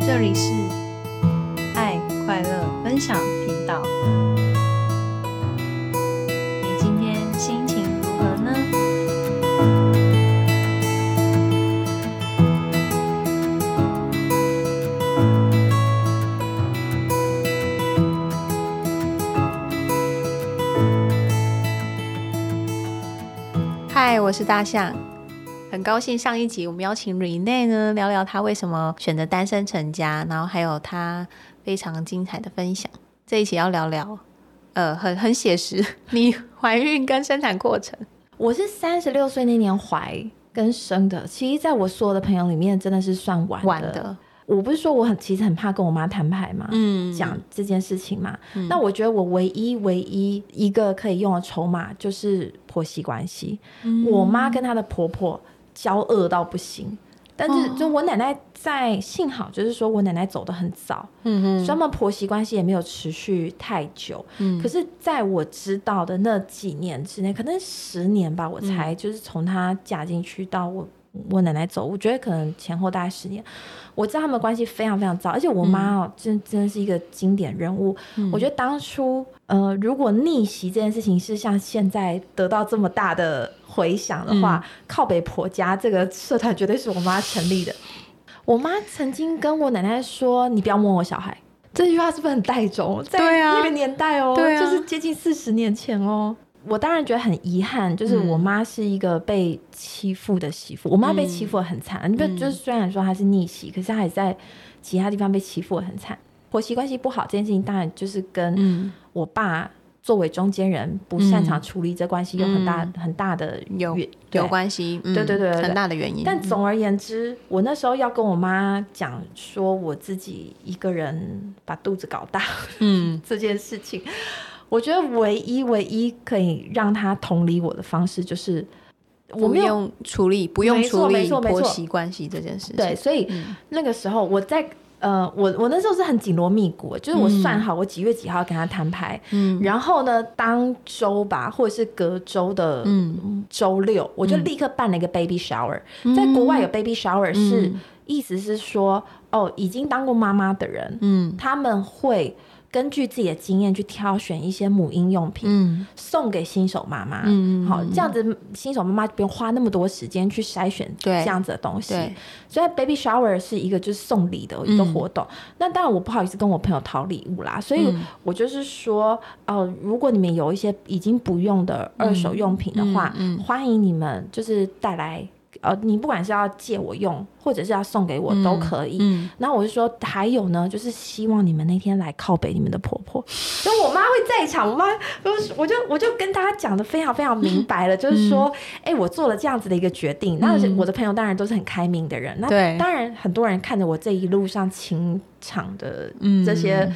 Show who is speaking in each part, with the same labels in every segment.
Speaker 1: 这里是爱快乐分享频道。你今天心情如何呢？嗨，我是大象。很高兴上一集我们邀请 Rene 呢聊聊她为什么选择单身成家，然后还有她非常精彩的分享。这一集要聊聊，呃，很 很写实，你怀孕跟生产过程。
Speaker 2: 我是三十六岁那年怀跟生的，其实在我所有的朋友里面，真的是算晚的。
Speaker 1: 晚的，
Speaker 2: 我不是说我很其实很怕跟我妈摊牌嘛，
Speaker 1: 嗯
Speaker 2: 讲这件事情嘛。
Speaker 1: 嗯
Speaker 2: 那我觉得我唯一唯一一个可以用的筹码就是婆媳关系。
Speaker 1: 嗯
Speaker 2: 我妈跟她的婆婆交恶到不行，但是
Speaker 1: 哦
Speaker 2: 就我奶奶在，幸好就是说我奶奶走的很早，
Speaker 1: 嗯
Speaker 2: 所以他们婆媳关系也没有持续太久。
Speaker 1: 嗯
Speaker 2: 可是在我知道的那几年之内，可能十年吧，我才
Speaker 1: 嗯
Speaker 2: 就是从她嫁进去到我我奶奶走，我觉得可能前后大概十年。我知道他们关系非常非常糟，而且我妈
Speaker 1: 嗯
Speaker 2: 哦，真真的是一个经典人物。我觉得当初呃，如果逆袭这件事情是像现在得到这么大的回响的话，
Speaker 1: 嗯
Speaker 2: 靠北婆家这个社团绝对是我妈成立的。我妈曾经跟我奶奶说：“你不要摸我小孩。”这句话是不是很带种？在
Speaker 1: 对啊
Speaker 2: 那个年代哦，
Speaker 1: 对啊
Speaker 2: 就是接近四十年前哦。我当然觉得很遗憾，就是
Speaker 1: 嗯
Speaker 2: 我妈是一个被欺负的媳妇，我妈被
Speaker 1: 嗯
Speaker 2: 欺负得很惨。啊你不
Speaker 1: 嗯
Speaker 2: 就是虽然说她是逆袭，可是她还在其他地方被欺负得很惨。婆媳关系不好这件事情，当然就是跟
Speaker 1: 嗯
Speaker 2: 我爸作为中间人不擅长处理这关系有很大、
Speaker 1: 嗯
Speaker 2: 很大的
Speaker 1: 有
Speaker 2: 原
Speaker 1: 有
Speaker 2: 对
Speaker 1: 关系，嗯
Speaker 2: 对对对对
Speaker 1: 很大的原因。
Speaker 2: 但总而言之，我那时候要跟我妈讲说我自己一个人把肚子搞大
Speaker 1: 嗯
Speaker 2: 这件事情，我觉得唯一唯一可以让她同理我的方式就是我
Speaker 1: 不
Speaker 2: 没有。
Speaker 1: 用处理，不用
Speaker 2: 没错
Speaker 1: 处
Speaker 2: 没
Speaker 1: 理
Speaker 2: 错没
Speaker 1: 婆
Speaker 2: 错
Speaker 1: 媳关系这件事情。
Speaker 2: 对，，所以
Speaker 1: 嗯
Speaker 2: 那个时候我在呃，我我那时候是很紧锣密鼓，就是我算好我几月几号跟她摊牌，
Speaker 1: 嗯
Speaker 2: 然后呢，当周吧，或者是隔周的
Speaker 1: 嗯
Speaker 2: 周六，我就立刻办了一个 baby shower。在国外有 baby shower 是、
Speaker 1: 嗯
Speaker 2: 意思是说，哦，已经当过妈妈的人，
Speaker 1: 嗯
Speaker 2: 他们会根据自己的经验去挑选一些母婴用品。
Speaker 1: 嗯
Speaker 2: 送给新手妈妈，
Speaker 1: 嗯
Speaker 2: 好，这样子新手妈妈就不用花那么多时间去筛选
Speaker 1: 对
Speaker 2: 这样子的东西。
Speaker 1: 对，
Speaker 2: 所以 baby shower 是一个就是送礼的一个
Speaker 1: 嗯
Speaker 2: 活动。那当然我不好意思跟我朋友讨礼物啦，所以
Speaker 1: 嗯
Speaker 2: 我就是说，哦、如果你们有一些已经不用的二手用品的话，
Speaker 1: 嗯嗯
Speaker 2: 欢迎你们就是带来，呃，你不管是要借我用，或者是要送给我都可以。
Speaker 1: 嗯
Speaker 2: 然后我就说，还有呢，就是希望你们那天来靠北你们的婆婆，就我妈会在场，我妈就是我就我就跟大家讲的非常非常明白了，就是说，哎、我做了这样子的一个决定，那
Speaker 1: 嗯
Speaker 2: 我的朋友当然都是很开明的人，那
Speaker 1: 对
Speaker 2: 当然很多人看着我这一路上情场的
Speaker 1: 嗯
Speaker 2: 这些、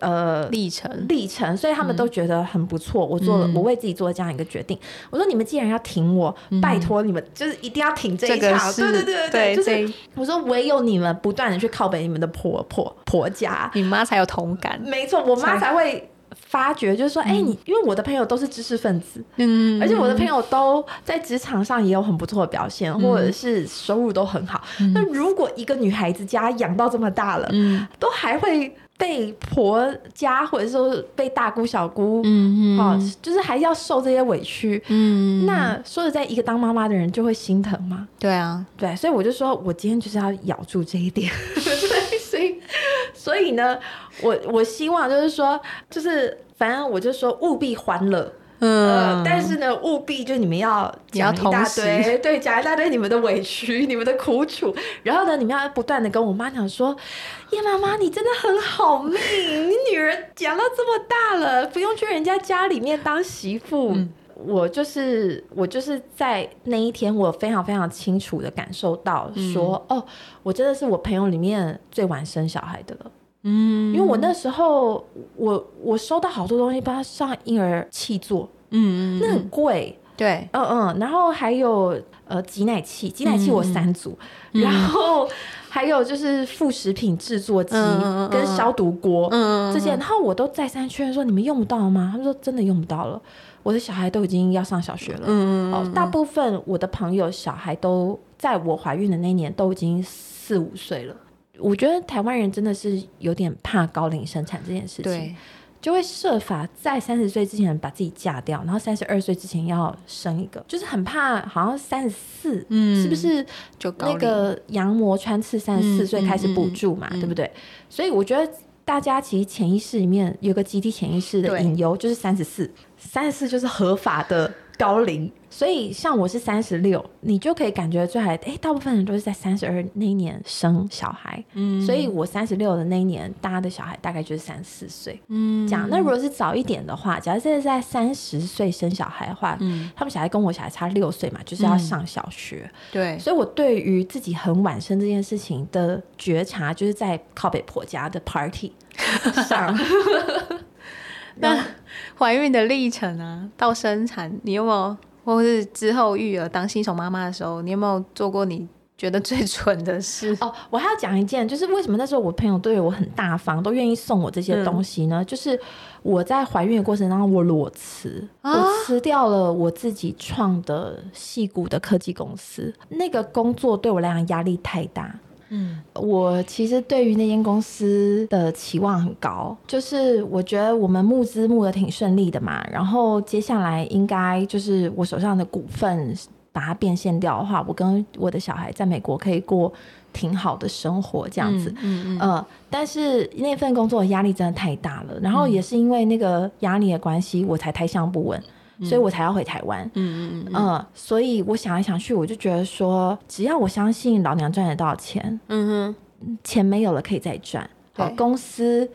Speaker 2: 呃
Speaker 1: 历程，
Speaker 2: 历程，所以他们
Speaker 1: 嗯
Speaker 2: 都觉得很不错。我做了，我为自己做了这样一个决定。我说你们既然要挺我，拜托你们就是一定要挺这一
Speaker 1: 嗯个
Speaker 2: 场。
Speaker 1: 是
Speaker 2: 对对对
Speaker 1: 对，
Speaker 2: 就是
Speaker 1: 这
Speaker 2: 我说唯有你们不断的去靠北你们的婆婆婆家，
Speaker 1: 你妈才有同感。
Speaker 2: 没错，我妈
Speaker 1: 才
Speaker 2: 才会。发觉就是说，哎、你因为我的朋友都是知识分子，
Speaker 1: 嗯
Speaker 2: 而且我的朋友都在职场上也有很不错的表现，
Speaker 1: 嗯
Speaker 2: 或者是收入都很好。那如果一个女孩子家养到这么大了，
Speaker 1: 嗯
Speaker 2: 都还会被婆家或者说被大姑小姑，
Speaker 1: 嗯
Speaker 2: 哦，就是还要受这些委屈。
Speaker 1: 嗯，
Speaker 2: 那说实在，一个当妈妈的人就会心疼嘛，
Speaker 1: 对啊，
Speaker 2: 对，所以我就说我今天就是要咬住这一点， 对，所以所以呢，我我希望就是说，就是反正我就说务必欢乐，呃，但是呢，务必就你们要
Speaker 1: 也嗯要
Speaker 2: 讲一大
Speaker 1: 同
Speaker 2: 堆， 对，讲一大堆你们的委屈、你们的苦楚，然后呢，你们要不断的跟我妈讲说，叶妈妈，你真的很好命，你女儿讲到这么大了，不用去人家家里面当媳妇。
Speaker 1: 嗯
Speaker 2: 我就是我就是在那一天，我非常非常清楚的感受到说，
Speaker 1: 嗯
Speaker 2: 哦，我真的是我朋友里面最晚生小孩的了。
Speaker 1: 嗯
Speaker 2: 因为我那时候我我收到好多东西，包括上婴儿气座，
Speaker 1: 嗯
Speaker 2: 那很贵，
Speaker 1: 对，
Speaker 2: 嗯嗯，然后还有呃挤奶器，挤奶器
Speaker 1: 嗯
Speaker 2: 我三组，然后还有就是副食品制作机
Speaker 1: 嗯嗯嗯
Speaker 2: 跟消毒锅、
Speaker 1: 嗯
Speaker 2: 这些，然后我都再三确认说你们用不到吗？他们说真的用不到了，我的小孩都已经要上小学了。
Speaker 1: 嗯
Speaker 2: 哦，大部分我的朋友小孩都在我怀孕的那一年都已经四五岁了。我觉得台湾人真的是有点怕高龄生产这件事情，
Speaker 1: 对，
Speaker 2: 就会设法在三十岁之前把自己嫁掉，然后三十二岁之前要生一个，就是很怕，好像三十四，
Speaker 1: 嗯
Speaker 2: 是不是
Speaker 1: 就高
Speaker 2: 那
Speaker 1: 龄
Speaker 2: 个羊膜穿刺三十四岁
Speaker 1: 嗯
Speaker 2: 开始补助嘛，
Speaker 1: 嗯嗯嗯
Speaker 2: 对不对？所以我觉得大家其实潜意识里面有个集体潜意识的
Speaker 1: 对
Speaker 2: 隐忧，就是三十四，三十四就是合法的高龄。所以像我是三十六，你就可以感觉出来，哎，大部分人都是在三十二那一年生小孩，
Speaker 1: 嗯
Speaker 2: 所以我三十六的那一年，大家的小孩大概就是三四岁
Speaker 1: 嗯
Speaker 2: 这样。那如果是早一点的话，假设是在三十岁生小孩的话，
Speaker 1: 嗯
Speaker 2: 他们小孩跟我小孩差六岁嘛，就是要
Speaker 1: 嗯
Speaker 2: 上小学。
Speaker 1: 对
Speaker 2: 所以我对于自己很晚生这件事情的觉察，就是在靠北婆家的 party 上。
Speaker 1: 那怀孕的历程啊，到生产，你有没有，或是之后育儿当新手妈妈的时候，你有没有做过你觉得最 蠢的事？
Speaker 2: 哦，我还要讲一件，就是为什么那时候我朋友对我很大方，都愿意送我这些
Speaker 1: 嗯
Speaker 2: 东西呢？就是我在怀孕的过程当中，我裸辞，
Speaker 1: 啊
Speaker 2: 我辞掉了我自己创的戏骨的科技公司，那个工作对我来讲压力太大。
Speaker 1: 嗯，
Speaker 2: 我其实对于那间公司的期望很高，就是我觉得我们募资募的挺顺利的嘛，然后接下来应该就是我手上的股份把它变现掉的话，我跟我的小孩在美国可以过挺好的生活这
Speaker 1: 这
Speaker 2: 样子。，
Speaker 1: 嗯嗯
Speaker 2: 呃，但是那份工作的压力真的太大了，然后也是因为那个压力的关系，我才胎象不稳，所以我才要回台湾。
Speaker 1: 嗯嗯嗯嗯
Speaker 2: 嗯，所以我想来想去，我就觉得说，只要我相信老娘赚得到钱，
Speaker 1: 嗯
Speaker 2: 钱没有了可以再赚，好
Speaker 1: 对嗯
Speaker 2: 公司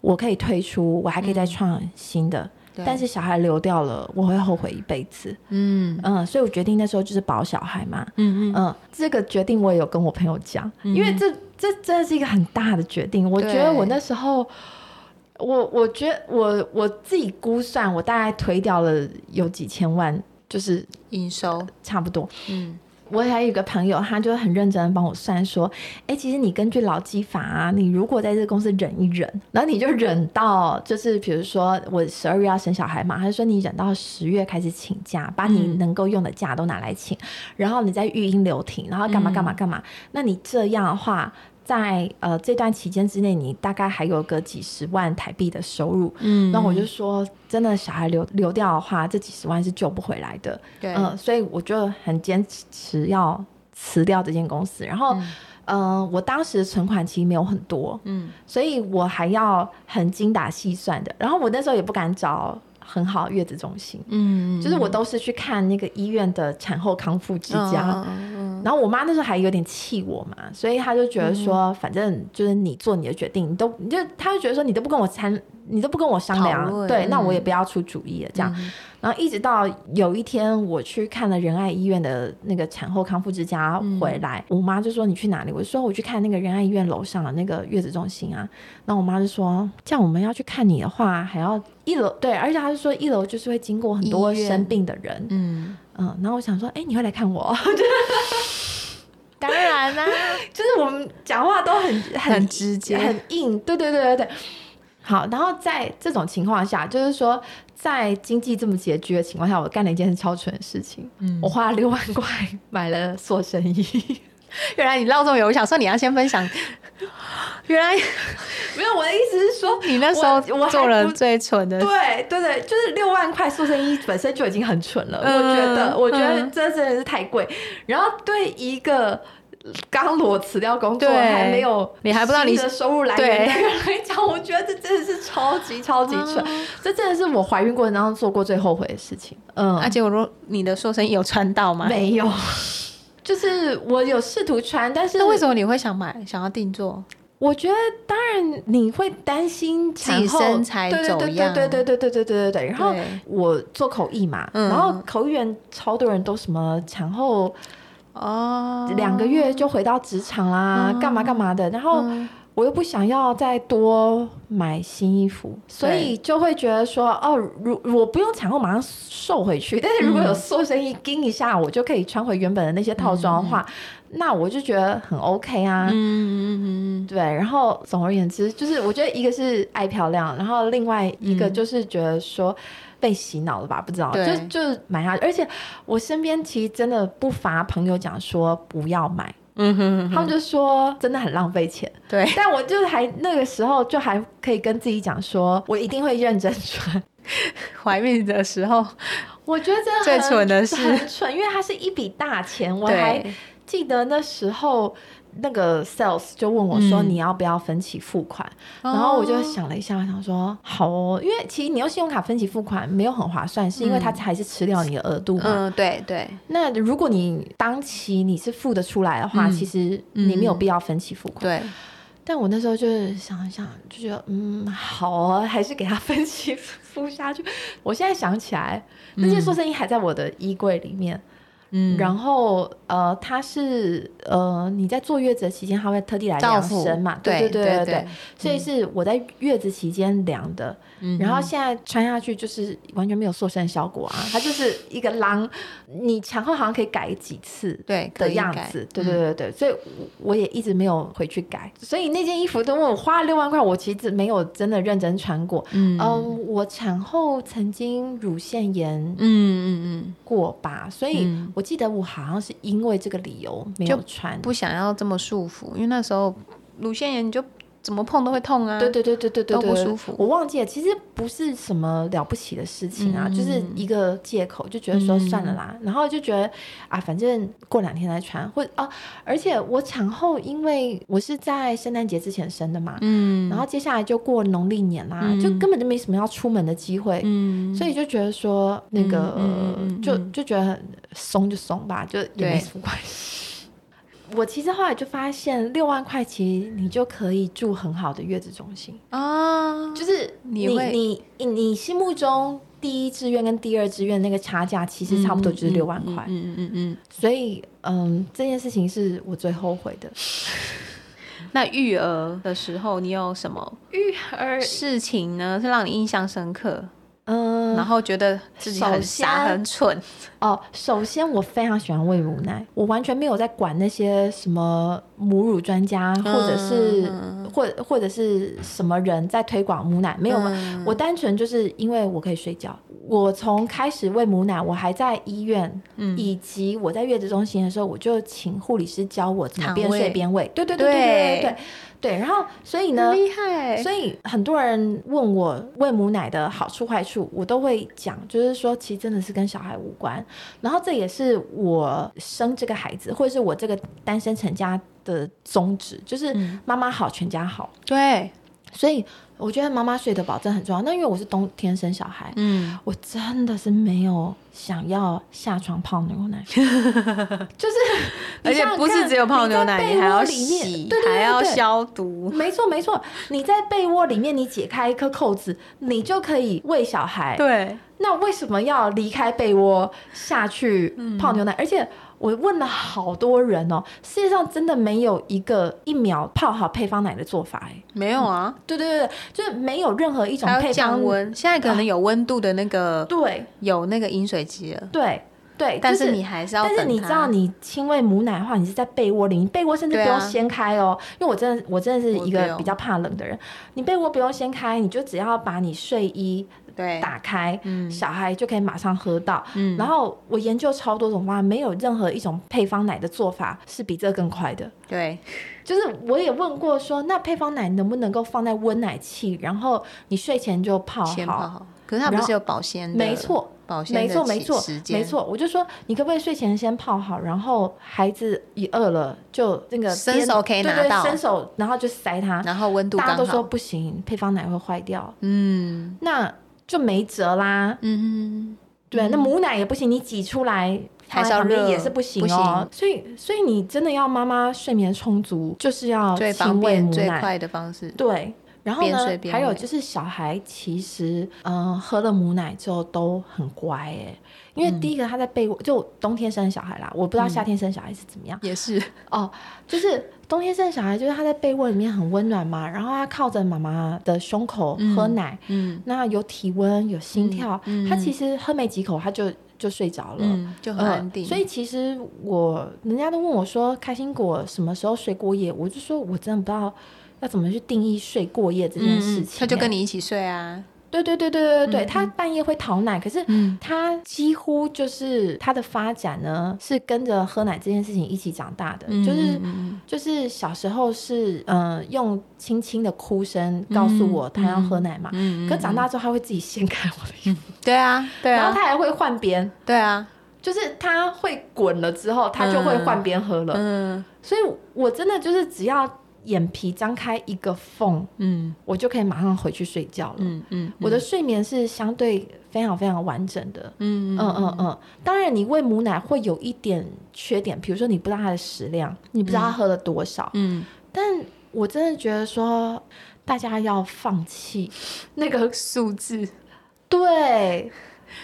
Speaker 2: 我可以退出，我还可以再创新的。
Speaker 1: 对
Speaker 2: 但是小孩流掉了，我会后悔一辈子。
Speaker 1: 嗯
Speaker 2: 嗯，所以我决定那时候就是保小孩嘛。
Speaker 1: 嗯嗯
Speaker 2: 嗯，这个决定我也有跟我朋友讲，
Speaker 1: 嗯
Speaker 2: 因为这这真的是一个很大的决定。我觉得
Speaker 1: 对
Speaker 2: 我那时候，我我觉得我我自己估算，我大概推掉了有几千万，就是
Speaker 1: 营收，
Speaker 2: 差不多。
Speaker 1: 嗯
Speaker 2: 我还有一个朋友，他就很认真的帮我算说，哎、其实你根据劳基法啊，你如果在这个公司忍一忍，然后你就忍到，就是比如说我十二月要生小孩嘛，他就说你忍到十月开始请假，把你
Speaker 1: 嗯
Speaker 2: 能够用的假都拿来请，然后你再育婴留停，然后干嘛干嘛干嘛，那你这样的话。在呃这段期间之内，你大概还有个几十万台币的收入，
Speaker 1: 嗯
Speaker 2: 那我就说，真的小孩流流掉的话，这几十万是救不回来的。
Speaker 1: 对
Speaker 2: 嗯、所以我就很坚持要辞掉这间公司。然后，嗯、我当时存款其实没有很多，
Speaker 1: 嗯
Speaker 2: 所以我还要很精打细算的。然后我那时候也不敢找很好的月子中心，
Speaker 1: 嗯，
Speaker 2: 就是我都是去看那个医院的产后康复之家。
Speaker 1: 嗯
Speaker 2: 然后我妈那时候还有点气我嘛，所以她就觉得说，
Speaker 1: 嗯
Speaker 2: 反正就是你做你的决定，你都你就她就觉得说你都不跟我参，你都不跟我商
Speaker 1: 讨
Speaker 2: 量，
Speaker 1: 论
Speaker 2: 对，那
Speaker 1: 嗯
Speaker 2: 我也不要出主意了这样。然后一直到有一天我去看了仁爱医院的那个产后康复之家
Speaker 1: 嗯
Speaker 2: 回来，我妈就说你去哪里？我就说我去看那个仁爱医院楼上的那个月子中心啊。那我妈就说，这样我们要去看你的话，还要一楼对，而且她就说一楼就是会经过很多
Speaker 1: 医院
Speaker 2: 生病的人，
Speaker 1: 嗯，
Speaker 2: 嗯，然后我想说，哎，你会来看我？
Speaker 1: 当然啦，
Speaker 2: 就是我们讲话都很很
Speaker 1: 很直接
Speaker 2: 很硬，对对对对对。好，然后在这种情况下，就是说，在经济这么拮据的情况下，我干了一件超蠢的事情，
Speaker 1: 嗯
Speaker 2: 我花了六万块买了塑身衣。
Speaker 1: 原来你闹钟有，我想说你要先分享，原来
Speaker 2: 没有，我的意思是说，
Speaker 1: 你那时候
Speaker 2: 我我还
Speaker 1: 做了
Speaker 2: 不
Speaker 1: 最蠢的，
Speaker 2: 对对对，就是六万块塑身衣本身就已经很蠢了，
Speaker 1: 嗯
Speaker 2: 我觉得，我觉得
Speaker 1: 嗯
Speaker 2: 这真的是太贵。然后对一个刚裸辞掉工作，
Speaker 1: 对
Speaker 2: 还没有
Speaker 1: 你还不知道你
Speaker 2: 新的收入来源
Speaker 1: 对
Speaker 2: 的人来讲，我觉得这真的是超级超级蠢
Speaker 1: 啊，
Speaker 2: 这真的是我怀孕过程当中做过最后悔的事情。嗯，
Speaker 1: 啊，结果说你的塑身衣有穿到吗？
Speaker 2: 没有， 就是我有试图穿，但是
Speaker 1: 那为什么你会想买，想要定做？
Speaker 2: 我觉得，当然你会担心产
Speaker 1: 自己
Speaker 2: 后
Speaker 1: 身材
Speaker 2: 对
Speaker 1: 走样
Speaker 2: 对对对对对对对对对。然后
Speaker 1: 对
Speaker 2: 我做口译嘛，
Speaker 1: 嗯
Speaker 2: 然后口译员超多人都什么产后
Speaker 1: 哦，
Speaker 2: 两个月就回到职场啦，
Speaker 1: 哦
Speaker 2: 干嘛干嘛的。然后
Speaker 1: 嗯
Speaker 2: 我又不想要再多买新衣服，所以就会觉得说，哦，如我不用产后马上瘦回去，但是如果有瘦身衣盯一下，我就可以穿回原本的那些套装的话，那我就觉得很 OK 啊。
Speaker 1: 嗯嗯嗯
Speaker 2: 对，然后总而言之，就是我觉得一个是爱漂亮，然后另外一个
Speaker 1: 嗯
Speaker 2: 就是觉得说被洗脑了吧，不知道，
Speaker 1: 对
Speaker 2: 就就买下去。而且我身边其实真的不乏朋友讲说不要买，
Speaker 1: 嗯哼
Speaker 2: 他们就说真的很浪费钱。
Speaker 1: 对，
Speaker 2: 但我就还那个时候就还可以跟自己讲说，我一定会认真穿。
Speaker 1: 怀孕的时候，
Speaker 2: 我觉得真
Speaker 1: 最
Speaker 2: 的很
Speaker 1: 蠢的是
Speaker 2: 很蠢，因为它是一笔大钱，我还
Speaker 1: 对，
Speaker 2: 记得那时候那个 sales 就问我说：“
Speaker 1: 嗯
Speaker 2: 你要不要分期付款？”然后我就
Speaker 1: 哦
Speaker 2: 想了一下，想说好哦，因为其实你用信用卡分期付款没有很划算，是因为它还是吃掉你的额度嘛。
Speaker 1: 嗯，对对，
Speaker 2: 那如果你当期你是付得出来的话，
Speaker 1: 嗯
Speaker 2: 其实你没有必要分期付款。
Speaker 1: 对，
Speaker 2: 但我那时候就是想一想，就觉得嗯，好啊，还是给他 分期付下去。我现在想起来，那件塑身衣还在我的衣柜里面。
Speaker 1: 嗯
Speaker 2: 然后呃，它是呃，你在坐月子的期间，它会特地来
Speaker 1: 照
Speaker 2: 量
Speaker 1: 顾
Speaker 2: 身嘛？
Speaker 1: 对
Speaker 2: 对对
Speaker 1: 对
Speaker 2: 对
Speaker 1: 对
Speaker 2: 所以是我在月子期间量的，
Speaker 1: 嗯
Speaker 2: 然后现在穿下去就是完全没有塑身效果 啊，它就是一个浪。你产后好像可以改几次，
Speaker 1: 对可
Speaker 2: 的
Speaker 1: 以
Speaker 2: 样
Speaker 1: 改嗯
Speaker 2: 子，对对对对，所以我我也一直没有回去改，所以那件衣服等我花了六万块，我其实没有真的认真穿过。
Speaker 1: 嗯
Speaker 2: 嗯，我产后曾经乳腺炎
Speaker 1: 嗯嗯
Speaker 2: 过吧，所以
Speaker 1: 嗯
Speaker 2: 我记得我好像是因为这个理由没
Speaker 1: 就
Speaker 2: 有穿
Speaker 1: 嗯，。不想要这么束缚，因为那时候乳腺炎你就怎么碰都会痛啊，
Speaker 2: 对对对对对对
Speaker 1: 都
Speaker 2: 对，
Speaker 1: 不舒服
Speaker 2: 我忘记了，其实不是什么了不起的事情啊，
Speaker 1: 嗯
Speaker 2: 就是一个借口，就觉得说算了啦，然后就觉得啊，反正过两天再穿，或哦、而且我产后因为我是在圣诞节之前生的嘛，
Speaker 1: 嗯，
Speaker 2: 然后接下来就过农历年啦，
Speaker 1: 嗯
Speaker 2: 就根本就没什么要出门的机会，
Speaker 1: 嗯，
Speaker 2: 所以就觉得说那个、
Speaker 1: 嗯嗯嗯嗯
Speaker 2: 就
Speaker 1: 嗯
Speaker 2: 就觉得很松就松吧，就也
Speaker 1: 对
Speaker 2: 没什么关系。 我其实后来就发现，六万块其实你就可以住很好的月子中心，
Speaker 1: 啊，
Speaker 2: 就是
Speaker 1: 你
Speaker 2: 你
Speaker 1: 会
Speaker 2: 你你你心目中第一志愿跟第二志愿那个差价，其实差不多就是六万块。
Speaker 1: 嗯嗯嗯嗯嗯
Speaker 2: 所以，嗯，这件事情是我最后悔的。
Speaker 1: 嗯。那育儿的时候，你有什么
Speaker 2: 育儿
Speaker 1: 事情呢？是让你印象深刻，
Speaker 2: 嗯，
Speaker 1: 然后觉得自己
Speaker 2: 首
Speaker 1: 很傻、
Speaker 2: 先
Speaker 1: 很蠢。
Speaker 2: 哦，首先我非常喜欢喂母奶，我完全没有在管那些什么母乳专家或者是、
Speaker 1: 嗯
Speaker 2: 或或者是什么人在推广母奶，没有。啊
Speaker 1: 嗯
Speaker 2: 我单纯就是因为我可以睡觉。我从开始喂母奶，我还在医院，
Speaker 1: 嗯
Speaker 2: 以及我在月子中心的时候，我就请护理师教我怎么
Speaker 1: 躺
Speaker 2: 边
Speaker 1: 喂
Speaker 2: 睡边喂。对对对对对对对对。然后，所以呢，
Speaker 1: 厉害
Speaker 2: 所以很多人问我喂母奶的好处坏处，我都会讲，就是说其实真的是跟小孩无关。然后这也是我生这个孩子，或者是我这个单身成家的宗旨，就是
Speaker 1: 嗯
Speaker 2: 妈妈好，全家好。
Speaker 1: 对，
Speaker 2: 所以我觉得妈妈睡得保证很重要。那因为我是冬天生小孩，
Speaker 1: 嗯，
Speaker 2: 我真的是没有想要下床泡牛 奶，就是你
Speaker 1: 而且
Speaker 2: 想想
Speaker 1: 不是
Speaker 2: 看
Speaker 1: 只有泡牛奶，
Speaker 2: 在
Speaker 1: 你还
Speaker 2: 被窝
Speaker 1: 要
Speaker 2: 里面
Speaker 1: 洗，
Speaker 2: 对对对
Speaker 1: 还要
Speaker 2: 对
Speaker 1: 消毒。
Speaker 2: 没错没错，你在被窝里面，你解开一颗扣子，你就可以喂小孩。
Speaker 1: 对，
Speaker 2: 那为什么要离开被窝下去
Speaker 1: 嗯
Speaker 2: 泡牛奶？而且我问了好多人哦，世界上真的没有一个一秒泡好配方奶的做法哎。
Speaker 1: 没有啊，
Speaker 2: 对对对，对就是没有任何一种
Speaker 1: 还要
Speaker 2: 配方
Speaker 1: 降。温。现在可能有温度的那个，
Speaker 2: 对
Speaker 1: 有那个饮水机了，
Speaker 2: 对对，
Speaker 1: 但
Speaker 2: 就是
Speaker 1: 你。还是要
Speaker 2: 但
Speaker 1: 等它。
Speaker 2: 是你知道，你亲喂母奶的话，你是在被窝里，你被窝甚至
Speaker 1: 对
Speaker 2: 不
Speaker 1: 啊
Speaker 2: 用掀开哦，因为我真的我真的是
Speaker 1: 我哦
Speaker 2: 一
Speaker 1: 不
Speaker 2: 个
Speaker 1: 用
Speaker 2: 比较怕冷的人，你被窝不用掀开，你就只要把你睡衣
Speaker 1: 对，
Speaker 2: 打开，
Speaker 1: 嗯
Speaker 2: 小孩就可以马上喝到。
Speaker 1: 嗯
Speaker 2: 然后我研究超多种方案，没有任何一种配方奶的做法是比这个更快的。
Speaker 1: 对，
Speaker 2: 就是我也问过说，那配方奶能不能够放在温奶器，然后你睡前就泡
Speaker 1: 先泡
Speaker 2: 好？
Speaker 1: 好。可是它不
Speaker 2: 然
Speaker 1: 是
Speaker 2: 后
Speaker 1: 有保鲜的，
Speaker 2: 没，错，
Speaker 1: 保鲜
Speaker 2: 没
Speaker 1: 的
Speaker 2: 错，没
Speaker 1: 起
Speaker 2: 错
Speaker 1: 时，间
Speaker 2: 没，错。我就说，你可不可以睡前先泡好，然后孩子一饿了就那个
Speaker 1: 伸
Speaker 2: 边
Speaker 1: 手可以
Speaker 2: 对
Speaker 1: 拿
Speaker 2: 对
Speaker 1: 到
Speaker 2: 伸手然后就塞它。
Speaker 1: 然后温度
Speaker 2: 大家
Speaker 1: 刚
Speaker 2: 都
Speaker 1: 好。
Speaker 2: 说不行，配方奶会坏掉，
Speaker 1: 嗯
Speaker 2: 那就没辙啦。
Speaker 1: 嗯
Speaker 2: 对，那母奶也不行，你挤出来
Speaker 1: 还是要
Speaker 2: 放在旁边
Speaker 1: 热
Speaker 2: 也是不行
Speaker 1: 不
Speaker 2: 哦
Speaker 1: 行。
Speaker 2: 所以，所以你真的要妈妈睡眠充足，就是要
Speaker 1: 哼，最方
Speaker 2: 亲喂
Speaker 1: 便
Speaker 2: 母
Speaker 1: 最
Speaker 2: 奶。
Speaker 1: 快的方 式。
Speaker 2: 对，然后
Speaker 1: 边
Speaker 2: 呢
Speaker 1: 睡，边
Speaker 2: 还有
Speaker 1: 喂
Speaker 2: 就是小孩其实，嗯、喝了母奶之后都很乖哎，因
Speaker 1: 嗯
Speaker 2: 为第一个他在被窝，就冬天生的小孩啦，我不知道夏天生小孩是怎么样。
Speaker 1: 也是，
Speaker 2: 哦，就是冬天生的小孩，就是他在被窝里面很温暖嘛，然后他靠着妈妈的胸口喝
Speaker 1: 嗯
Speaker 2: 奶，
Speaker 1: 嗯
Speaker 2: 那有体温，有心跳，
Speaker 1: 嗯嗯
Speaker 2: 他其实喝没几口他就就睡着了。
Speaker 1: 嗯，就很
Speaker 2: 呃
Speaker 1: 安定。
Speaker 2: 所以其实我人家都问我说开心果什么时候睡过夜，我就说我真的不知道要怎么去定义睡过夜这
Speaker 1: 嗯
Speaker 2: 件事情、
Speaker 1: 他就跟
Speaker 2: 你
Speaker 1: 你一起睡啊，
Speaker 2: 对对对对对对对，
Speaker 1: 嗯
Speaker 2: 他半夜会讨奶，可是
Speaker 1: 嗯
Speaker 2: 他几乎就是他的发展呢，是跟着喝奶这件事情一起长大的，就是
Speaker 1: 嗯
Speaker 2: 就是小时候是呃用轻轻的哭声告诉我他要喝奶嘛，
Speaker 1: 嗯
Speaker 2: 可长大之后他会自己掀开我的衣服，
Speaker 1: 对啊，对
Speaker 2: 然后
Speaker 1: 啊，
Speaker 2: 他还会换边，
Speaker 1: 对啊，
Speaker 2: 就是他会滚了之后，他就会换边喝了。
Speaker 1: 嗯
Speaker 2: 所以我真的就是只要眼皮张开一个缝，
Speaker 1: 嗯
Speaker 2: 我就可以马上回去睡觉了。
Speaker 1: 嗯嗯，
Speaker 2: 我的睡眠是相对非常非常完整的。
Speaker 1: 嗯
Speaker 2: 嗯嗯嗯，当然你喂母奶会有一点缺点，比如说你不知道它的食量，你不知道它喝了多少。
Speaker 1: 嗯
Speaker 2: 但我真的觉得说，大家要放弃那个
Speaker 1: 数字，
Speaker 2: 对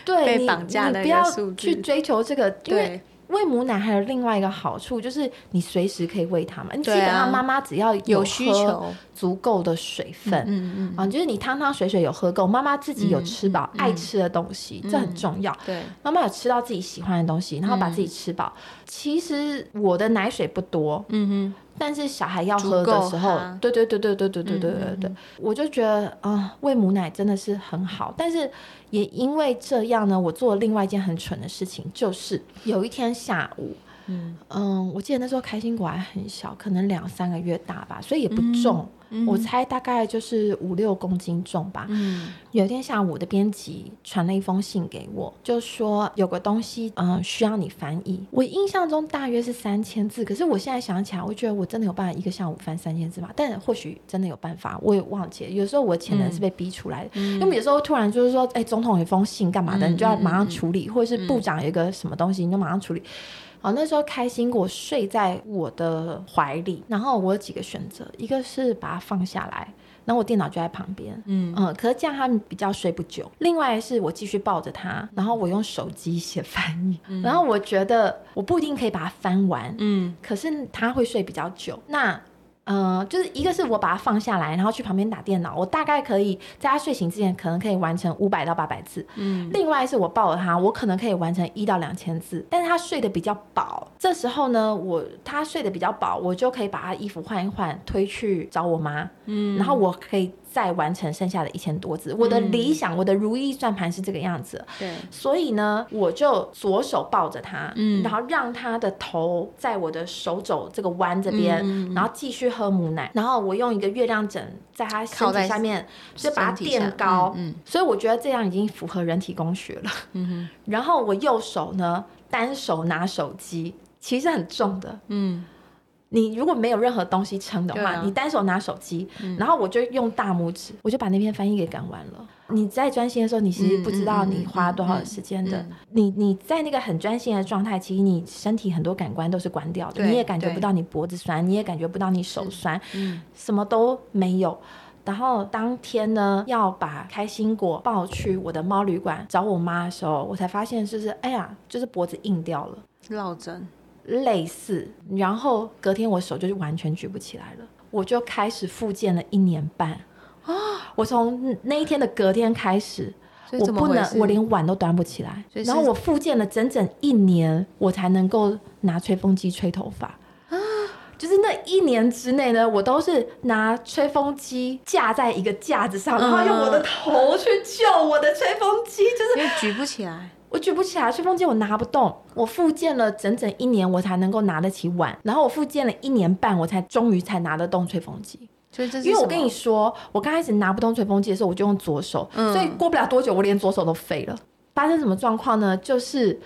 Speaker 2: 对
Speaker 1: 被
Speaker 2: 你
Speaker 1: 绑架
Speaker 2: 你
Speaker 1: 的
Speaker 2: 不
Speaker 1: 一个
Speaker 2: 要
Speaker 1: 数字
Speaker 2: 去追求这个，因为
Speaker 1: 对
Speaker 2: 喂母奶还有另外一个好处，就是你随时可以喂它嘛。你基
Speaker 1: 对啊
Speaker 2: 本上妈妈只要
Speaker 1: 有
Speaker 2: 喝
Speaker 1: 需求
Speaker 2: 足够的水分。
Speaker 1: 嗯
Speaker 2: 啊，就是你汤汤水水有喝够，妈妈自己有吃饱、
Speaker 1: 嗯嗯嗯
Speaker 2: 爱吃的东西，这很重要。
Speaker 1: 对，
Speaker 2: 妈妈有吃到自己喜欢的东西，然后把自己吃饱。其实我的奶水不多，
Speaker 1: 嗯
Speaker 2: 但是小孩要喝的时
Speaker 1: 足够
Speaker 2: 候
Speaker 1: 哈，嗯
Speaker 2: 对对对对对对对对对对，我就觉得啊、喂母奶真的是很好，但是也因为这样呢，我做了另外一件很蠢的事情，就是有一天下午，
Speaker 1: 嗯
Speaker 2: 嗯，我记得那时候开心果还很小，可能两三个月大吧，所以也不重。
Speaker 1: 嗯
Speaker 2: 我猜大概就是五六公斤重吧。
Speaker 1: 嗯
Speaker 2: 有一天下午，我的编辑传了一封信给我，就说有个东西，嗯，需要你翻译。我印象中大约是三千字，可是我现在想起来，我觉得我真的有办法一个下午翻三千字嘛？但或许真的有办法，我也忘记了。有时候我潜能是被逼出来的，因为有时候突然就是说，哎、总统有一封信干嘛的，
Speaker 1: 嗯
Speaker 2: 你就要马上处理，或者是部长有一个什么东西，你就马上处理。哦，那时候开心果睡在我的怀里，然后我有几个选择，一个是把它放下来，然后我电脑就在旁边，
Speaker 1: 嗯
Speaker 2: 嗯，可是这样他们比较睡不久。另外是我继续抱着它，然后我用手机写翻译，然后我觉得我不一定可以把它翻完，
Speaker 1: 嗯
Speaker 2: 可是它会睡比较久。那呃，就是一个是我把它放下来，然后去旁边打电脑，我大概可以在它睡醒之前，可能可以完成五百到八百字。
Speaker 1: 嗯
Speaker 2: 另外是我抱着它，我可能可以完成一到两千字，但是它睡得比较饱。这时候呢，我它睡得比较饱，我就可以把它衣服换一换，推去找我妈。
Speaker 1: 嗯嗯
Speaker 2: 然后我可以再完成剩下的一千多字。我的理想，我的如意算盘是这个样子。
Speaker 1: 对，
Speaker 2: 所以呢，我就左手抱着它，
Speaker 1: 嗯
Speaker 2: 然后让它的头在我的手肘这个弯这边，
Speaker 1: 嗯嗯嗯
Speaker 2: 然后继续喝母奶，然后我用一个月亮枕在它身
Speaker 1: 靠在
Speaker 2: 体下面，就把
Speaker 1: 身
Speaker 2: 它
Speaker 1: 体下
Speaker 2: 垫高，
Speaker 1: 嗯嗯
Speaker 2: 所以我觉得这样已经符合人体工学了。
Speaker 1: 嗯
Speaker 2: 然后我右手呢，单手拿手机，其实很重的，
Speaker 1: 嗯
Speaker 2: 你如果没有任何东西撑的
Speaker 1: 对
Speaker 2: 话，
Speaker 1: 啊嗯
Speaker 2: 你单手拿手机，然后我就用大拇指，我就把那篇翻译给赶完了。你在专心的时候，你其实不知道
Speaker 1: 嗯嗯嗯
Speaker 2: 你花多少时间的。你你在那个很专心的状态，其实你身体很多感官都是关掉的，
Speaker 1: 对
Speaker 2: 你也感觉不到你脖子酸，你也感觉不到你手酸，
Speaker 1: 嗯
Speaker 2: 什么都没有。然后当天呢，要把开心果抱去我的猫旅馆找我妈的时候，我才发现就是哎呀，就是脖子硬掉了。
Speaker 1: 落枕，
Speaker 2: 类似，然后隔天我手就完全举不起来了，我就开始复健了一年半啊！我从那一天的隔天开始，
Speaker 1: 嗯所以
Speaker 2: 我
Speaker 1: 怎么
Speaker 2: 不能
Speaker 1: 回，事
Speaker 2: 我连碗都端不起来
Speaker 1: 所以，是
Speaker 2: 然后我复健了整整一年，我才能够拿吹风机吹头发啊！就是那一年之内呢，我都是拿吹风机架在一个架子
Speaker 1: 嗯
Speaker 2: 上，然后用我的头去救我的吹风机，就是
Speaker 1: 因为举不起来，
Speaker 2: 我举不起来，吹风机我拿不动。我复健了整整一年，我才能够拿得起碗。然后我复健了一年半，我才终于才拿得动吹风机。
Speaker 1: 所以这是
Speaker 2: 因为我
Speaker 1: 什
Speaker 2: 跟
Speaker 1: 么
Speaker 2: 你说，我刚开始拿不动吹风机的时候，我就用左手，
Speaker 1: 嗯
Speaker 2: 所以过不了多久，我连左手都废了。发生什么状况呢？就是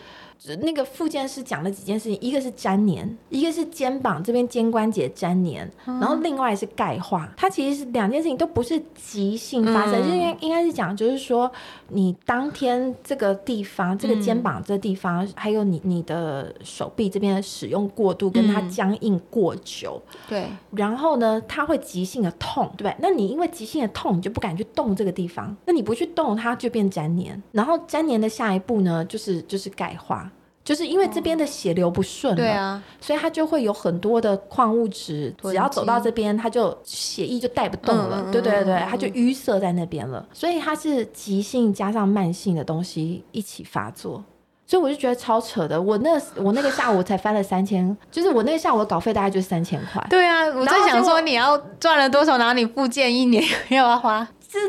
Speaker 2: 呃那个复健师讲了几件事情，一个是粘连，一个是肩膀这边肩关节粘连，
Speaker 1: 嗯
Speaker 2: 然后另外是钙化。它其实是两件事情都不是急性发生，
Speaker 1: 嗯
Speaker 2: 就应该应该是讲，就是说你当天这个地方，
Speaker 1: 嗯
Speaker 2: 这个肩膀这地方，还有你你的手臂这边的使用过度，跟它
Speaker 1: 嗯
Speaker 2: 僵硬过久，
Speaker 1: 对，
Speaker 2: 然后呢，它会急性的痛，对不对？那你因为急性的痛，你就不敢去动这个地方，那你不去动，它就变粘连。然后粘连的下一步呢，就是就是钙化，就是因为这边的血流不顺了，
Speaker 1: 对啊，
Speaker 2: 所以它就会有很多的矿物质，
Speaker 1: 囤积
Speaker 2: 只要走到这边，它就血液就带不动了，
Speaker 1: 嗯嗯
Speaker 2: 对对对
Speaker 1: 嗯嗯，
Speaker 2: 它就淤塞在那边了。所以它是急性加上慢性的东西一起发作。所以我就觉得超扯的，我那我那个下午才翻了三千，就是我那个下午的稿费大概就是三千块，
Speaker 1: 对啊，我在
Speaker 2: 然后结
Speaker 1: 想
Speaker 2: 果
Speaker 1: 说你要赚了多少，然后你复健一年又要花，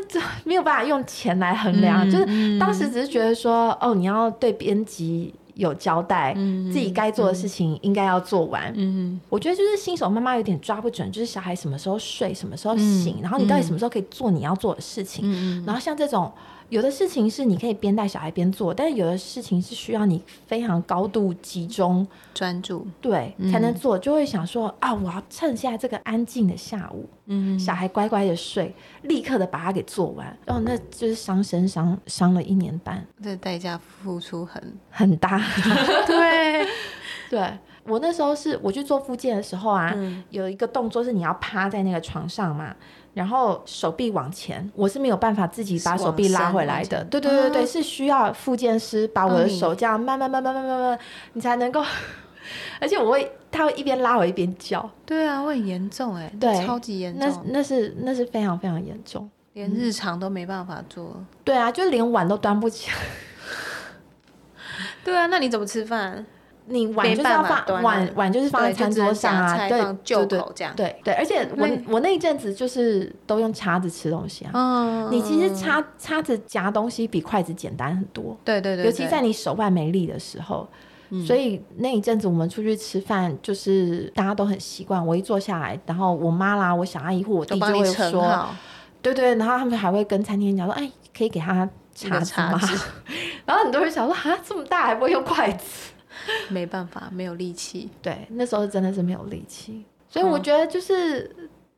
Speaker 2: 这没有办法用钱来衡量，
Speaker 1: 嗯
Speaker 2: 就是当时只是觉得说，哦，你要对编辑有交代，
Speaker 1: 嗯
Speaker 2: 自己该做的事情应该要做完。
Speaker 1: 嗯
Speaker 2: 我觉得就是新手妈妈有点抓不准，就是小孩什么时候睡，什么时候醒，
Speaker 1: 嗯
Speaker 2: 然后你到底什么时候可以做你要做的事情。
Speaker 1: 嗯
Speaker 2: 然后像这种，有的事情是你可以边带小孩边做，但是有的事情是需要你非常高度集中，
Speaker 1: 专注，
Speaker 2: 对，才
Speaker 1: 嗯
Speaker 2: 能做。就会想说啊，我要趁现在这个安静的下午，
Speaker 1: 嗯
Speaker 2: 小孩乖乖的睡，立刻的把它给做完。哦，那就是伤身伤伤了一年半，
Speaker 1: 这代价付出很
Speaker 2: 很大。
Speaker 1: 对，
Speaker 2: 对我那时候是我去做复健的时候啊，
Speaker 1: 嗯
Speaker 2: 有一个动作是你要趴在那个床上嘛，然后手臂往前，我是没有办法自己把手臂拉回来
Speaker 1: 往
Speaker 2: 的。
Speaker 1: 上
Speaker 2: 对对对对，
Speaker 1: 啊
Speaker 2: 是需要复健师把我的手这样慢慢慢慢慢慢慢慢，你才能够，而且我会他会一边拉我一边叫，
Speaker 1: 对啊，会很严重哎，
Speaker 2: 对
Speaker 1: 超级严
Speaker 2: 那
Speaker 1: 重，
Speaker 2: 那是那是非常非常严重。
Speaker 1: 连日常都没办法做。
Speaker 2: 对啊，就连碗都端不起来，
Speaker 1: 对啊，那你怎么吃饭？
Speaker 2: 你碗就是
Speaker 1: 没
Speaker 2: 要
Speaker 1: 办法
Speaker 2: 放
Speaker 1: 端
Speaker 2: 碗碗就是放在
Speaker 1: 对就
Speaker 2: 餐
Speaker 1: 只
Speaker 2: 桌
Speaker 1: 能
Speaker 2: 上
Speaker 1: 夹
Speaker 2: 啊，
Speaker 1: 菜
Speaker 2: 对
Speaker 1: 放就
Speaker 2: 对
Speaker 1: 口这样
Speaker 2: 对对，而且
Speaker 1: 对
Speaker 2: 我我那一阵子就是都用叉子吃东西啊，
Speaker 1: 嗯
Speaker 2: 你其实叉叉子夹东西比筷子简单很多，
Speaker 1: 对对对，
Speaker 2: 尤其
Speaker 1: 对嗯
Speaker 2: 在你手腕没力的时候。所以那一阵子我们出去吃饭，就是大家都很习惯。我一坐下来，然后我妈啦、我小阿姨或我弟
Speaker 1: 都帮
Speaker 2: 就
Speaker 1: 你
Speaker 2: 会
Speaker 1: 盛
Speaker 2: 说，
Speaker 1: 好，
Speaker 2: 对对，然后他们还会跟餐厅讲说，哎，可以给他
Speaker 1: 一个
Speaker 2: 叉子
Speaker 1: 叉
Speaker 2: 吗？
Speaker 1: 子
Speaker 2: 然后很多人想说，啊，这么大还不会用筷子？
Speaker 1: 没办法，没有力气。
Speaker 2: 对，那时候真的是没有力气，所以我觉得就是、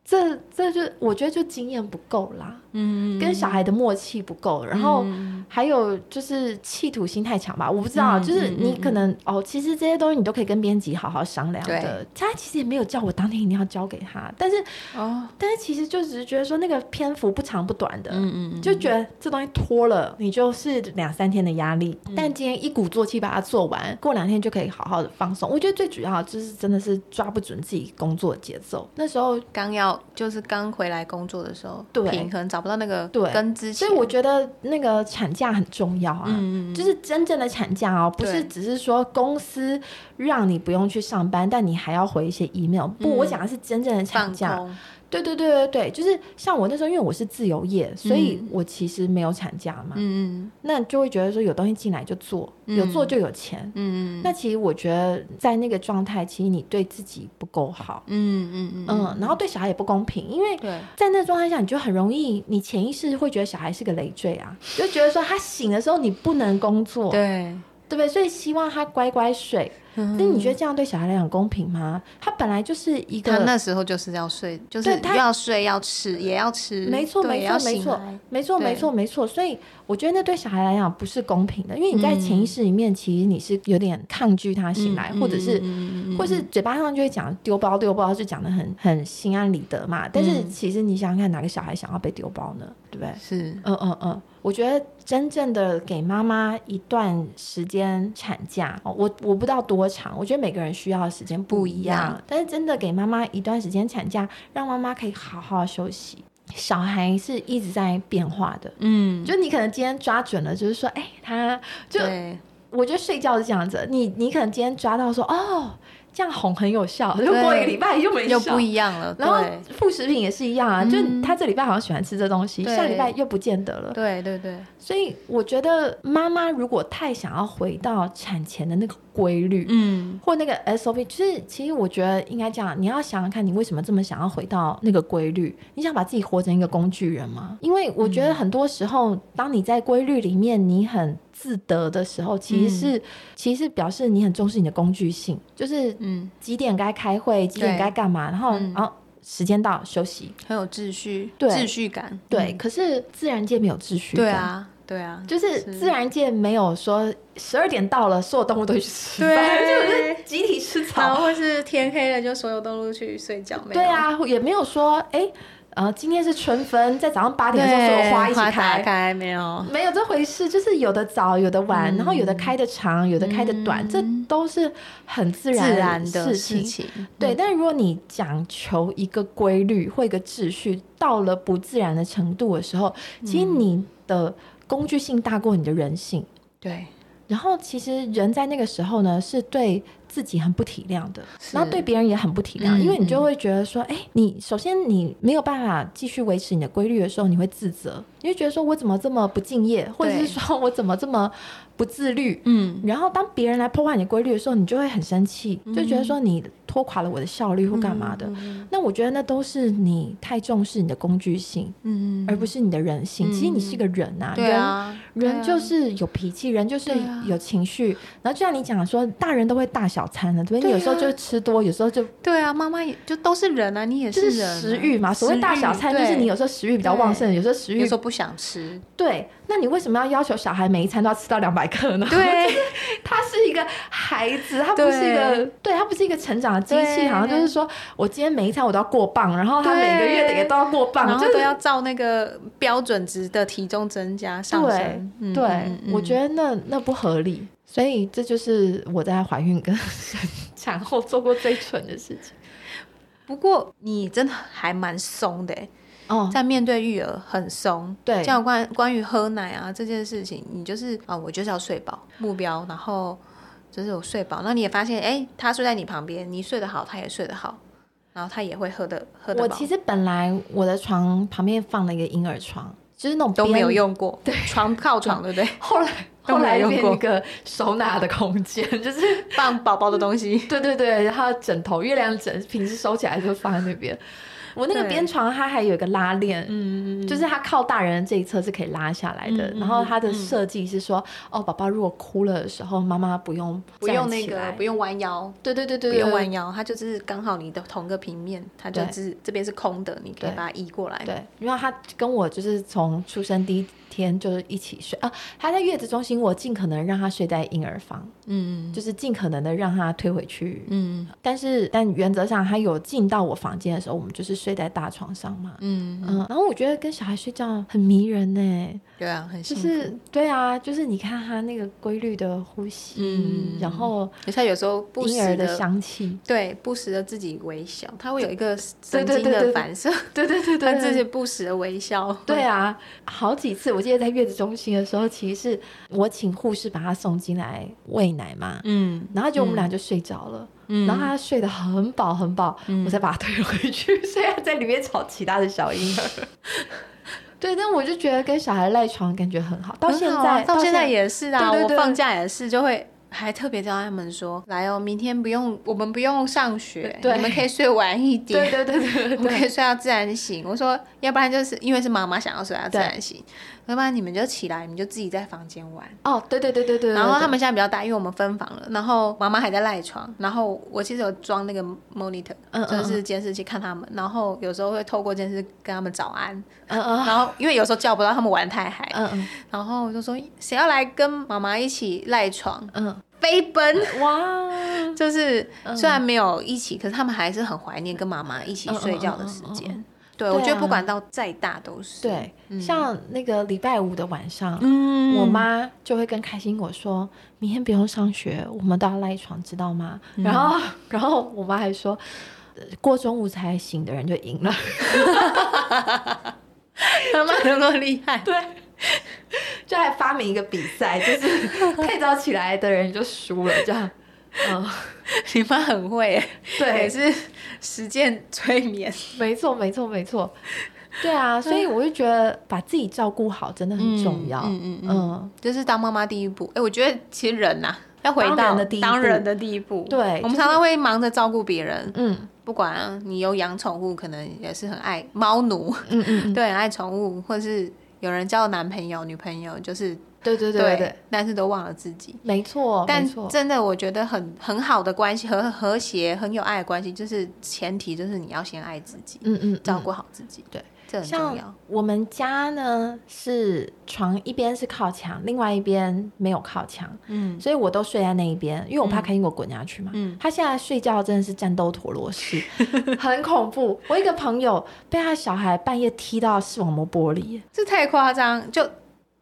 Speaker 2: 这这就我觉得就经验不够啦，
Speaker 1: 嗯
Speaker 2: 跟小孩的默契不够，然后。
Speaker 1: 嗯
Speaker 2: 还有就是企图心太强吧，我不知道，
Speaker 1: 嗯
Speaker 2: 就是
Speaker 1: 嗯
Speaker 2: 你
Speaker 1: 嗯
Speaker 2: 可能、哦，其实这些东西你都可以跟编辑好好商量的。他其实也没有叫我当天一定要交给他，但是
Speaker 1: 哦，
Speaker 2: 但是其实就只是觉得说那个篇幅不长不短的，
Speaker 1: 嗯嗯，
Speaker 2: 就觉得这东西拖了，你就是两三天的压力。
Speaker 1: 嗯
Speaker 2: 但今天一鼓作气把它做完，过两天就可以好好的放松。我觉得最主要就是真的是抓不准自己工作节奏。那时候，
Speaker 1: 刚要就是刚回来工作的时候，
Speaker 2: 对
Speaker 1: 平衡找不到那个
Speaker 2: 对
Speaker 1: 跟之前，
Speaker 2: 所以我觉得那个产假很重要啊。
Speaker 1: 嗯嗯嗯
Speaker 2: 就是真正的产假哦，不是
Speaker 1: 对
Speaker 2: 只是说公司让你不用去上班，但你还要回一些 email。不，
Speaker 1: 嗯
Speaker 2: 我讲的是真正的产
Speaker 1: 放
Speaker 2: 假。
Speaker 1: 空，
Speaker 2: 对对对对对，就是像我那时候，因为我是自由业，所以
Speaker 1: 嗯
Speaker 2: 我其实没有产假嘛。
Speaker 1: 嗯
Speaker 2: 那就会觉得说有东西进来就做，
Speaker 1: 嗯
Speaker 2: 有做就有钱。
Speaker 1: 嗯嗯
Speaker 2: 那其实我觉得在那个状态，其实你对自己不够好，
Speaker 1: 嗯嗯嗯
Speaker 2: 嗯，然后对小孩也不公平，因为。
Speaker 1: 对，
Speaker 2: 在那个状态下，你就很容易，你潜意识会觉得小孩是个累赘啊，就觉得说他醒的时候你不能工作，
Speaker 1: 对，
Speaker 2: 对不对？所以希望他乖乖睡。
Speaker 1: 嗯
Speaker 2: 那、你觉得这样对小孩来讲公平吗？他本来就是一
Speaker 1: 他
Speaker 2: 个，
Speaker 1: 那时候就是要睡，就是
Speaker 2: 对他呃
Speaker 1: 又要睡要吃也要吃，
Speaker 2: 没错
Speaker 1: 对
Speaker 2: 没
Speaker 1: 也要
Speaker 2: 错没
Speaker 1: 醒
Speaker 2: 错
Speaker 1: 来
Speaker 2: 没错
Speaker 1: 对
Speaker 2: 没错没错。所以我觉得那对小孩来讲不是公平的，因为你在潜意识里面，其实你是有点抗拒他醒来，
Speaker 1: 嗯
Speaker 2: 或者是
Speaker 1: 嗯嗯嗯嗯
Speaker 2: 或是嘴巴上就会讲丢包丢包，就讲的很很心安理得嘛。但是
Speaker 1: 嗯
Speaker 2: 其实你想想看，哪个小孩想要被丢包呢？对不对？
Speaker 1: 是
Speaker 2: 嗯嗯嗯，我觉得真正的给妈妈一段时间产假，哦我我不知道多长，我觉得每个人需要的时间不一样，
Speaker 1: 不一样
Speaker 2: 但是真的给妈妈一段时间产假，让妈妈可以好好休息。小孩是一直在变化的，
Speaker 1: 嗯，
Speaker 2: 就你可能今天抓准了，就是说，哎、他就
Speaker 1: 对
Speaker 2: 我觉得睡觉是这样子，你你可能今天抓到说哦，这样哄很有效，就过一个礼拜又没
Speaker 1: 又
Speaker 2: 效
Speaker 1: 不一样了，
Speaker 2: 然后
Speaker 1: 对
Speaker 2: 副食品也是一样啊，就
Speaker 1: 嗯
Speaker 2: 他这礼拜好像喜欢吃这东西，
Speaker 1: 对
Speaker 2: 下礼拜又不见得了。
Speaker 1: 对对对，
Speaker 2: 所以我觉得妈妈如果太想要回到产前的那个规律。
Speaker 1: 嗯
Speaker 2: 或那个 SOP，就是其实我觉得应该这样，你要想想看，你为什么这么想要回到那个规律？你想把自己活成一个工具人吗？因为我觉得很多时候，当你在规律里面你很自得的时候，其实
Speaker 1: 嗯
Speaker 2: 是、其实是表示你很重视你的工具性，就是
Speaker 1: 嗯，
Speaker 2: 几点该开会，几点
Speaker 1: 对
Speaker 2: 该干嘛，然后、
Speaker 1: 嗯
Speaker 2: 然后时间到休息。
Speaker 1: 很有秩序，
Speaker 2: 对
Speaker 1: 秩序感，
Speaker 2: 对，
Speaker 1: 嗯
Speaker 2: 可是自然界没有秩序。
Speaker 1: 对。啊对啊，
Speaker 2: 就是
Speaker 1: 是
Speaker 2: 自然界没有说十二点到了，所有动物都去吃饭，
Speaker 1: 对
Speaker 2: 就是集体吃
Speaker 1: 然
Speaker 2: 草。
Speaker 1: 后或是天黑了就所有动物去睡觉，没有
Speaker 2: 对，啊，也没有说哎、呃，今天是春分，在早上八点的时候，所有花一起
Speaker 1: 花打
Speaker 2: 开，
Speaker 1: 开没有？
Speaker 2: 没有这回事。就是有的早，有的晚，然后有的开的长，有的开的短，
Speaker 1: 嗯
Speaker 2: 这都是很
Speaker 1: 自
Speaker 2: 自然
Speaker 1: 然的
Speaker 2: 事情。嗯
Speaker 1: 事情，
Speaker 2: 对，但如果你讲求一个规律或一个秩序，到了不自然的程度的时候，其实你的工具性大过你的人性。
Speaker 1: 对，
Speaker 2: 然后其实人在那个时候呢，是对自己很不体谅的，
Speaker 1: 是
Speaker 2: 然后对别人也很不体谅，
Speaker 1: 嗯
Speaker 2: 因为你就会觉得说，哎、你首先你没有办法继续维持你的规律的时候，你会自责，你会觉得说我怎么这么不敬业，或者是说我怎么这么不自律。
Speaker 1: 嗯，
Speaker 2: 然后当别人来破坏你的规律的时候，你就会很生气，就觉得说你拖垮了我的效率或干嘛
Speaker 1: 嗯
Speaker 2: 的。嗯那我觉得那都是你太重视你的工具性，
Speaker 1: 嗯，
Speaker 2: 而不是你的人性。其实你是个人啊，
Speaker 1: 对啊，
Speaker 2: 人
Speaker 1: 对
Speaker 2: 人
Speaker 1: 啊
Speaker 2: 就是有脾气，人就是
Speaker 1: 对啊
Speaker 2: 有情绪。然后就像你讲说，大人都会大小餐的，对
Speaker 1: 对
Speaker 2: 不对？
Speaker 1: 啊
Speaker 2: 有时候就吃多，有时候就
Speaker 1: 对啊，妈妈也就都是人啊，你也
Speaker 2: 就是是
Speaker 1: 人啊、
Speaker 2: 食欲嘛。所谓大小餐，
Speaker 1: 食欲
Speaker 2: 就是你有
Speaker 1: 对
Speaker 2: 时候食欲比较旺盛，有时候食
Speaker 1: 有
Speaker 2: 欲
Speaker 1: 时候不想 吃，
Speaker 2: 对。那你为什么要要求小孩每一餐都要吃到两百克呢？
Speaker 1: 对，
Speaker 2: 他是一个孩子，他不是一个，对他不是一个成长的机器，
Speaker 1: 对
Speaker 2: 好像就是说我今天每一餐我都要过磅，然后他
Speaker 1: 对
Speaker 2: 每个月也都要过磅，
Speaker 1: 然后
Speaker 2: 就是
Speaker 1: 都要照那个标准值的体重增加上
Speaker 2: 对
Speaker 1: 升。嗯
Speaker 2: 对，
Speaker 1: 嗯嗯
Speaker 2: 我觉得那那不合理，所以这就是我在怀孕跟 产后做过最蠢的事情。
Speaker 1: 不过你真的还蛮松的欸，
Speaker 2: 哦，
Speaker 1: 在面对育儿很松。
Speaker 2: 对
Speaker 1: 像关关于喝奶啊这件事情，你就是啊、我就是要睡饱目标，然后就是有睡饱，那你也发现，哎，他睡在你旁边，你睡得好，他也睡得好，然后他也会喝的喝
Speaker 2: 我
Speaker 1: 得饱
Speaker 2: 其。实本来我的床旁边放了一个婴儿床，就是那种
Speaker 1: 都没有
Speaker 2: 边。
Speaker 1: 用过，对，床靠床，对不对？
Speaker 2: 后来
Speaker 1: 都
Speaker 2: 后
Speaker 1: 没
Speaker 2: 来
Speaker 1: 有用
Speaker 2: 变
Speaker 1: 过
Speaker 2: 一个收纳的空间，就是
Speaker 1: 放宝宝的东西，
Speaker 2: 对对对，然后枕头、月亮枕平时收起来就放在那边。我那个
Speaker 1: 对
Speaker 2: 边床它还有一个拉链，
Speaker 1: 嗯，
Speaker 2: 就是它靠大人的这一侧是可以拉下来的。
Speaker 1: 嗯嗯
Speaker 2: 然后它
Speaker 1: 嗯
Speaker 2: 的设计是说，哦，宝宝如果哭了的时候，妈妈不用
Speaker 1: 不用
Speaker 2: 站
Speaker 1: 那
Speaker 2: 起
Speaker 1: 个
Speaker 2: 来，
Speaker 1: 不用弯腰，
Speaker 2: 对对对
Speaker 1: 不
Speaker 2: 对对，
Speaker 1: 用弯腰，它就是刚好你的同个平面，它就
Speaker 2: 对
Speaker 1: 是这边是空的，你可以
Speaker 2: 对
Speaker 1: 把它移过来。
Speaker 2: 对，因为他跟我就是从出生第一天就是一起睡啊。他在月子中心，我尽可能让他睡在婴儿房，
Speaker 1: 嗯，
Speaker 2: 就是尽可能的让他推回去。
Speaker 1: 嗯
Speaker 2: 但是，但原则上他有进到我房间的时候，我们就是睡在大床上嘛。
Speaker 1: 嗯，
Speaker 2: 嗯，然后我觉得跟小孩睡觉很迷人呢、
Speaker 1: 对啊，很
Speaker 2: 就
Speaker 1: 幸福。
Speaker 2: 是对啊，就是你看他那个规律的呼吸，
Speaker 1: 嗯
Speaker 2: 然后
Speaker 1: 而且它有时候不
Speaker 2: 婴儿
Speaker 1: 时
Speaker 2: 的
Speaker 1: 的
Speaker 2: 香气，
Speaker 1: 对不时的自己微笑，它会有一个
Speaker 2: 对
Speaker 1: 神
Speaker 2: 对
Speaker 1: 经
Speaker 2: 对
Speaker 1: 的
Speaker 2: 对
Speaker 1: 反射，
Speaker 2: 对对对
Speaker 1: 它自己不时的微笑。
Speaker 2: 对啊，好几次，我记得在月子中心的时候，其实是我请护士把他送进来喂奶嘛，
Speaker 1: 嗯
Speaker 2: 然后就我们俩就睡着了，
Speaker 1: 嗯
Speaker 2: 然后他睡得很饱很饱，我再把他推回去， 所以他在里面吵其他的小婴儿。 对，但我就觉得跟小孩赖床感觉很好，到
Speaker 1: 很
Speaker 2: 现
Speaker 1: 好
Speaker 2: 在、
Speaker 1: 啊到现在也是啊，
Speaker 2: 对对
Speaker 1: 我
Speaker 2: 对
Speaker 1: 放假也是就会。还特别教他们说，来哦，明天不用，我们不用上学，
Speaker 2: 对
Speaker 1: 你们可以睡晚一点。
Speaker 2: 对对对对
Speaker 1: 我们
Speaker 2: 对
Speaker 1: 可以睡到自然醒。我说，要不然就是因为是妈妈想要睡到自然醒，要不然你们就起来，你们就自己在房间玩。
Speaker 2: 哦，对对对对对，
Speaker 1: 然后他
Speaker 2: 们
Speaker 1: 们现在比较大，因为我们分房了，然后妈妈还在赖床，然后我其实有装那个 monitor，
Speaker 2: 嗯嗯
Speaker 1: 就是监视器看他们，然后有时候会透过监视跟他们早安，
Speaker 2: 嗯嗯
Speaker 1: 然后因为有时候叫不到他们玩太嗨，
Speaker 2: 嗯嗯
Speaker 1: 然后我就说谁要来跟妈妈一起赖床
Speaker 2: 嗯
Speaker 1: 飞奔。
Speaker 2: 嗯，哇，
Speaker 1: 就是虽然没有一起，可是他们还是很怀念跟妈妈一起睡觉的时间。
Speaker 2: 嗯嗯嗯
Speaker 1: 对，
Speaker 2: 对啊
Speaker 1: 我觉得不管到再大都是。
Speaker 2: 对，啊像那个礼拜五的晚上，
Speaker 1: 嗯
Speaker 2: 我妈就会跟开心果说：“明天不用上学，我们都要赖床，知道吗？”然后， 然后我妈还说：“呃过中午才醒的人就赢了。
Speaker 1: 他 妈那么厉害”，
Speaker 2: 对， 就还发明一个比赛，就是 太早起来的人就输了，这样。嗯，
Speaker 1: 你妈很会耶，也
Speaker 2: 对，
Speaker 1: 是实践催眠。
Speaker 2: 没错，没错，没错。对啊，所以我就觉得把自己照顾好真的很重要。
Speaker 1: 嗯嗯嗯
Speaker 2: 嗯
Speaker 1: 就是当妈妈第一步。哎、我觉得其实人呐、啊要回到
Speaker 2: 当人的第一步
Speaker 1: 当人的第一步。
Speaker 2: 对
Speaker 1: 我
Speaker 2: 就
Speaker 1: 们
Speaker 2: 是
Speaker 1: 常常会忙着照顾别人，
Speaker 2: 嗯
Speaker 1: 不管、啊、你有养宠物，可能也是很爱猫奴，
Speaker 2: 嗯嗯，
Speaker 1: 对，很爱宠物，或是有人交男朋友、女朋友，就是
Speaker 2: 对对对对对，
Speaker 1: 但是都忘了自己。
Speaker 2: 没错，
Speaker 1: 但
Speaker 2: 没错。
Speaker 1: 真的，我觉得很很好的关系，和和谐、很有爱的关系，就是前提就是你要先爱自己，
Speaker 2: 嗯嗯，
Speaker 1: 照
Speaker 2: 嗯
Speaker 1: 顾好自己，
Speaker 2: 对，
Speaker 1: 这很重要
Speaker 2: 像。我们家呢是床一边是靠墙，另外一边没有靠墙，
Speaker 1: 嗯
Speaker 2: 所以我都睡在那一边，因为我怕开心果滚下去嘛。
Speaker 1: 嗯
Speaker 2: 他现在睡觉真的是战斗陀 螺式，很恐怖。我一个朋友被他小孩半夜踢到视网膜玻璃，
Speaker 1: 这太夸张，就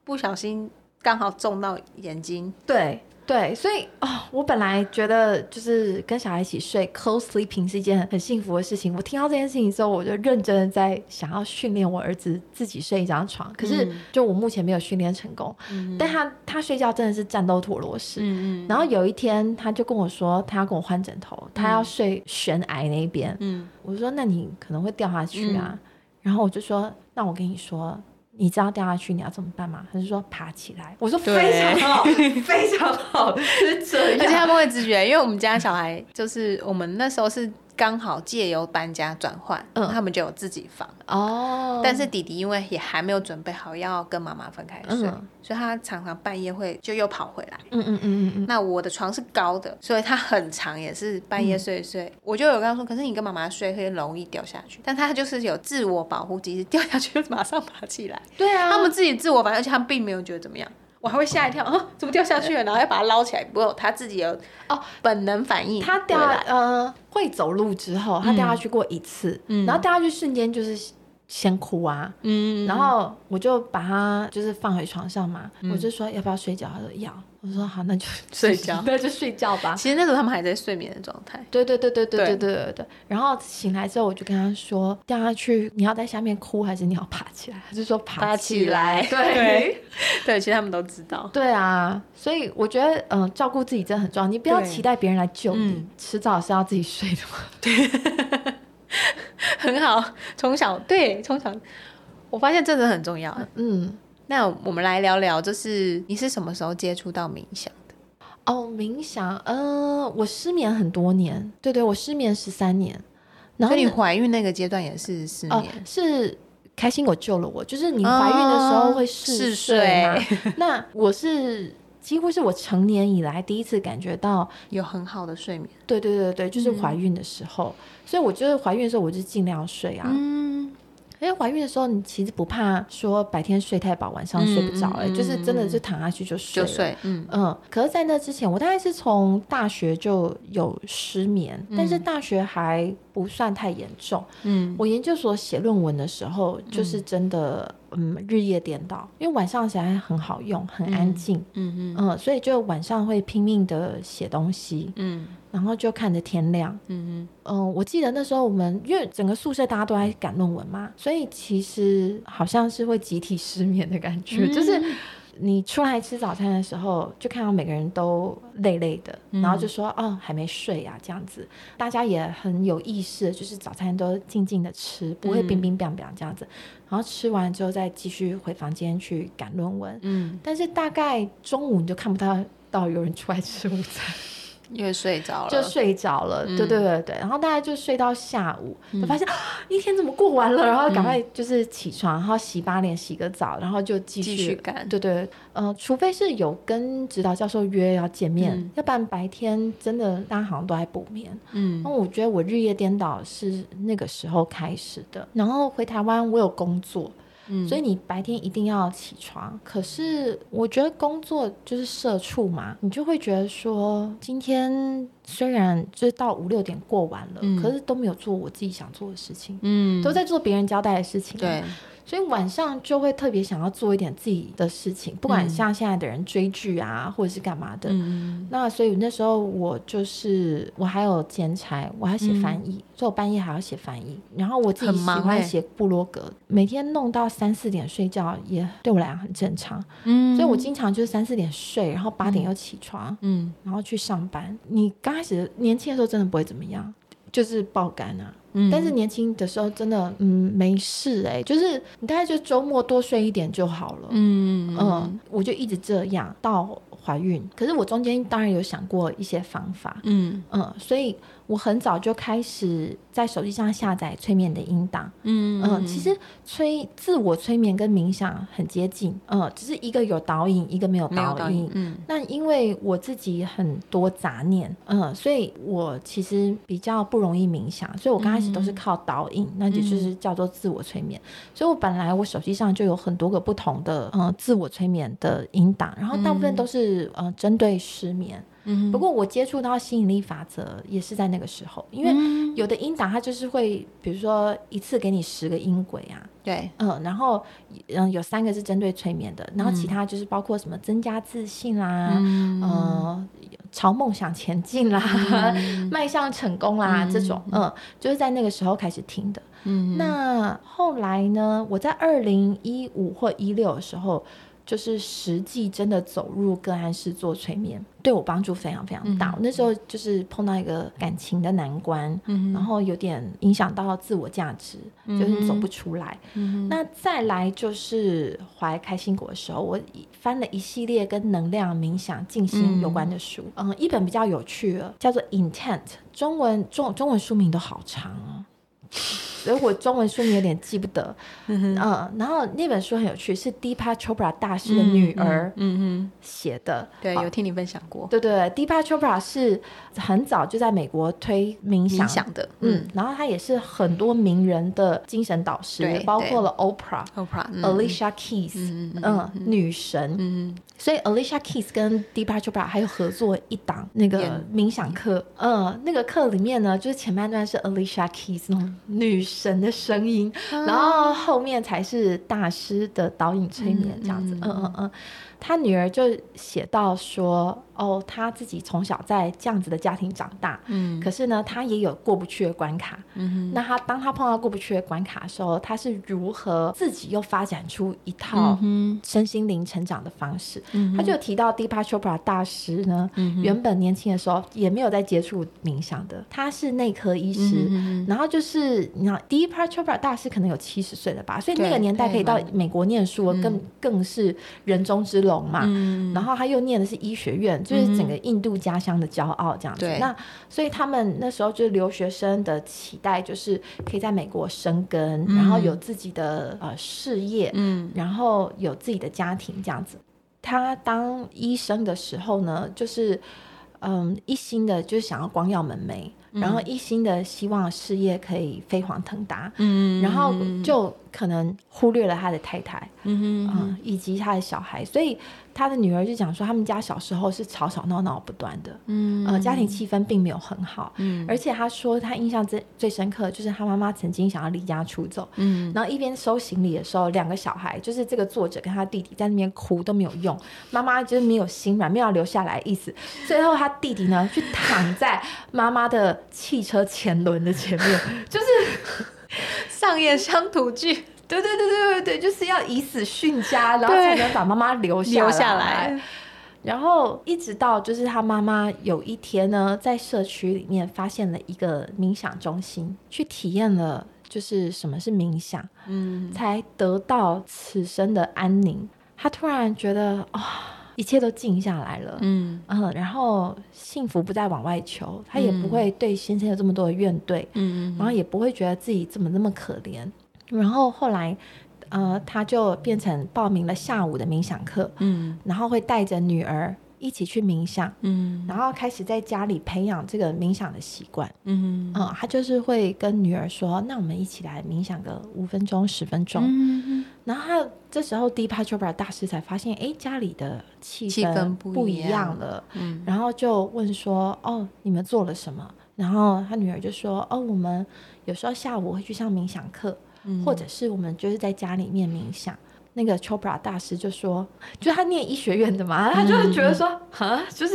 Speaker 1: 不小心刚好中到眼睛，
Speaker 2: 对，对，所以哦，我本来觉得就是跟小孩一起睡 close sleeping 是一件很很幸福的事情。我听到这件事情之后，我就认真的在想要训练我儿子自己睡一张床，可是
Speaker 1: 嗯
Speaker 2: 就我目前没有训练成功。但他他睡觉真的是战斗陀螺式。
Speaker 1: 嗯嗯
Speaker 2: 然后有一天，他就跟我说，他要跟我换枕头，他要睡悬崖那边。
Speaker 1: 嗯
Speaker 2: 我说：“那你可能会掉下去啊。然后我就说：“那我跟你说，你知道掉下去你要怎么办吗？”他就说：“爬起来。”我说：“
Speaker 1: 对
Speaker 2: 非常好，
Speaker 1: 哦
Speaker 2: 非常好，就是这
Speaker 1: 而且他
Speaker 2: 样。
Speaker 1: 们会直觉，因为我们家小孩就是我们那时候是刚好借由搬家转换，
Speaker 2: 嗯
Speaker 1: 他们就有自己房。”
Speaker 2: 哦
Speaker 1: 但是弟弟因为也还没有准备好要跟妈妈分开睡，
Speaker 2: 嗯
Speaker 1: 所以他常常半夜会就又跑回来。
Speaker 2: 嗯嗯嗯嗯
Speaker 1: 那我的床是高的，所以他很长，也是半夜睡一睡。我就有跟他说，可是你跟妈妈睡会容易掉下去，但他就是有自我保护机制，掉下去就马上爬起来。
Speaker 2: 嗯，对啊，
Speaker 1: 他们自己自我反应，而且他们并没有觉得怎么样。我还会吓一跳，啊，怎么掉下去了？然后要把它捞起来。不过他自己有
Speaker 2: 哦
Speaker 1: 本能反应，
Speaker 2: 他掉
Speaker 1: 回
Speaker 2: 下
Speaker 1: 来
Speaker 2: 呃会走路之后，他掉下去过一次，
Speaker 1: 嗯
Speaker 2: 然后掉下去瞬间就是先哭啊，
Speaker 1: 嗯，
Speaker 2: 然后我就把他就是放回床上嘛，我就说要不要睡觉，他说要，我说好，那就
Speaker 1: 睡觉
Speaker 2: 那就睡觉吧。
Speaker 1: 其实那时候他们还在睡眠的状态。
Speaker 2: 对对对对对
Speaker 1: 对
Speaker 2: 对对对对。然后醒来之后，我就跟他说掉下去，你要在下面哭还是你要爬起来？他就说
Speaker 1: 爬
Speaker 2: 爬
Speaker 1: 起
Speaker 2: 起
Speaker 1: 来
Speaker 2: 来。
Speaker 1: 对对，其实他们都知道。
Speaker 2: 对啊，所以我觉得，嗯、照顾自己真的很重要。你不要
Speaker 1: 对
Speaker 2: 期待别人来救你，
Speaker 1: 嗯
Speaker 2: 迟早是要自己睡的嘛。
Speaker 1: 很好，从小对从小，我发现这个很重要。
Speaker 2: 嗯，
Speaker 1: 那我们来聊聊，就是你是什么时候接触到冥想的？
Speaker 2: 哦，冥想，嗯、我失眠很多年，对对，我失眠十三年，然后
Speaker 1: 所以
Speaker 2: 呢
Speaker 1: 你怀孕那个阶段也是失
Speaker 2: 哦、
Speaker 1: 眠，
Speaker 2: 是开心果救了我，就是你怀孕的时候
Speaker 1: 哦
Speaker 2: 会嗜睡嘛。那我是几乎是我成年以来第一次感觉到，
Speaker 1: 有很好的睡眠。
Speaker 2: 对对对对，就是
Speaker 1: 嗯
Speaker 2: 怀孕的时候，所以我就是怀孕的时候我就尽量睡啊。
Speaker 1: 嗯，
Speaker 2: 因为怀孕的时候，你其实不怕说白天睡太饱，晚上睡不着、
Speaker 1: 嗯
Speaker 2: 哎、
Speaker 1: 嗯
Speaker 2: 就是真的就躺下去就睡
Speaker 1: 就
Speaker 2: 了。
Speaker 1: 睡，嗯
Speaker 2: 嗯，可是，在那之前，我大概是从大学就有失眠，但是大学还不算太严重。
Speaker 1: 嗯
Speaker 2: 我研究所写论文的时候，就是真的，嗯日夜颠倒，因为晚上起来很好用，很安静，
Speaker 1: 嗯嗯
Speaker 2: 嗯所以就晚上会拼命的写东西，
Speaker 1: 嗯
Speaker 2: 然后就看着天亮。
Speaker 1: 嗯
Speaker 2: 嗯，我记得那时候我们因为整个宿舍大家都在赶论文嘛，所以其实好像是会集体失眠的感觉，就是你出来吃早餐的时候，就看到每个人都累累的，然后就说哦还没睡啊这样子，大家也很有意识，就是早餐都静静的吃，不会冰冰冰冰这样子，然后吃完之后再继续回房间去赶论文，
Speaker 1: 嗯，
Speaker 2: 但是大概中午你就看不到到有人出来吃午餐。
Speaker 1: 因为睡着了，
Speaker 2: 就睡着了，
Speaker 1: 嗯
Speaker 2: 对对对对，然后大概就睡到下午，就发现、啊一天怎么过完了，然后
Speaker 1: 嗯
Speaker 2: 赶快就是起床，然后洗把脸、洗个澡，然后就继续
Speaker 1: 继续干
Speaker 2: 对对，呃，除非是有跟指导教授约要见面，
Speaker 1: 嗯
Speaker 2: 要不然白天真的大家好像都在补眠。
Speaker 1: 嗯
Speaker 2: 那、我觉得我日夜颠倒是那个时候开始的，然后回台湾我有工作，
Speaker 1: 嗯，
Speaker 2: 所以你白天一定要起床。可是我觉得工作就是社畜嘛，你就会觉得说，今天虽然就是到五六点过完了，
Speaker 1: 嗯
Speaker 2: 可是都没有做我自己想做的事情，
Speaker 1: 嗯
Speaker 2: 都在做别人交代的事情。啊
Speaker 1: 对，
Speaker 2: 所以晚上就会特别想要做一点自己的事情，不管
Speaker 1: 嗯
Speaker 2: 像现在的人追剧啊，或者是干嘛的。
Speaker 1: 嗯
Speaker 2: 那所以那时候我就是我还有兼差，我还要写翻译，所以我半夜还要写翻译。然后我自
Speaker 1: 嗯
Speaker 2: 己
Speaker 1: 很
Speaker 2: 喜
Speaker 1: 忙
Speaker 2: 欢
Speaker 1: 欸
Speaker 2: 写部落格，每天弄到三四点睡觉也对我来讲很正常。
Speaker 1: 嗯
Speaker 2: 所以我经常就是三四点睡，然后八点又起床，
Speaker 1: 嗯
Speaker 2: 然后去上班。你刚开始年轻的时候真的不会怎么样，就是爆肝啊。
Speaker 1: 嗯
Speaker 2: 但是年轻的时候真的嗯没事哎、就是你大概就周末多睡一点就好了。
Speaker 1: 嗯
Speaker 2: 嗯，我就一直这样到怀孕。可是我中间当然有想过一些方法，
Speaker 1: 嗯
Speaker 2: 嗯，所以我很早就开始在手机上下载催眠的音档。
Speaker 1: 嗯
Speaker 2: 嗯，其实催自我催眠跟冥想很接近，嗯，只是一个有导引，一个没有
Speaker 1: 没有
Speaker 2: 导
Speaker 1: 导
Speaker 2: 引
Speaker 1: 引，。嗯
Speaker 2: 那因为我自己很多杂念，嗯，所以我其实比较不容易冥想，所以我刚开始都
Speaker 1: 嗯
Speaker 2: 是靠导引，那也就是叫做自我催眠。所以我本来我手机上就有很多个呃不同的嗯自我催眠的引导，然后大部分都是嗯针对失眠。
Speaker 1: 嗯
Speaker 2: 不过我接触到吸引力法则也是在那个时候，因为
Speaker 1: 嗯
Speaker 2: 有的音档它就是会，比如说一次给你十个音轨啊，
Speaker 1: 对，
Speaker 2: 嗯，然后嗯有三个是针对催眠的，然后其他就是包括什么增加自信啦，
Speaker 1: 嗯
Speaker 2: 呃，朝梦想前进啦， 迈向成功啦，这种，嗯，就是在那个时候开始听的。
Speaker 1: 嗯
Speaker 2: 那后来呢，我在二零一五或一六的时候，就是实际真的走入个案室做催眠，对我帮助非常非常大。我那时候就是碰到一个感情的难关，
Speaker 1: 嗯
Speaker 2: 然后有点影响到自我价值，就是走不出来。
Speaker 1: 嗯
Speaker 2: 那再来就是怀开心果的时候，我一翻了一系列跟能量、冥想、静心有关的书。嗯一本比较有趣的叫做《Intent》，中文中中文书名都好长哦。所以我中文书名有点记不得，嗯然后那本书很有趣，是 Deepa Chopra 大师的女儿
Speaker 1: 嗯
Speaker 2: 写的，
Speaker 1: 嗯，对，
Speaker 2: 好
Speaker 1: 有听你分享过
Speaker 2: 对对对，Deepa Chopra 是很早就在美国推冥
Speaker 1: 冥
Speaker 2: 想，
Speaker 1: 想的，
Speaker 2: 嗯
Speaker 1: 嗯，
Speaker 2: 然后她也是很多名人的精神导师
Speaker 1: 对，
Speaker 2: 包括了 Oprah，
Speaker 1: ，Oprah，嗯
Speaker 2: Alicia Keys，
Speaker 1: 嗯
Speaker 2: 嗯
Speaker 1: 嗯
Speaker 2: 女神，
Speaker 1: 嗯
Speaker 2: 所以 Alicia Keys 跟 Deepa Chopra 还有合作一档那个
Speaker 1: 演
Speaker 2: 冥想课，嗯，那个课里面呢，就是前半段是 Alicia Keys 那种女神的声音，
Speaker 1: 啊
Speaker 2: 然后后面才是大师的导引催眠这样子，
Speaker 1: 嗯
Speaker 2: 嗯嗯嗯。他女儿就写到说，哦，她自己从小在这样子的家庭长大，
Speaker 1: 嗯
Speaker 2: 可是呢，她也有过不去的关卡，
Speaker 1: 嗯
Speaker 2: 那他当他碰到过不去的关卡的时候，他是如何自己又发展出一套
Speaker 1: 嗯
Speaker 2: 身心灵成长的方式？
Speaker 1: 嗯
Speaker 2: 他就有提到 Deepa Chopra 大师呢，
Speaker 1: 嗯
Speaker 2: 原本年轻的时候也没有在接触冥想的，他是内科医师。
Speaker 1: 嗯
Speaker 2: 然后就是，你知道 Deepa Chopra 大师可能有七十岁了吧，所以那
Speaker 1: 对
Speaker 2: 个年代可以到
Speaker 1: 对
Speaker 2: 美国念书，更更是人中之龙嘛。
Speaker 1: 嗯
Speaker 2: 然后他又念的是医学院，就是整个印度家乡的骄傲这样子。
Speaker 1: 对
Speaker 2: 那所以他们那时候就是留学生的期待，就是可以在美国生根，然后有自己的呃事业，
Speaker 1: 嗯
Speaker 2: 然后有自己的家庭这样子。他当医生的时候呢，就是嗯一心的就是想要光耀门楣，然后一心的希望事业可以飞黄腾达，
Speaker 1: 嗯
Speaker 2: 然后就可能忽略了他的太太。
Speaker 1: 嗯
Speaker 2: 嗯，以及他的小孩，所以他的女儿就讲说，他们家小时候是吵吵闹闹不断的，
Speaker 1: 嗯
Speaker 2: 呃，家庭气氛并没有很好，
Speaker 1: 嗯
Speaker 2: 而且他说他印象最最深刻的就是他妈妈曾经想要离家出走，
Speaker 1: 嗯
Speaker 2: 然后一边收行李的时候，两个小孩就是这个作者跟他弟弟在那边哭都没有用，妈妈就是没有心软，没有要留下来的意思。最后他弟弟呢，就躺在妈妈的汽车前轮的前 面，就是
Speaker 1: 上演乡土剧，
Speaker 2: 对对对对对对，就是要以死训家，然后
Speaker 1: 对
Speaker 2: 才能把妈妈留下
Speaker 1: 留下来。
Speaker 2: 然后一直到就是他妈妈有一天呢，在社区里面发现了一个冥想中心，去体验了就是什么是冥想，
Speaker 1: 嗯
Speaker 2: 才得到此生的安宁。他突然觉得啊、一切都静下来了。
Speaker 1: 嗯
Speaker 2: 嗯，然后幸福不再往外求，他也不会对先生有这么多的怨怼，
Speaker 1: 嗯
Speaker 2: 然后也不会觉得自己怎么那么可怜。然后后来，呃，他就变成报名了下午的冥想课，
Speaker 1: 嗯
Speaker 2: 然后会带着女儿一起去冥想，
Speaker 1: 嗯
Speaker 2: 然后开始在家里培养这个冥想的习惯。
Speaker 1: 嗯
Speaker 2: 嗯，他就是会跟女儿说：“那我们一起来冥想个五分钟、十分钟。
Speaker 1: 嗯
Speaker 2: 然后他这时候 Deepa Chopra 大师才发现，哎，家里的气
Speaker 1: 气氛
Speaker 2: 氛
Speaker 1: 不
Speaker 2: 不
Speaker 1: 一
Speaker 2: 一
Speaker 1: 样
Speaker 2: 样了。
Speaker 1: 嗯
Speaker 2: 然后就问说：“哦，你们做了什么？”然后他女儿就说：“哦，我们有时候下午会去上冥想课，
Speaker 1: 嗯
Speaker 2: 或者是我们就是在家里面冥想。”那个 Chopra 大师就说：“嗯就他念医学院的嘛， 他就会觉得说，
Speaker 1: 嗯
Speaker 2: 啊、就是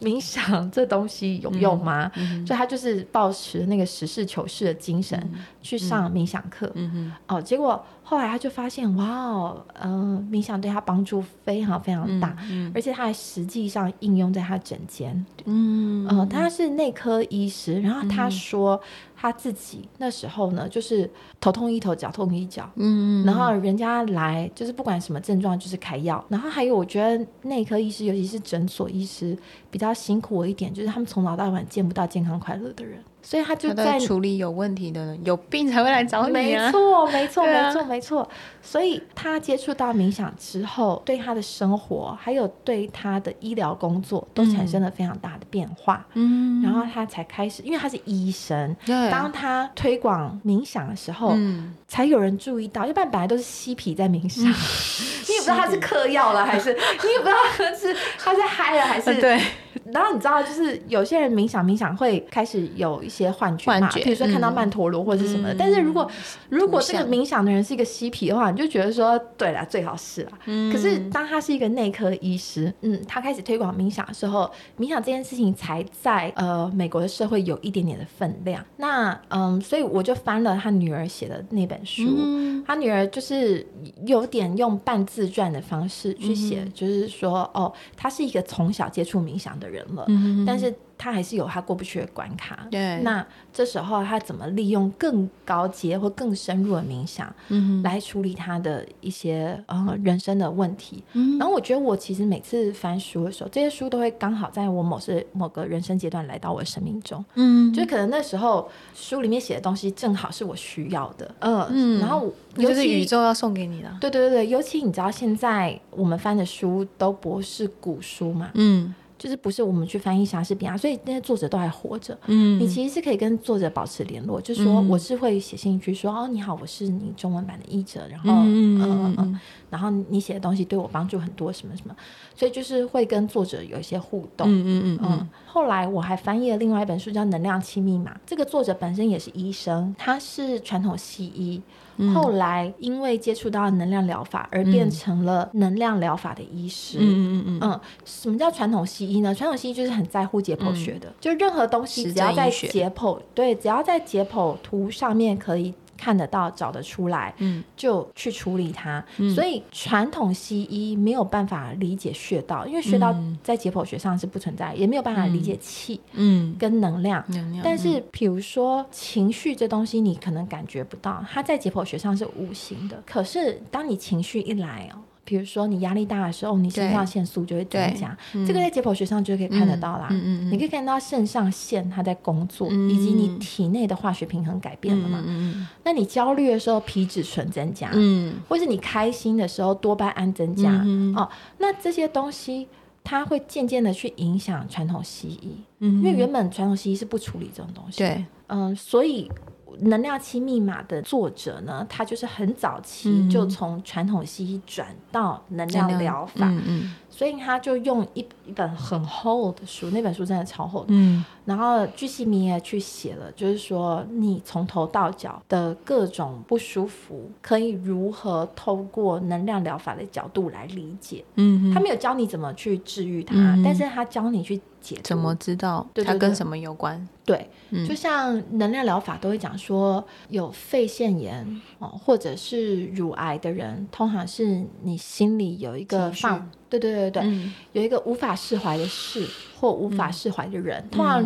Speaker 2: 冥想这东西有用吗？
Speaker 1: 嗯
Speaker 2: 所以他就是抱持那个实事求是的精神、去上冥想课。
Speaker 1: 嗯
Speaker 2: 哦，结果后来他就发现，哇哦，嗯、冥想对他帮助非常非常大，
Speaker 1: 嗯
Speaker 2: 而且他还实际上应用在他整间。
Speaker 1: 嗯
Speaker 2: 嗯、他是内科医师，然后他说他自己那时候呢，就是头痛医头，脚痛医脚。
Speaker 1: 嗯
Speaker 2: 然后人家来就是不管什么症状，就是开药。然后还有，我觉得内科医师，尤其是诊所医师，比较辛苦我一点，就是他们从早到晚见不到健康快乐的人，所以他就
Speaker 1: 他
Speaker 2: 在
Speaker 1: 在处理有问题的人，有病才会来找你啊
Speaker 2: 哦没。错，没错，
Speaker 1: 对啊
Speaker 2: 没错，没错。所以他接触到冥想之后，对他的生活还有对他的医疗工作都产生了非常大的变化。
Speaker 1: 嗯
Speaker 2: 然后他才开始，因为他是医生，
Speaker 1: 对啊
Speaker 2: 当他推广冥想的时候，
Speaker 1: 嗯
Speaker 2: 才有人注意到，要不然本来都是嬉皮在冥 想，你也不知道他是嗑药了还是，你也不知道他是他是嗨了还是
Speaker 1: 呃对
Speaker 2: 然后你知道，就是有些人冥想冥想会开始有一些幻觉嘛，
Speaker 1: 幻觉嗯
Speaker 2: 比如说看到曼陀罗或者是什么的。但是如果如果这个
Speaker 1: 图像
Speaker 2: 冥想的人是一个嬉皮的话，你就觉得说，对啦，最好是啦、
Speaker 1: 嗯
Speaker 2: 可是当他是一个内科医师，嗯，他开始推广冥想的时候，冥想这件事情才在呃美国的社会有一点点的分量。那嗯，所以我就翻了他女儿写的那本书，
Speaker 1: 嗯
Speaker 2: 他女儿就是有点用半自传的方式去
Speaker 1: 嗯
Speaker 2: 写，就是说，哦，他是一个从小接触冥想的人了，
Speaker 1: 嗯
Speaker 2: 但是他还是有他过不去的关卡。
Speaker 1: 对
Speaker 2: 那这时候他怎么利用更高阶或更深入的冥想
Speaker 1: 嗯
Speaker 2: 来处理他的一些呃人生的问题？
Speaker 1: 嗯
Speaker 2: 然后我觉得我其实每次翻书的时候，这些书都会刚好在我某是某个人生阶段来到我的生命中。
Speaker 1: 嗯
Speaker 2: 就可能那时候书里面写的东西正好是我需要的，嗯，
Speaker 1: 嗯
Speaker 2: 然后
Speaker 1: 那就
Speaker 2: 尤
Speaker 1: 是
Speaker 2: 其
Speaker 1: 宇，宙要送给你的，
Speaker 2: 对对对对，尤其你知道现在我们翻的书都不是古书嘛，
Speaker 1: 嗯
Speaker 2: 就是不是我们去翻译莎士比亚，所以那些作者都还活着。
Speaker 1: 嗯
Speaker 2: 你其实是可以跟作者保持联络，就说
Speaker 1: 嗯
Speaker 2: 我是会写信去说、哦，你好，我是你中文版的译者，然后
Speaker 1: 嗯
Speaker 2: 嗯
Speaker 1: 嗯
Speaker 2: 嗯
Speaker 1: 嗯
Speaker 2: 嗯，然后你写的东西对我帮助很多，什么什么，所以就是会跟作者有一些互动，
Speaker 1: 嗯嗯
Speaker 2: 嗯，后来我还翻译了另外一本书，叫《能量期密码》。这个作者本身也是医生，他是传统西医，
Speaker 1: 嗯
Speaker 2: 后来因为接触到能量疗法而变成了能量疗法的医师。
Speaker 1: 嗯嗯嗯
Speaker 2: 嗯，什么叫传统西医呢？传统西医就是很在乎解剖学的，就任何东
Speaker 1: 嗯
Speaker 2: 西
Speaker 1: 实
Speaker 2: 只要
Speaker 1: 证
Speaker 2: 在
Speaker 1: 医学
Speaker 2: 解剖，对，只要在解剖图上面可以看得到、找得出来，
Speaker 1: 嗯
Speaker 2: 就去处理它。所以传统西医没有办法理解穴道，因为穴道在解剖学上是不存在，也没有办法理解气
Speaker 1: 嗯
Speaker 2: 跟能量。
Speaker 1: 嗯，
Speaker 2: 但是，比如说情绪这东西，你可能感觉不到，它在解剖学上是无形的。可是，当你情绪一来哦，比如说你压力大的时候，你肾上腺素就会增加，这个在解剖学上就可以看得到啦。
Speaker 1: 嗯嗯嗯嗯
Speaker 2: 你可以看到肾上腺它在工作，
Speaker 1: 嗯
Speaker 2: 以及你体内的化学平衡改变了嘛。
Speaker 1: 嗯
Speaker 2: 那你焦虑的时候，皮质醇增加，
Speaker 1: 嗯
Speaker 2: 或是你开心的时候多巴胺增加、
Speaker 1: 嗯
Speaker 2: 哦，那这些东西它会渐渐的去影响传统西医，
Speaker 1: 嗯
Speaker 2: 因为原本传统西医是不处理这种东西。，
Speaker 1: 对，
Speaker 2: 嗯，所以。能量期密码的作者呢，他就是很早期
Speaker 1: 嗯
Speaker 2: 就从传统西医转到能量疗法，
Speaker 1: 嗯
Speaker 2: 所以他就用一一本很厚的书，那本书真的超厚的，
Speaker 1: 嗯
Speaker 2: 然后巨细靡也去写了，就是说你从头到脚的各种不舒服，可以如何透过能量疗法的角度来理解。
Speaker 1: 嗯，
Speaker 2: 他没有教你怎么去治愈它，
Speaker 1: 嗯
Speaker 2: 但是他教你去解读。
Speaker 1: 怎么知道它跟什么有关？
Speaker 2: 对？
Speaker 1: 嗯
Speaker 2: 就像能量疗法都会讲说，有肺腺炎哦，或者是乳癌的人，通常是你心里有一个
Speaker 1: 情绪
Speaker 2: 放，对对对对，
Speaker 1: 嗯
Speaker 2: 有一个无法释怀的事或无法释怀的人，通常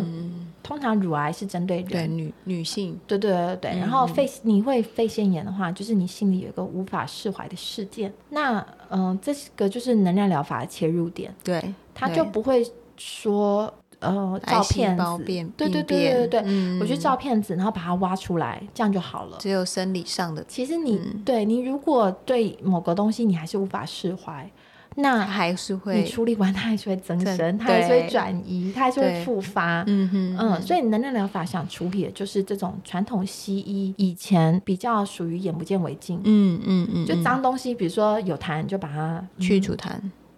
Speaker 2: 通常乳癌是针对
Speaker 1: 嗯
Speaker 2: 人，
Speaker 1: 对，女女性，
Speaker 2: 对对对
Speaker 1: 嗯
Speaker 2: 对，然后肺你会肺腺炎的话，就是你心里有一个无法释怀的事件。那嗯、呃这个就是能量疗法的切入点，
Speaker 1: 对，
Speaker 2: 它就不会说呃
Speaker 1: 癌
Speaker 2: 照
Speaker 1: 细
Speaker 2: 片
Speaker 1: 胞
Speaker 2: 子
Speaker 1: 变，
Speaker 2: 对对
Speaker 1: 病
Speaker 2: 对对
Speaker 1: 变
Speaker 2: 对对，
Speaker 1: 嗯
Speaker 2: 我去照片子，然后把它挖出来，这样就好了。
Speaker 1: 只有生理上的，
Speaker 2: 其实你、对你如果对某个东西你还是无法释怀，那
Speaker 1: 还是
Speaker 2: 你
Speaker 1: 会，
Speaker 2: 处理完它还是会增
Speaker 1: 增
Speaker 2: 生，它还是会
Speaker 1: 对
Speaker 2: 转移，它还是
Speaker 1: 对
Speaker 2: 会复发。
Speaker 1: 嗯哼
Speaker 2: 嗯，所以能量疗法想处理的就是这种传统西医以前比较属于眼不见为净，
Speaker 1: 嗯嗯嗯，
Speaker 2: 就脏东西，比如说有痰就把它，嗯
Speaker 1: 去除痰，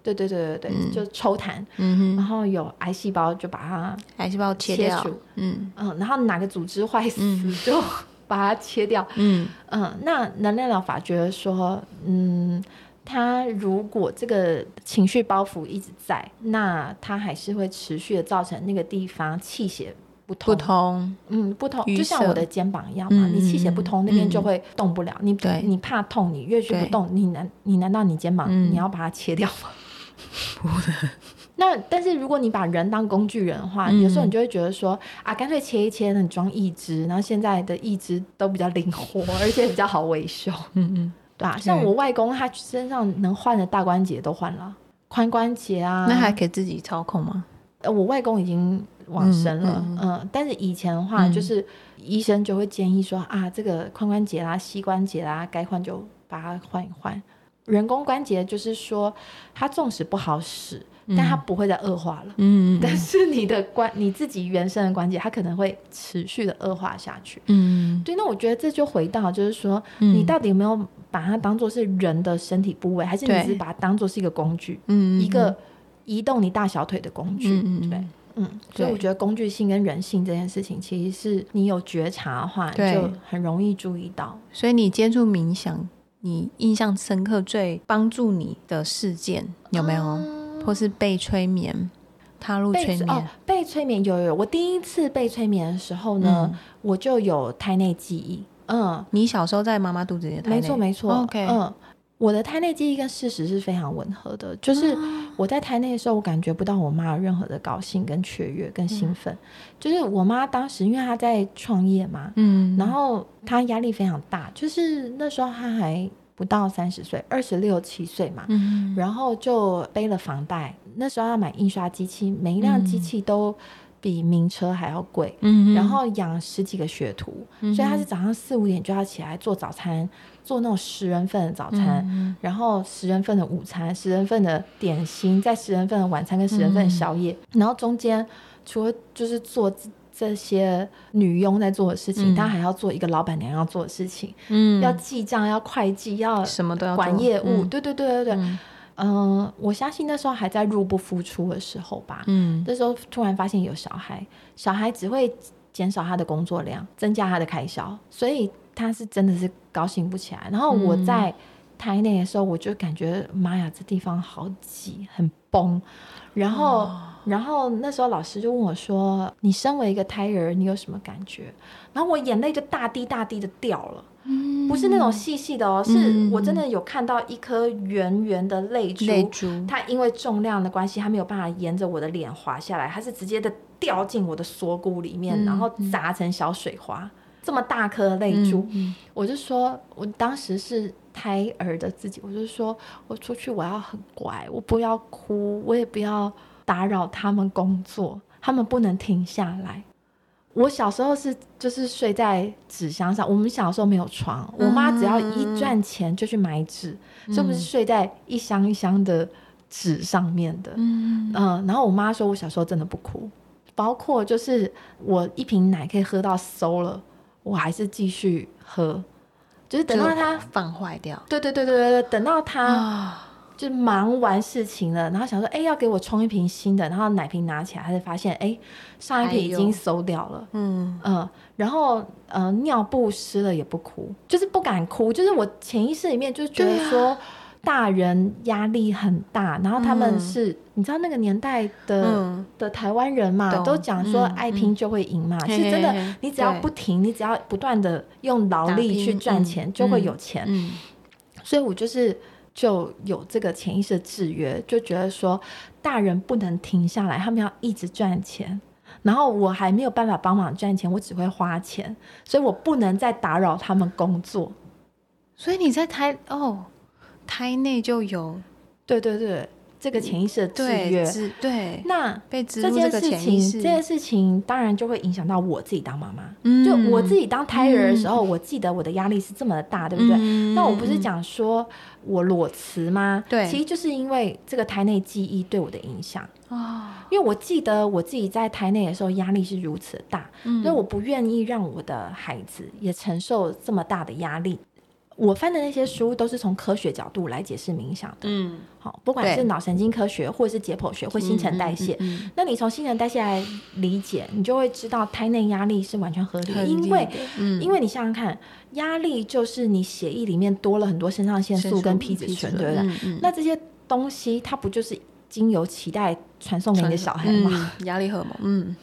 Speaker 2: 对对对对对，就抽痰，
Speaker 1: 嗯
Speaker 2: 然后有癌细胞就把它，
Speaker 1: 哼，癌细胞切
Speaker 2: 啊切
Speaker 1: 掉
Speaker 2: 除，
Speaker 1: 嗯
Speaker 2: 嗯，然后哪个组织坏死就把它切掉，
Speaker 1: 嗯
Speaker 2: 嗯，那能量疗法觉得说，嗯，他如果这个情绪包袱一直在，那他还是会持续的造成那个地方气血不通
Speaker 1: 不，通，
Speaker 2: 嗯，不通，
Speaker 1: 淤
Speaker 2: 就像
Speaker 1: 塞
Speaker 2: 我的肩膀一样嘛，
Speaker 1: 嗯
Speaker 2: 你气血不通，那边就
Speaker 1: 嗯
Speaker 2: 会动不了。你
Speaker 1: 对
Speaker 2: 你怕痛，你越去不
Speaker 1: 对
Speaker 2: 动，你难你难道你肩膀、
Speaker 1: 嗯
Speaker 2: 你要把它切掉 吗？ 那但是如果你把人当工具人的
Speaker 1: 嗯
Speaker 2: 话，有时候你就会觉得说啊，干脆切一切，那你装义肢，然后现在的义肢都比较灵活，而且比较好维修，
Speaker 1: 嗯嗯，
Speaker 2: 对吧、像
Speaker 1: 对
Speaker 2: 我外公，他身上能换的大关节都换了，髋关节啊，
Speaker 1: 那还可以自己操控吗？
Speaker 2: 呃，我外公已经往生了，
Speaker 1: 嗯
Speaker 2: 嗯，但是以前的话，就是医生就会建议说、啊，这个髋关节啦、膝关节啦，该换就把它换一换。人工关节就是说，它纵使不好使，但它不会再恶化了。
Speaker 1: 嗯
Speaker 2: 但是你的关你自己原生的关节，它可能会持续的恶化下去。
Speaker 1: 嗯
Speaker 2: 对，那我觉得这就回到，就是说，
Speaker 1: 嗯
Speaker 2: 你到底有没有把它当做是人的身体部位，还是你
Speaker 1: 对
Speaker 2: 只是把它当做是一个工具？
Speaker 1: 嗯
Speaker 2: 一个移动你大小腿的工具。
Speaker 1: 嗯嗯
Speaker 2: 对
Speaker 1: 嗯，
Speaker 2: 嗯，所以
Speaker 1: 对
Speaker 2: 我觉得工具性跟人性这件事情，其实是你有觉察的话，
Speaker 1: 对
Speaker 2: 你就很容易注意到。
Speaker 1: 所以你接触冥想，你印象深刻最帮助你的事件有没有？
Speaker 2: 嗯
Speaker 1: 或是被催眠，踏入
Speaker 2: 啊被
Speaker 1: 催眠？
Speaker 2: 哦，被催眠有有有，我第一次被催眠的时候呢，
Speaker 1: 嗯
Speaker 2: 我就有胎内记忆。嗯，
Speaker 1: 你小时候在妈妈肚子里的胎内
Speaker 2: 没错没错。
Speaker 1: OK
Speaker 2: 嗯，我的胎内记忆跟事实是非常吻合的，就是
Speaker 1: 啊
Speaker 2: 我在胎内的时候，我感觉不到我妈有任何的高兴、跟雀跃、跟兴奋。就是我妈当时因为她在创业嘛，
Speaker 1: 嗯，
Speaker 2: 然后她压力非常大，就是那时候她还不到三十岁，二十六七岁嘛。
Speaker 1: 嗯，
Speaker 2: 然后就背了房贷，那时候要买印刷机器，每一辆机器都比名车还要贵。
Speaker 1: 嗯
Speaker 2: 然后养十几个学徒，
Speaker 1: 嗯
Speaker 2: 所以他是早上四五点就要起来做早餐，做那种十人份的早餐，
Speaker 1: 嗯
Speaker 2: 然后十人份的午餐，十人份的点心，再十人份的晚餐跟十人
Speaker 1: 嗯
Speaker 2: 份的宵夜。然后中间除了就是做这这些女佣在做的事情，
Speaker 1: 嗯
Speaker 2: 他还要做一个老板娘要做的事情，
Speaker 1: 嗯
Speaker 2: 要记账，要会计，要
Speaker 1: 什么都要
Speaker 2: 管
Speaker 1: 做
Speaker 2: 业务。
Speaker 1: 嗯
Speaker 2: 对对对对对。
Speaker 1: 嗯
Speaker 2: 嗯，我相信那时候还在入不敷出的时候吧。
Speaker 1: 嗯
Speaker 2: 那时候突然发现有小孩，小孩只会减少他的工作量，增加他的开销，所以他是真的是高兴不起来。然后我
Speaker 1: 嗯
Speaker 2: 在台内的时候，我就感觉妈呀，这地方好挤，很崩。然后，然后那时候老师就问我说：“你身为一个胎儿，你有什么感觉？”然后我眼泪就大滴大滴的掉了。不是那种细细的
Speaker 1: 嗯
Speaker 2: 哦，是我真的有看到一颗圆圆的泪珠，
Speaker 1: 泪珠
Speaker 2: 它因为重量的关系，它没有办法沿着我的脸滑下来，它是直接的掉进我的锁骨里
Speaker 1: 嗯
Speaker 2: 面，然后砸成小水花。这么大颗的泪珠，
Speaker 1: 嗯
Speaker 2: 我就说，我当时是胎儿的自己，我就说我出去我要很乖，我不要哭，我也不要打扰他们工作，他们不能停下来。我小时候是就是睡在纸箱上，我们小时候没有床，我妈只要一赚钱就去买纸，所以我们是睡在一箱一箱的纸上面的。
Speaker 1: 嗯嗯
Speaker 2: 嗯，然后我妈说我小时候真的不哭，包括就是我一瓶奶可以喝到馊了，我还是继续喝，就是等到她，
Speaker 1: 放坏掉
Speaker 2: 对对对对对对，等到她
Speaker 1: 啊，
Speaker 2: 就忙完事情了，然后想说，哎，要给我冲一瓶新的，然后奶瓶拿起来，她就发现，哎，上一瓶已
Speaker 1: 还有
Speaker 2: 经馊掉了。
Speaker 1: 嗯
Speaker 2: 嗯，然后呃，尿布湿了也不哭，就是不敢哭，就是我潜意识里面就觉得
Speaker 1: 对啊
Speaker 2: 说，大人压力很大，然后他们
Speaker 1: 嗯
Speaker 2: 是、你知道那个年代的、
Speaker 1: 嗯
Speaker 2: 的台湾人嘛，
Speaker 1: 懂
Speaker 2: 都讲说
Speaker 1: 嗯
Speaker 2: 爱拼就会赢嘛，
Speaker 1: 嗯
Speaker 2: 是真的
Speaker 1: 嘿嘿嘿，
Speaker 2: 你只要
Speaker 1: 对
Speaker 2: 不停，你只要不断的用劳力
Speaker 1: 打
Speaker 2: 去
Speaker 1: 拼
Speaker 2: 赚
Speaker 1: 嗯
Speaker 2: 钱，就会
Speaker 1: 嗯
Speaker 2: 有钱。
Speaker 1: 嗯
Speaker 2: 所以我就是就有这个潜意识的制约，就觉得说大人不能停下来，他们要一直赚钱。然后我还没有办法帮忙赚钱，我只会花钱，所以我不能再打扰他们工作。
Speaker 1: 所以你在胎哦，胎内就有
Speaker 2: 对对对，这个潜意识的制
Speaker 1: 对
Speaker 2: 约。
Speaker 1: 植对
Speaker 2: 那
Speaker 1: 被植
Speaker 2: 这
Speaker 1: 入这个
Speaker 2: 件事
Speaker 1: 潜意
Speaker 2: 情，
Speaker 1: 识
Speaker 2: 这，件事情当然就会影响到我自己当妈妈。
Speaker 1: 嗯
Speaker 2: 就我自己当胎儿的时候，我记得我的压力是这么的大，对不对？
Speaker 1: 嗯
Speaker 2: 那我不是讲说我裸辞吗？
Speaker 1: 对
Speaker 2: 其实就是因为这个胎内记忆对我的影响，
Speaker 1: 啊，
Speaker 2: 因为我记得我自己在胎内的时候压力是如此的大，
Speaker 1: 嗯
Speaker 2: 所以我不愿意让我的孩子也承受这么大的压力。我翻的那些书都是从科学角度来解释冥想的，
Speaker 1: 嗯
Speaker 2: 好，不管
Speaker 1: 对
Speaker 2: 是脑神经科学，或者是解剖学，或新陈代谢，
Speaker 1: 嗯嗯嗯
Speaker 2: 那你从新陈代谢来理解，你就会知道胎内压力是完全合理的，
Speaker 1: 合理
Speaker 2: 因为
Speaker 1: 的嗯
Speaker 2: 因为你想想看，压力就是你血液里面多了很多肾上腺
Speaker 1: 生
Speaker 2: 素跟
Speaker 1: 出
Speaker 2: 皮质醇，对不对？
Speaker 1: 嗯嗯
Speaker 2: 那这些东西它不就是经由脐带传送给你的小孩吗？
Speaker 1: 嗯压力荷尔蒙，嗯，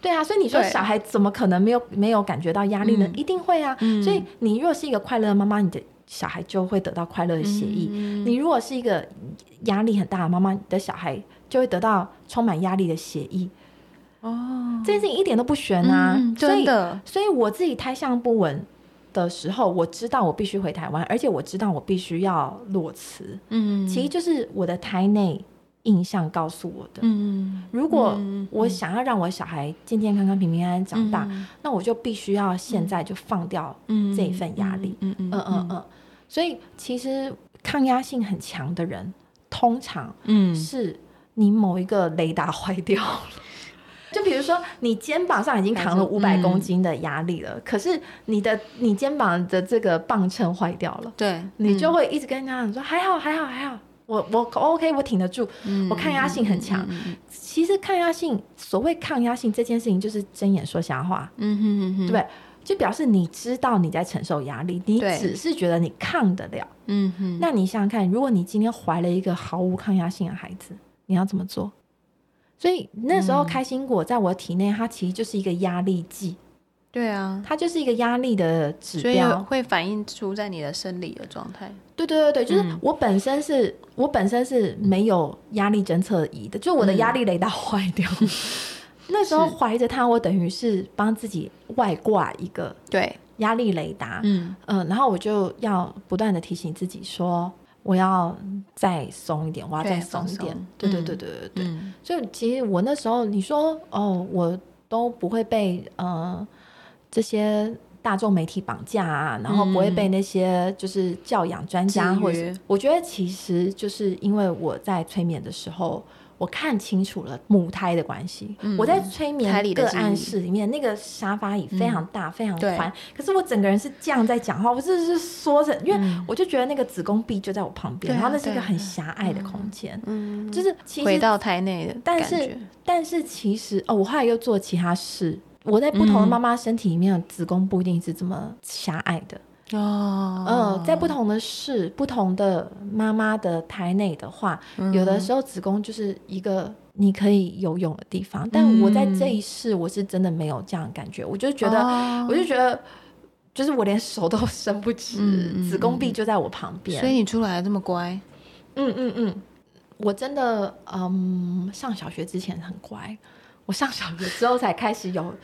Speaker 2: 对啊，所以你说
Speaker 1: 对
Speaker 2: 小孩怎么可能没有没有感觉到压力呢？
Speaker 1: 嗯
Speaker 2: 一定会啊！
Speaker 1: 嗯
Speaker 2: 所以你如果是一个快乐的妈妈，你的小孩就会得到快乐的血液；
Speaker 1: 嗯
Speaker 2: 你如果是一个压力很大的妈妈，你的小孩就会得到充满压力的血液。
Speaker 1: 哦，
Speaker 2: 这件事情一点都不悬啊！
Speaker 1: 嗯
Speaker 2: 所
Speaker 1: 真
Speaker 2: 以
Speaker 1: 的，
Speaker 2: 所以我自己胎象不稳的时候，我知道我必须回台湾，而且我知道我必须要裸辞，
Speaker 1: 嗯，
Speaker 2: 其实就是我的胎内印象告诉我的。
Speaker 1: 嗯，
Speaker 2: 如果
Speaker 1: 嗯
Speaker 2: 我想要让我小孩健健康康、平平安安长大，
Speaker 1: 嗯
Speaker 2: 那我就必须要现在就放掉
Speaker 1: 嗯
Speaker 2: 这一份压力。
Speaker 1: 嗯嗯
Speaker 2: 嗯嗯嗯。所以其实抗压性很强的人，通常
Speaker 1: 嗯，
Speaker 2: 是你某一个雷达坏掉了。 就比如说，你肩膀上已经扛了五百
Speaker 1: 嗯
Speaker 2: 公斤的压力了，可是你的你肩膀的这个磅秤坏掉了，
Speaker 1: 对，
Speaker 2: 你就
Speaker 1: 嗯
Speaker 2: 会一直跟人家讲说还好还好还好，我我 OK，我挺得住，
Speaker 1: 嗯
Speaker 2: 我抗压性很强。其实抗压性，所谓抗压性这件事情，就是睁眼说瞎话，
Speaker 1: 嗯哼哼哼，
Speaker 2: 对不对？就表示你知道你在承受压力，你
Speaker 1: 对
Speaker 2: 只是觉得你抗得了。
Speaker 1: 嗯哼，
Speaker 2: 那你想想看，如果你今天怀了一个毫无抗压性的孩子，你要怎么做？所以那时
Speaker 1: 嗯
Speaker 2: 候开心果在我体内，它其实就是一个压力剂，
Speaker 1: 对啊，
Speaker 2: 它就是一个压力的指
Speaker 1: 所以
Speaker 2: 标。
Speaker 1: 会反映出在你的生理的状态。
Speaker 2: 对对对对，就是
Speaker 1: 嗯
Speaker 2: 我本身是、我本身是没有压力侦测仪的，就我的压力雷达 坏 掉。那时候
Speaker 1: 嗯是
Speaker 2: 怀着它，我等于是帮自己外挂一个
Speaker 1: 对，
Speaker 2: 压力雷达。
Speaker 1: 嗯
Speaker 2: 嗯，然后我就要不断的提醒自己说，我要再松一点，我要
Speaker 1: 对
Speaker 2: 再松
Speaker 1: 放
Speaker 2: 一
Speaker 1: 松
Speaker 2: 点。对对
Speaker 1: 嗯
Speaker 2: 对对对对。
Speaker 1: 嗯，
Speaker 2: 所以其实我那时候你说哦，我都不会被呃这些大众媒体绑架啊，然后不会被那些就是教养专家
Speaker 1: 制
Speaker 2: 或者是
Speaker 1: 约，
Speaker 2: 我觉得其实就是因为我在催眠的时候。我看清楚了母胎的关系。
Speaker 1: 嗯
Speaker 2: 我在催
Speaker 1: 胎
Speaker 2: 眠
Speaker 1: 里的
Speaker 2: 个
Speaker 1: 记忆
Speaker 2: 案室里面，那个沙发椅非常大、非常
Speaker 1: 对
Speaker 2: 宽，可是我整个人是这样在讲话，我真的是缩着，因为
Speaker 1: 嗯
Speaker 2: 我就觉得那个子宫壁就在我旁边，
Speaker 1: 对啊
Speaker 2: 然后那是一个
Speaker 1: 对啊
Speaker 2: 很
Speaker 1: 对啊
Speaker 2: 狭隘的空间。
Speaker 1: 嗯
Speaker 2: 就是其
Speaker 1: 回
Speaker 2: 实
Speaker 1: 到胎内的
Speaker 2: 但
Speaker 1: 感
Speaker 2: 是
Speaker 1: 觉
Speaker 2: 但是其实哦，我后来又做其他事。我在不同的
Speaker 1: 嗯
Speaker 2: 妈妈身体里面，子宫不一定是这么狭隘的。
Speaker 1: 哦
Speaker 2: 呃，在不同的室、不同的妈妈的胎内的话，
Speaker 1: 嗯
Speaker 2: 有的时候子宫就是一个你可以游泳的地方。但
Speaker 1: 嗯
Speaker 2: 我在这一世，我是真的没有这样的感觉，我就觉得，
Speaker 1: 哦
Speaker 2: 我就觉得，就是我连手都伸不直，
Speaker 1: 嗯嗯
Speaker 2: 子宫壁就在我旁边。
Speaker 1: 所以你出来这么乖，
Speaker 2: 嗯嗯嗯，我真的嗯，上小学之前很乖，我上小学之后才开始有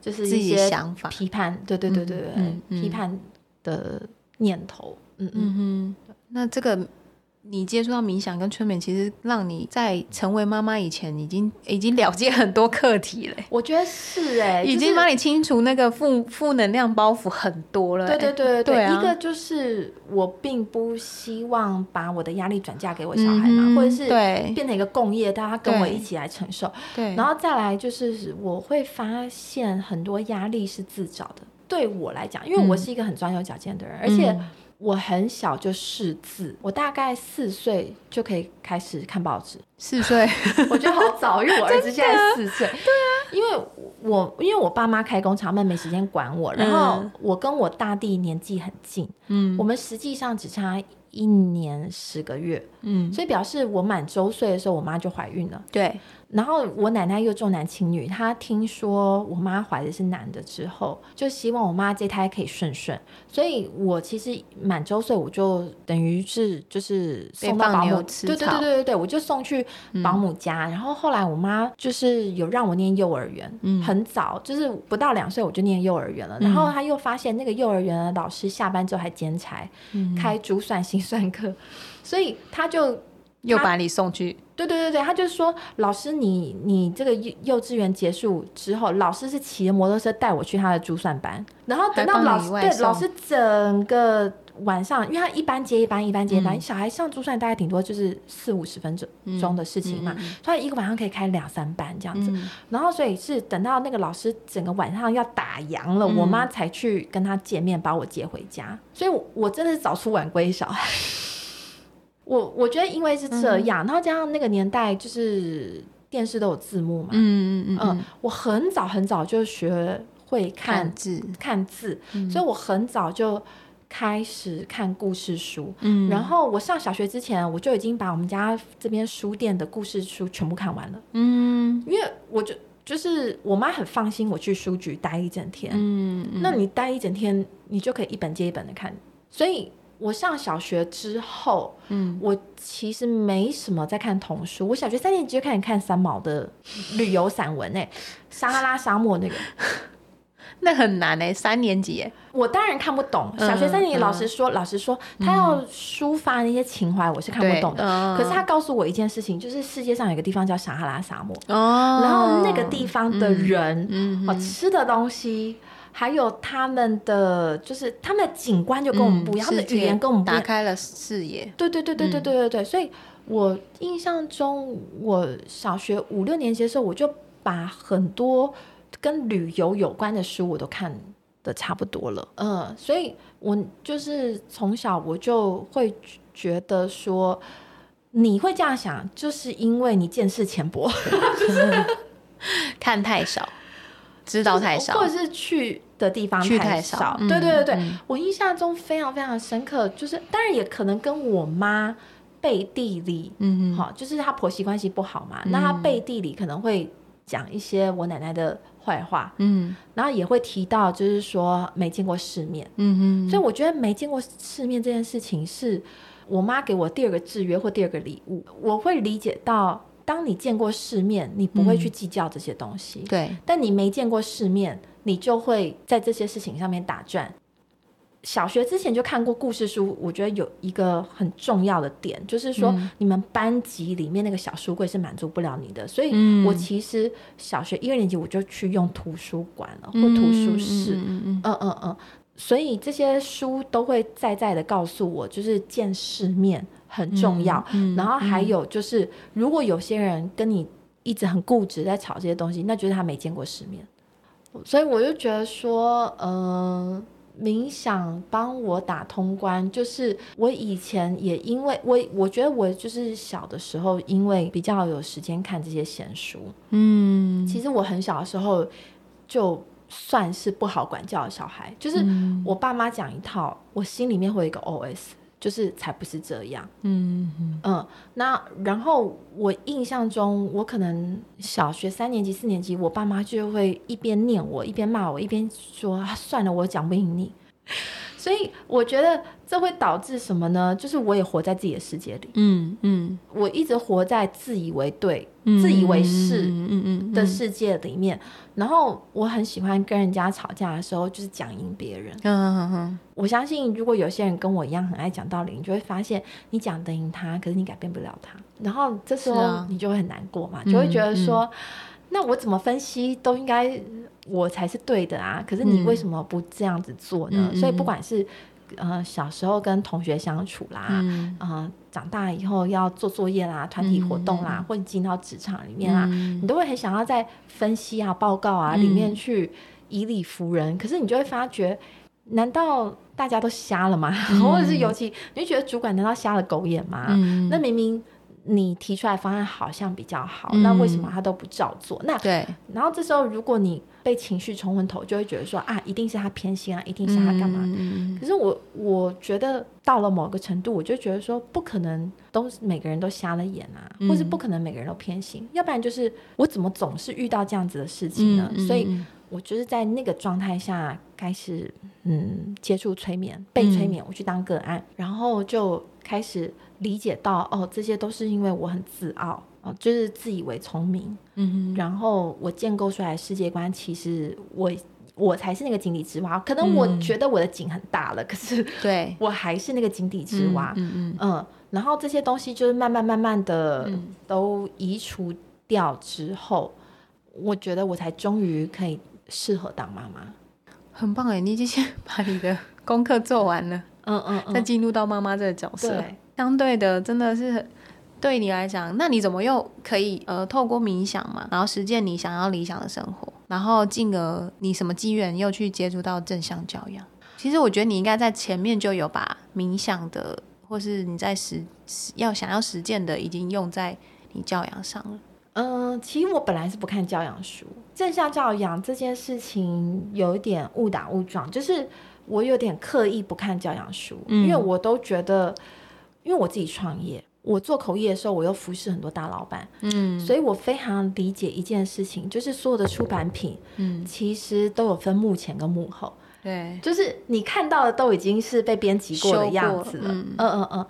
Speaker 2: 就是
Speaker 1: 自
Speaker 2: 一
Speaker 1: 己
Speaker 2: 些
Speaker 1: 想法
Speaker 2: 批判，对对对对对，
Speaker 1: 嗯嗯
Speaker 2: 批判的念头，嗯嗯，
Speaker 1: 嗯哼，那这个你接触到冥想跟催眠，其实让你在成为妈妈以前，已经已经了解很多课题了欸，
Speaker 2: 我觉得是哎、
Speaker 1: 已
Speaker 2: 就
Speaker 1: 经
Speaker 2: 是
Speaker 1: 帮你清除那个负负能量包袱很多了欸。
Speaker 2: 对对对对对，
Speaker 1: 对啊
Speaker 2: 一个就是我并不希望把我的压力转嫁给我小孩嘛，
Speaker 1: 嗯哼
Speaker 2: 或者是
Speaker 1: 对
Speaker 2: 变成一个共业，大家跟我
Speaker 1: 对
Speaker 2: 一起来承受。
Speaker 1: 对，
Speaker 2: 然后再来就是我会发现很多压力是自找的。对我来讲，因为我是一个很钻牛角尖的人，而且
Speaker 1: 嗯
Speaker 2: 我很小就识字，我大概四岁就可以开始看报纸，
Speaker 1: 四 岁，
Speaker 2: 我觉得好早，因为我儿子现在四岁。对啊，因为我因为我爸妈开工厂，他们没时间管我，然后
Speaker 1: 嗯
Speaker 2: 我跟我大弟年纪很近，
Speaker 1: 嗯
Speaker 2: 我们实际上只差一年十个月，
Speaker 1: 嗯，
Speaker 2: 所以表示我满周岁的时候，我妈就怀孕了。
Speaker 1: 对，
Speaker 2: 然后我奶奶又重男轻女，她听说我妈怀的是男的之后，就希望我妈这胎可以顺顺，所以我其实满周岁我就等于是就是送到
Speaker 1: 被
Speaker 2: 保
Speaker 1: 放
Speaker 2: 姆
Speaker 1: 牛，吃
Speaker 2: 对对
Speaker 1: 草
Speaker 2: 对对对对，我就送去保姆家。然后后来我妈就是有让我念幼儿园，
Speaker 1: 嗯
Speaker 2: 很早就是不到两岁我就念幼儿园了。然后她又发现那个幼儿园的老师下班之后还兼差，
Speaker 1: 嗯
Speaker 2: 开珠算心算课，所以她就
Speaker 1: 又把你送去，
Speaker 2: 对对对对，他就说老师你，你这个幼幼稚园结束之后，老师是骑着摩托车带我去他的珠算班，然后等到
Speaker 1: 还帮
Speaker 2: 老
Speaker 1: 你
Speaker 2: 师
Speaker 1: 外
Speaker 2: 对
Speaker 1: 送
Speaker 2: 老师整个晚上，因为他一班接一班，一班接一
Speaker 1: 嗯
Speaker 2: 班，小孩上珠算大概顶多就是四五十分钟钟的事情嘛，所以一个晚上可以开两三班这样子，
Speaker 1: 嗯
Speaker 2: 然后所以是等到那个老师整个晚上要打烊
Speaker 1: 嗯
Speaker 2: 了，我妈才去跟他见面，把我接回家。所以我，我真的是早出晚归小孩。 我我觉得因为是这样，
Speaker 1: 嗯
Speaker 2: 然后加上那个年代就是电视都有字幕嘛，
Speaker 1: 嗯嗯嗯
Speaker 2: 嗯、我很早很早就学会看
Speaker 1: 看字，
Speaker 2: 看字，
Speaker 1: 嗯
Speaker 2: 所以我很早就开始看故事书。
Speaker 1: 嗯
Speaker 2: 然后我上小学之前，我就已经把我们家这边书店的故事书全部看完了。
Speaker 1: 嗯
Speaker 2: 因为我就就是我妈很放心我去书局待一整天，
Speaker 1: 嗯
Speaker 2: 那你待一整天，你就可以一本接一本的看。所以我上小学之后，
Speaker 1: 嗯，
Speaker 2: 我其实没什么在看童书。我小学三年级就开始看三毛的旅游散文、 欸，撒哈拉沙漠那个，
Speaker 1: 那很难哎，三年级哎，
Speaker 2: 我当然看不懂。
Speaker 1: 嗯
Speaker 2: 小学三年级老师说，老师说他要抒发那些情怀，我是看不
Speaker 1: 对
Speaker 2: 懂的。
Speaker 1: 嗯
Speaker 2: 可是他告诉我一件事情，就是世界上有一个地方叫撒哈拉沙漠，
Speaker 1: 哦
Speaker 2: 然后那个地方的人，
Speaker 1: 嗯
Speaker 2: 哦，吃的东西，还有他们的就是他们的景观就跟我们不一
Speaker 1: 嗯
Speaker 2: 样，他们的语言跟我们不一
Speaker 1: 打
Speaker 2: 样。
Speaker 1: 开了视野。
Speaker 2: 对对对对对对对对，所以我印象中，我小学五六年级的时候，我就把很多跟旅游有关的书我都看的差不多了。嗯，所以我就是从小我就会觉得说，你会这样想，就是因为你见识浅薄，
Speaker 1: 看太少，知道太少，
Speaker 2: 或者是去的地方
Speaker 1: 去
Speaker 2: 太
Speaker 1: 太少嗯
Speaker 2: 对对对对，
Speaker 1: 嗯
Speaker 2: 我印象中非常非常深刻，就是当然也可能跟我妈背地里，
Speaker 1: 嗯哼，
Speaker 2: 好、就是她婆媳关系不好嘛，
Speaker 1: 嗯
Speaker 2: 那她背地里可能会讲一些我奶奶的坏话，
Speaker 1: 嗯
Speaker 2: 然后也会提到就是说没见过世面，
Speaker 1: 嗯哼，
Speaker 2: 所以我觉得没见过世面这件事情是我妈给我第二个制约或第二个礼物，我会理解到，当你见过世面，你不
Speaker 1: 嗯
Speaker 2: 会去计较这些东西，
Speaker 1: 对，
Speaker 2: 但你没见过世面，你就会在这些事情上面打转。小学之前就看过故事书，我觉得有一个很重要的点，就是说
Speaker 1: 嗯
Speaker 2: 你们班级里面那个小书柜是满足不了你的，所以
Speaker 1: 嗯
Speaker 2: 我其实小学一二年级我就去用图书馆了或
Speaker 1: 嗯
Speaker 2: 图书室，
Speaker 1: 嗯嗯
Speaker 2: 嗯嗯嗯，所以这些书都会在在的告诉我，就是见世面很重要。
Speaker 1: 嗯嗯
Speaker 2: 然后还有就是，如果有些人跟你一直很固执在吵这些东西，那就是他没见过世面。所以我就觉得说，嗯、冥想帮我打通关，就是我以前也因为我，我觉得我就是小的时候，因为比较有时间看这些闲书，
Speaker 1: 嗯，
Speaker 2: 其实我很小的时候就算是不好管教的小孩，就是
Speaker 1: 嗯
Speaker 2: 我爸妈讲一套，我心里面会有一个 OS，就是才不是这样。
Speaker 1: 嗯嗯
Speaker 2: 嗯，那然后我印象中，我可能小学三年级、四年级，我爸妈就会一边念我，一边骂我，一边说、啊、算了，我讲不赢你。 所以我觉得这会导致什么呢？就是我也活在自己的世界里，
Speaker 1: 嗯嗯
Speaker 2: 我一直活在自以为对、
Speaker 1: 嗯，
Speaker 2: 自以为是
Speaker 1: 嗯嗯嗯
Speaker 2: 的，世界里面。然后我很喜欢跟人家吵架的时候，就是讲赢别人。
Speaker 1: 嗯嗯
Speaker 2: 我相信，如果有些人跟我一样很爱讲道理，你就会发现你讲得赢他，可是你改变不了他。然后这时
Speaker 1: 是
Speaker 2: 候
Speaker 1: 啊
Speaker 2: 你就会很难过嘛，
Speaker 1: 嗯
Speaker 2: 就会觉得说，那我怎么分析都应该我才是对的啊，可是你
Speaker 1: 嗯
Speaker 2: 为什么不这样子做
Speaker 1: 嗯
Speaker 2: 呢？
Speaker 1: 嗯
Speaker 2: 所以
Speaker 1: 嗯
Speaker 2: 不管是呃小时候跟同学相处啦，
Speaker 1: 嗯
Speaker 2: 呃长大以后要做作业啦、团体活动
Speaker 1: 嗯
Speaker 2: 啦，
Speaker 1: 嗯嗯
Speaker 2: 或者进到职场里面啊，
Speaker 1: 嗯
Speaker 2: 你都会很想要在分析啊、报告啊
Speaker 1: 嗯
Speaker 2: 里面去以理服人，可是你就会发觉，难道大家都瞎了吗？ 或者是尤其你就觉得主管难道瞎了狗眼吗？
Speaker 1: 嗯
Speaker 2: 那明明你提出来的方案好像比较好，
Speaker 1: 嗯
Speaker 2: 那为什么他都不照做？那
Speaker 1: 对，
Speaker 2: 然后这时候如果你被情绪冲昏头，就会觉得说啊，一定是他偏心啊，一定是他干嘛？
Speaker 1: 嗯嗯嗯
Speaker 2: 可是我我觉得到了某个程度，我就觉得说不可能都是每个人都瞎了眼啊，
Speaker 1: 嗯
Speaker 2: 或是不可能每个人都偏心，要不然就是我怎么总是遇到这样子的事情呢？
Speaker 1: 嗯嗯
Speaker 2: 所以
Speaker 1: 嗯
Speaker 2: 我就是在那个状态下开始嗯接触催眠，被
Speaker 1: 嗯
Speaker 2: 催眠，我去当个案，然后就开始理解到哦，这些都是因为我很自傲。哦，就是自以为聪明，
Speaker 1: 嗯嗯
Speaker 2: 然后我建构出来的世界观，其实我我才是那个井底之蛙。可能我
Speaker 1: 嗯
Speaker 2: 觉得我的井很大了，可是
Speaker 1: 对，
Speaker 2: 我还是那个井底之蛙。嗯
Speaker 1: 嗯嗯
Speaker 2: 然后这些东西就是慢慢慢慢的
Speaker 1: 嗯
Speaker 2: 都移除掉之后，我觉得我才终于可以适合当妈妈。
Speaker 1: 嗯，很棒哎，你已经先把你的功课做完 了，
Speaker 2: 嗯嗯
Speaker 1: 再，进入到妈妈这个角色，
Speaker 2: 对，
Speaker 1: 相对的真的是。对你来讲，那你怎么又可以呃透过冥想嘛，然后实践你想要理想的生活，然后进而你什么机缘又去接触到正向教养？其实我觉得你应该在前面就有把冥想的，或是你在实实要想要实践的，已经用在你教养上了。
Speaker 2: 嗯，其实我本来是不看教养书，正向教养这件事情有一点误打误撞，就是我有点刻意不看教养书，
Speaker 1: 嗯
Speaker 2: 因为我都觉得，因为我自己创业，我做口译的时候，我又服侍很多大老板，
Speaker 1: 嗯
Speaker 2: 所以我非常理解一件事情，就是所有的出版品
Speaker 1: 嗯，
Speaker 2: 其实都有分幕前跟幕后，
Speaker 1: 对，
Speaker 2: 就是你看到的都已经是被编辑过的样子了。
Speaker 1: 修过
Speaker 2: 嗯嗯嗯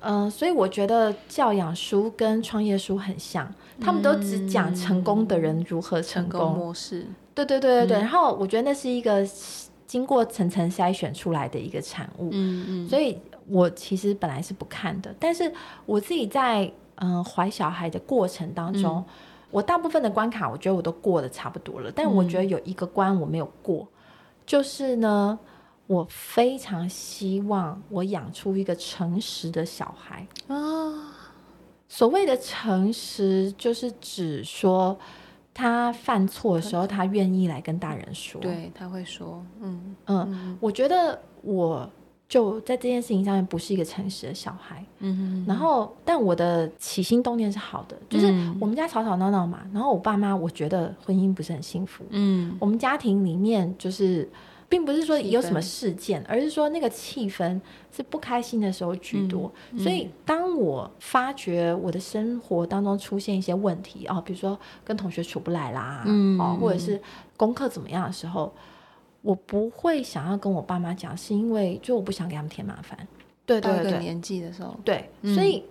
Speaker 2: 嗯，所以我觉得教养书跟创业书很像，他们都只讲成功的人如何成
Speaker 1: 嗯成
Speaker 2: 功。
Speaker 1: 功嗯模式。
Speaker 2: 对对对对对。然后我觉得那是一个经过层层筛选出来的一个产物。
Speaker 1: 嗯嗯，
Speaker 2: 所以我其实本来是不看的，但是我自己在嗯怀小孩的过程当中，我大部分的关卡我觉得我都过得差不多了，但我觉得有一个关我没有过，就是呢，我非常希望我养出一个诚实的小孩。
Speaker 1: 啊，
Speaker 2: 所谓的诚实，就是指说他犯错的时候，他愿意来跟大人说。
Speaker 1: 对，他会说，嗯
Speaker 2: 嗯，
Speaker 1: 嗯
Speaker 2: 我觉得我就在这件事情上面不是一个诚实的小孩。
Speaker 1: 嗯
Speaker 2: 然后，但我的起心动念是好的，就是
Speaker 1: 嗯
Speaker 2: 我们家吵吵闹闹嘛，然后我爸妈我觉得婚姻不是很幸福，
Speaker 1: 嗯
Speaker 2: 我们家庭里面就是，并不是说
Speaker 1: 气
Speaker 2: 有什么
Speaker 1: 氛
Speaker 2: 事件，而是说那个气氛是不开心的时候居多。
Speaker 1: 嗯
Speaker 2: 所以，当我发觉我的生活当中出现一些问题哦，比如说跟同学处不来啦，
Speaker 1: 嗯
Speaker 2: 哦，或者是功课怎么样的时候，我不会想要跟我爸妈讲，是因为就我不想给他们添麻烦。对
Speaker 1: 到
Speaker 2: 对
Speaker 1: 一
Speaker 2: 对
Speaker 1: 个
Speaker 2: 对
Speaker 1: 年纪的时候，
Speaker 2: 对，
Speaker 1: 嗯
Speaker 2: 所以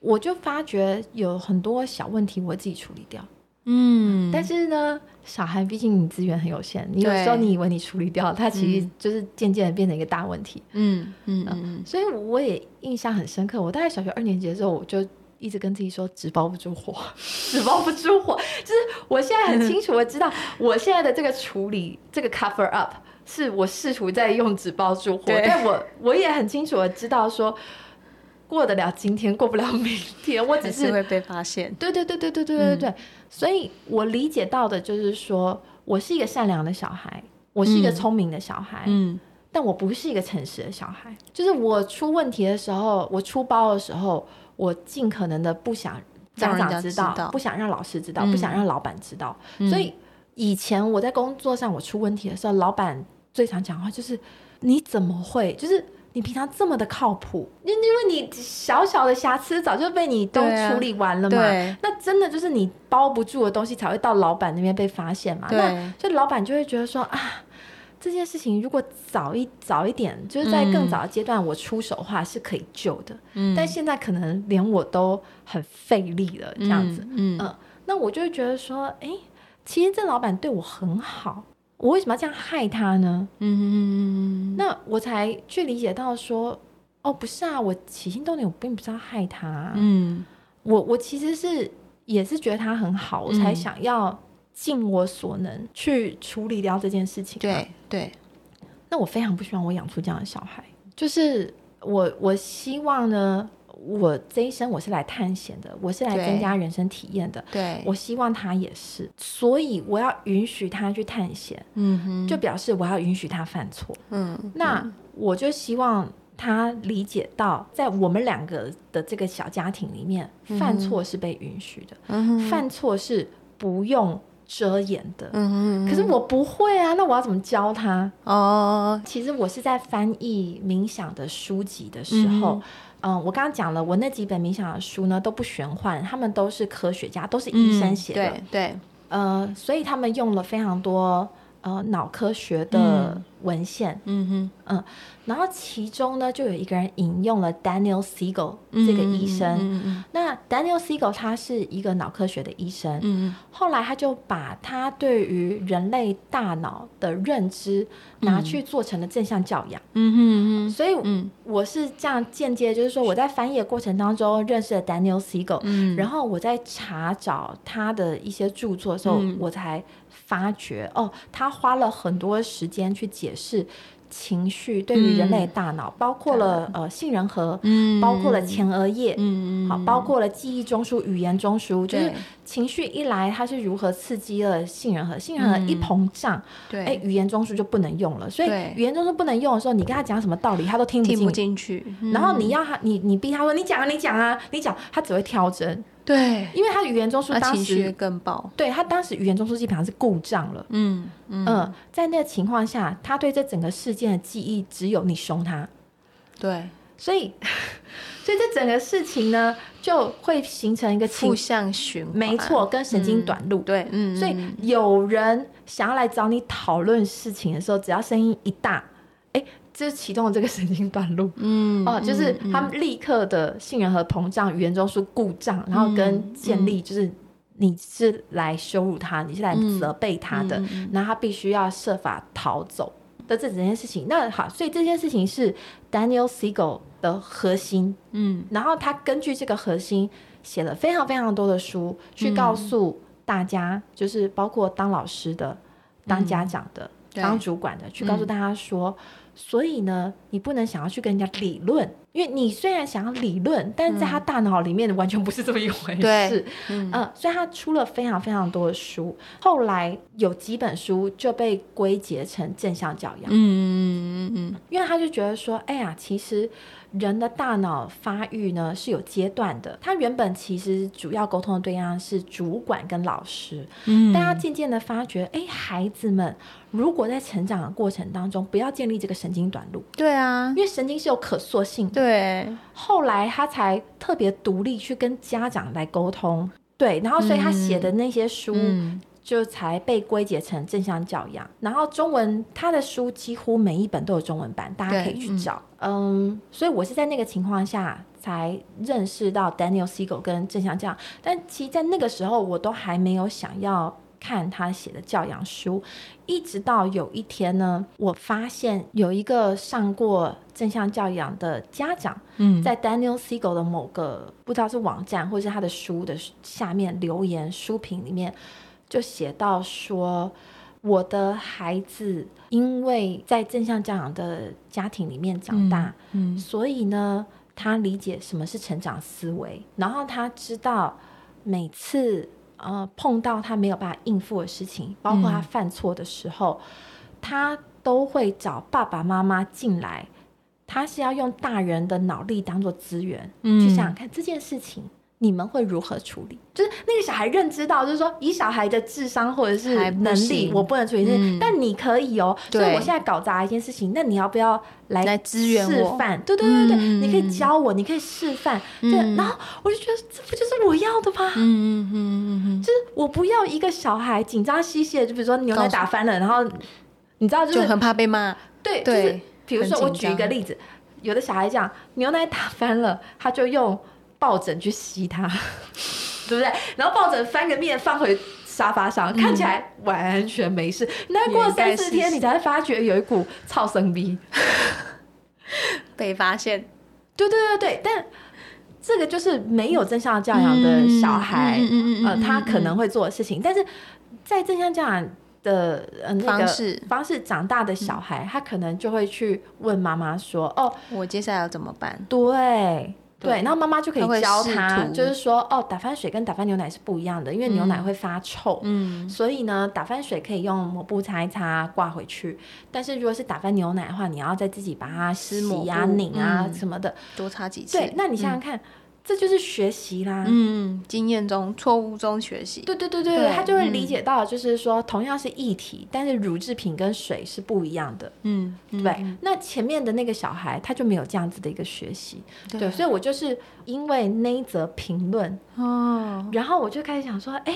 Speaker 2: 我就发觉有很多小问题，我自己处理掉。
Speaker 1: 嗯
Speaker 2: 但是呢，小孩毕竟你资源很有限，你有时候
Speaker 1: 对
Speaker 2: 你以为你处理掉，它其实
Speaker 1: 嗯
Speaker 2: 就是渐渐的变成一个大问题。
Speaker 1: 嗯嗯嗯
Speaker 2: 所以我也印象很深刻，我大概小学二年级的时候，我就一直跟自己说“纸包不住火， 纸包不住火”，就是我现在很清楚，我知道我现在的这个处理，这个 cover up，是我试图在用纸包住火，
Speaker 1: 对
Speaker 2: 但我我也很清楚的知道说。过得了今天，过不了明天。我
Speaker 1: 嗯，
Speaker 2: 只
Speaker 1: 还
Speaker 2: 是
Speaker 1: 是会嗯被发现，
Speaker 2: 对对对对对对对对，所以我理解到的就是说，我是一个善良的小孩，我是一个
Speaker 1: 嗯
Speaker 2: 聪明的小孩，
Speaker 1: 嗯
Speaker 2: 但我不是一个诚实的小孩。就是我出问题的时候，我出包的时候，我尽可能的不想家
Speaker 1: 让人
Speaker 2: 长
Speaker 1: 家
Speaker 2: 知
Speaker 1: 知
Speaker 2: 道，
Speaker 1: 道
Speaker 2: 不想让老师知道，
Speaker 1: 嗯
Speaker 2: 不想让老板知道。
Speaker 1: 嗯
Speaker 2: 所以以前我在工作上我出问题的时候，老板最常讲话就是：“你怎么会？”就是。你平常这么的靠谱，因因为你小小的瑕疵早就被你都
Speaker 1: 对啊
Speaker 2: 处理完了嘛，
Speaker 1: 对
Speaker 2: 那真的就是你包不住的东西才会到老板那边被发现嘛。
Speaker 1: 对嗯
Speaker 2: 那所以老板就会觉得说啊，这件事情如果早一早一点，就是在更早的阶段我出手的话是可以救的，
Speaker 1: 嗯
Speaker 2: 但现在可能连我都很费力了这样子。
Speaker 1: 嗯
Speaker 2: 嗯那我就会觉得说，哎、其实这老板对我很好，我为什么要这样害他呢？
Speaker 1: 嗯嗯
Speaker 2: 那我才去理解到说，哦，不是啊，我起心动念我并不是要害他啊、
Speaker 1: 嗯
Speaker 2: 我我其实是也是觉得他很好，我才
Speaker 1: 嗯
Speaker 2: 想要尽我所能去处理掉这件事情。，啊
Speaker 1: 对对
Speaker 2: 那我非常不希望我养出这样的小孩，就是我我希望呢，我这一生我是来探险的，我是来
Speaker 1: 对
Speaker 2: 增加人生体验的。
Speaker 1: 对，
Speaker 2: 我希望他也是，所以我要允许他去探险，
Speaker 1: 嗯哼
Speaker 2: 就表示我要允许他犯错。
Speaker 1: 嗯
Speaker 2: 那我就希望他理解到，在我们两个的这个小家庭里面，犯错是被允许的，
Speaker 1: 嗯哼
Speaker 2: 犯错是不用遮掩的。
Speaker 1: 嗯哼嗯
Speaker 2: 可是我不会啊，那我要怎么教他？
Speaker 1: 哦
Speaker 2: 其实我是在翻译冥想的书籍的时候，嗯我刚刚讲了，我那几本冥想的书呢都不玄幻，他们都是科学家，都是医生写的，
Speaker 1: 嗯对对
Speaker 2: 呃，所以他们用了非常多呃脑科学的
Speaker 1: 嗯
Speaker 2: 文献，
Speaker 1: 嗯哼
Speaker 2: 嗯，然后其中呢，就有一个人引用了 Daniel Siegel 这个医生。
Speaker 1: 嗯
Speaker 2: 那 Daniel Siegel 他是一个脑科学的医生，
Speaker 1: 嗯
Speaker 2: 后来他就把他对于人类大脑的认知拿去做成了正向教养。
Speaker 1: 嗯哼
Speaker 2: 所以
Speaker 1: 嗯
Speaker 2: 我是这样间接，就是说我在翻译的过程当中认识了 Daniel Siegel，、
Speaker 1: 嗯
Speaker 2: 然后我在查找他的一些著作的时候，
Speaker 1: 嗯
Speaker 2: 我才发觉哦，他花了很多时间去解释情绪对于人类大脑，包括了呃杏仁核，
Speaker 1: 嗯
Speaker 2: 包括了前额叶。
Speaker 1: 嗯
Speaker 2: 好，包括了记忆中枢、语言中枢，就是
Speaker 1: 对
Speaker 2: 情绪一来，它是如何刺激了杏仁核，杏仁核一膨胀，
Speaker 1: 嗯对
Speaker 2: 哎、语言中枢就不能用了。所以
Speaker 1: 对
Speaker 2: 语言中枢不能用的时候，你跟他讲什么道理，他都听不
Speaker 1: 听
Speaker 2: 进
Speaker 1: 不。进嗯去，
Speaker 2: 然后你要他，你你逼他说你讲啊，你讲啊，你讲，他只会挑针，
Speaker 1: 对，
Speaker 2: 因为他语言中枢
Speaker 1: 那
Speaker 2: 当
Speaker 1: 啊情绪
Speaker 2: 时
Speaker 1: 更爆，
Speaker 2: 对他当时语言中枢基本上是故障了。
Speaker 1: 嗯嗯
Speaker 2: 嗯，在那个情况下，他对这整个事件的记忆只有你凶他，
Speaker 1: 对，
Speaker 2: 所以， 所以这整个事情呢，就会形成一个情
Speaker 1: 负，向循环，
Speaker 2: 没错，跟神经短路。
Speaker 1: 对，嗯，
Speaker 2: 所以
Speaker 1: 嗯
Speaker 2: 有人想要来找你讨论事情的时候，只要声音一大，哎，这就启动了这个神经短路。
Speaker 1: 嗯
Speaker 2: 哦，就是他们立刻的杏仁核膨胀、语言中枢故障，然后跟建立就是你是来羞辱他，你是来
Speaker 1: 嗯
Speaker 2: 责备他的
Speaker 1: 嗯嗯，
Speaker 2: 那、他必须要设法逃走的这整件事情。那好，所以这件事情是 Daniel Siegel 的核心，
Speaker 1: 嗯
Speaker 2: 然后他根据这个核心写了非常非常多的书，去告诉大家，就是包括当老师的、当家长的、
Speaker 1: 对
Speaker 2: 当主管的，去告诉大家说，所以呢，你不能想要去跟人家理论，因为你虽然想要理论，但是在他大脑里面完全不是这么一回事
Speaker 1: 对。嗯
Speaker 2: 嗯、所以他出了非常非常多的书，后来有几本书就被归结成正向教养，
Speaker 1: 嗯嗯嗯
Speaker 2: 因为他就觉得说，哎呀，其实人的大脑发育呢是有阶段的，他原本其实主要沟通的对象是主管跟老师，
Speaker 1: 嗯
Speaker 2: 但他渐渐的发觉，哎，孩子们如果在成长的过程当中，不要建立这个神经短路，
Speaker 1: 对啊
Speaker 2: 因，为神经是有可塑性的。
Speaker 1: 对，
Speaker 2: 后来他才特别独立去跟家长来沟通，对，然后所以他写的那些书
Speaker 1: 嗯
Speaker 2: 就才被归结成正向教养。然后中文他的书几乎每一本都有中文版，大家可以去找。嗯所以我是在那个情况下才认识到 Daniel Siegel 跟正向教养，但其实在那个时候我都还没有想要。看他写的教养书，一直到有一天呢，我发现有一个上过正向教养的家长，
Speaker 1: 嗯
Speaker 2: 在 Daniel Siegel 的某个不知道是网站或是他的书的下面留言书评里面，就写到说，我的孩子因为在正向教养的家庭里面长大，
Speaker 1: 嗯
Speaker 2: 所以呢，他理解什么是成长思维，然后他知道每次呃碰到他没有办法应付的事情，包括他
Speaker 1: 嗯
Speaker 2: 犯错的时候，他都会找爸爸妈妈进来。他是要用大人的脑力当做资源，
Speaker 1: 嗯
Speaker 2: 去想想看这件事情你们会如何处理。就是那个小孩认知到，就是说以小孩的智商或者是
Speaker 1: 还不
Speaker 2: 能力，
Speaker 1: 行
Speaker 2: 我不能处理这件事
Speaker 1: 嗯
Speaker 2: 但你可以哦。所以
Speaker 1: 对
Speaker 2: 我现在搞砸一件事情，那你要不要来
Speaker 1: 来支援
Speaker 2: 示
Speaker 1: 我
Speaker 2: 范？对对对对，
Speaker 1: 嗯
Speaker 2: 你可以教我，你可以示范。对，
Speaker 1: 嗯
Speaker 2: 然后我就觉得这不就是我要的吗？
Speaker 1: 嗯嗯嗯嗯
Speaker 2: 就是我不要一个小孩紧张兮兮的，就比如说牛奶
Speaker 1: 告诉
Speaker 2: 打翻了，然后你知道
Speaker 1: 嗯，
Speaker 2: 就
Speaker 1: 就是很怕被骂，
Speaker 2: 对，
Speaker 1: 对
Speaker 2: 就是比如说
Speaker 1: 很
Speaker 2: 我
Speaker 1: 紧
Speaker 2: 举
Speaker 1: 张
Speaker 2: 一个例子，有的小孩讲牛奶打翻了，他就用抱枕去吸它， 对不对？然后抱枕翻个面放回沙发上，看起来完全没事。那过了
Speaker 1: 也该
Speaker 2: 三四
Speaker 1: 试
Speaker 2: 天，
Speaker 1: 试
Speaker 2: 你才会发觉有一股超生逼。
Speaker 1: 被发现，
Speaker 2: 对对对对，但。这个就是没有正向教养的小孩，
Speaker 1: 嗯嗯嗯嗯嗯
Speaker 2: 呃，
Speaker 1: 嗯
Speaker 2: 他可能会做的事情，但是在正向教养的呃那个
Speaker 1: 方式嗯
Speaker 2: 方式长大的小孩，他可能就会去问妈妈说：“哦，
Speaker 1: 我接下来要怎么办？
Speaker 2: 对
Speaker 1: 对
Speaker 2: 对，然后妈妈就可
Speaker 1: 她会
Speaker 2: 以教
Speaker 1: 试
Speaker 2: 他，
Speaker 1: 图
Speaker 2: 就是说哦，打翻水跟打翻牛奶是不一样的，因为牛奶会发臭。
Speaker 1: 嗯
Speaker 2: 所以呢，打翻水可以用抹布擦一擦，挂回去。但是如果是打翻牛奶的话，你要再自己把它
Speaker 1: 湿
Speaker 2: 洗
Speaker 1: 抹
Speaker 2: 啊、
Speaker 1: 布
Speaker 2: 拧啊
Speaker 1: 嗯
Speaker 2: 什么的。
Speaker 1: 多擦几次，
Speaker 2: 对，那你想想看，这就是学习啦。
Speaker 1: 嗯，经验中错误中学习，
Speaker 2: 对对对对，
Speaker 1: 对
Speaker 2: 他就会理
Speaker 1: 嗯
Speaker 2: 解到，就是说同样是液体，但是乳制品跟水是不一样的。
Speaker 1: 嗯，嗯
Speaker 2: 对，那前面的那个小孩他就没有这样子的一个学习，
Speaker 1: 对
Speaker 2: 对，所以我就是因为那一则评论，
Speaker 1: 哦，
Speaker 2: 然后我就开始想说，哎、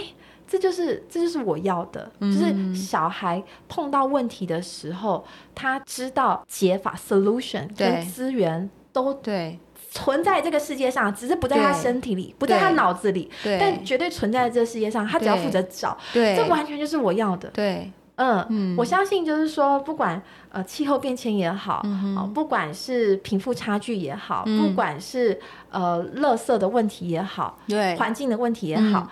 Speaker 2: 这就是这就是我要的，
Speaker 1: 嗯
Speaker 2: 就是小孩碰到问题的时候，他知道解法 solution
Speaker 1: 对
Speaker 2: 跟资源都
Speaker 1: 对
Speaker 2: 存在这个世界上，只是不在他身体里，不在他脑子里，
Speaker 1: 对
Speaker 2: 但绝对存在这个世界上，他只要
Speaker 1: 对
Speaker 2: 负责找，
Speaker 1: 对，
Speaker 2: 这完全就是我要的。
Speaker 1: 对，
Speaker 2: 嗯，
Speaker 1: 嗯
Speaker 2: 我相信就是说，不管呃气候变迁也好，
Speaker 1: 嗯
Speaker 2: 哦
Speaker 1: 哼，
Speaker 2: 不管是贫富差距也好，
Speaker 1: 嗯
Speaker 2: 不管是呃垃圾的问题也好，
Speaker 1: 对，
Speaker 2: 环境的问题也好。
Speaker 1: 嗯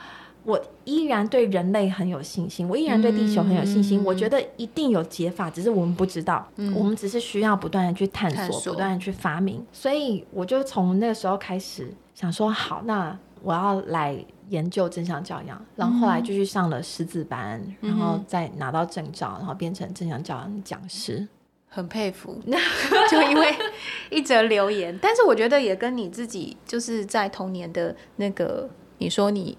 Speaker 2: 我依然对人类很有信心，我依然对地球很有信心。
Speaker 1: 嗯
Speaker 2: 我觉得一定有解法，只是我们不知道，
Speaker 1: 嗯
Speaker 2: 我们只是需要不断的去探索，
Speaker 1: 探索
Speaker 2: 不断的去发明。所以我就从那个时候开始想说，好，那我要来研究正向教养。然后后
Speaker 1: 嗯
Speaker 2: 来就去上了师资班，然后再拿到证照，然后变成正向教养的讲
Speaker 1: 嗯
Speaker 2: 师。
Speaker 1: 很佩服， 就因为一则留言，但是我觉得也跟你自己就是在童年的那个，你说你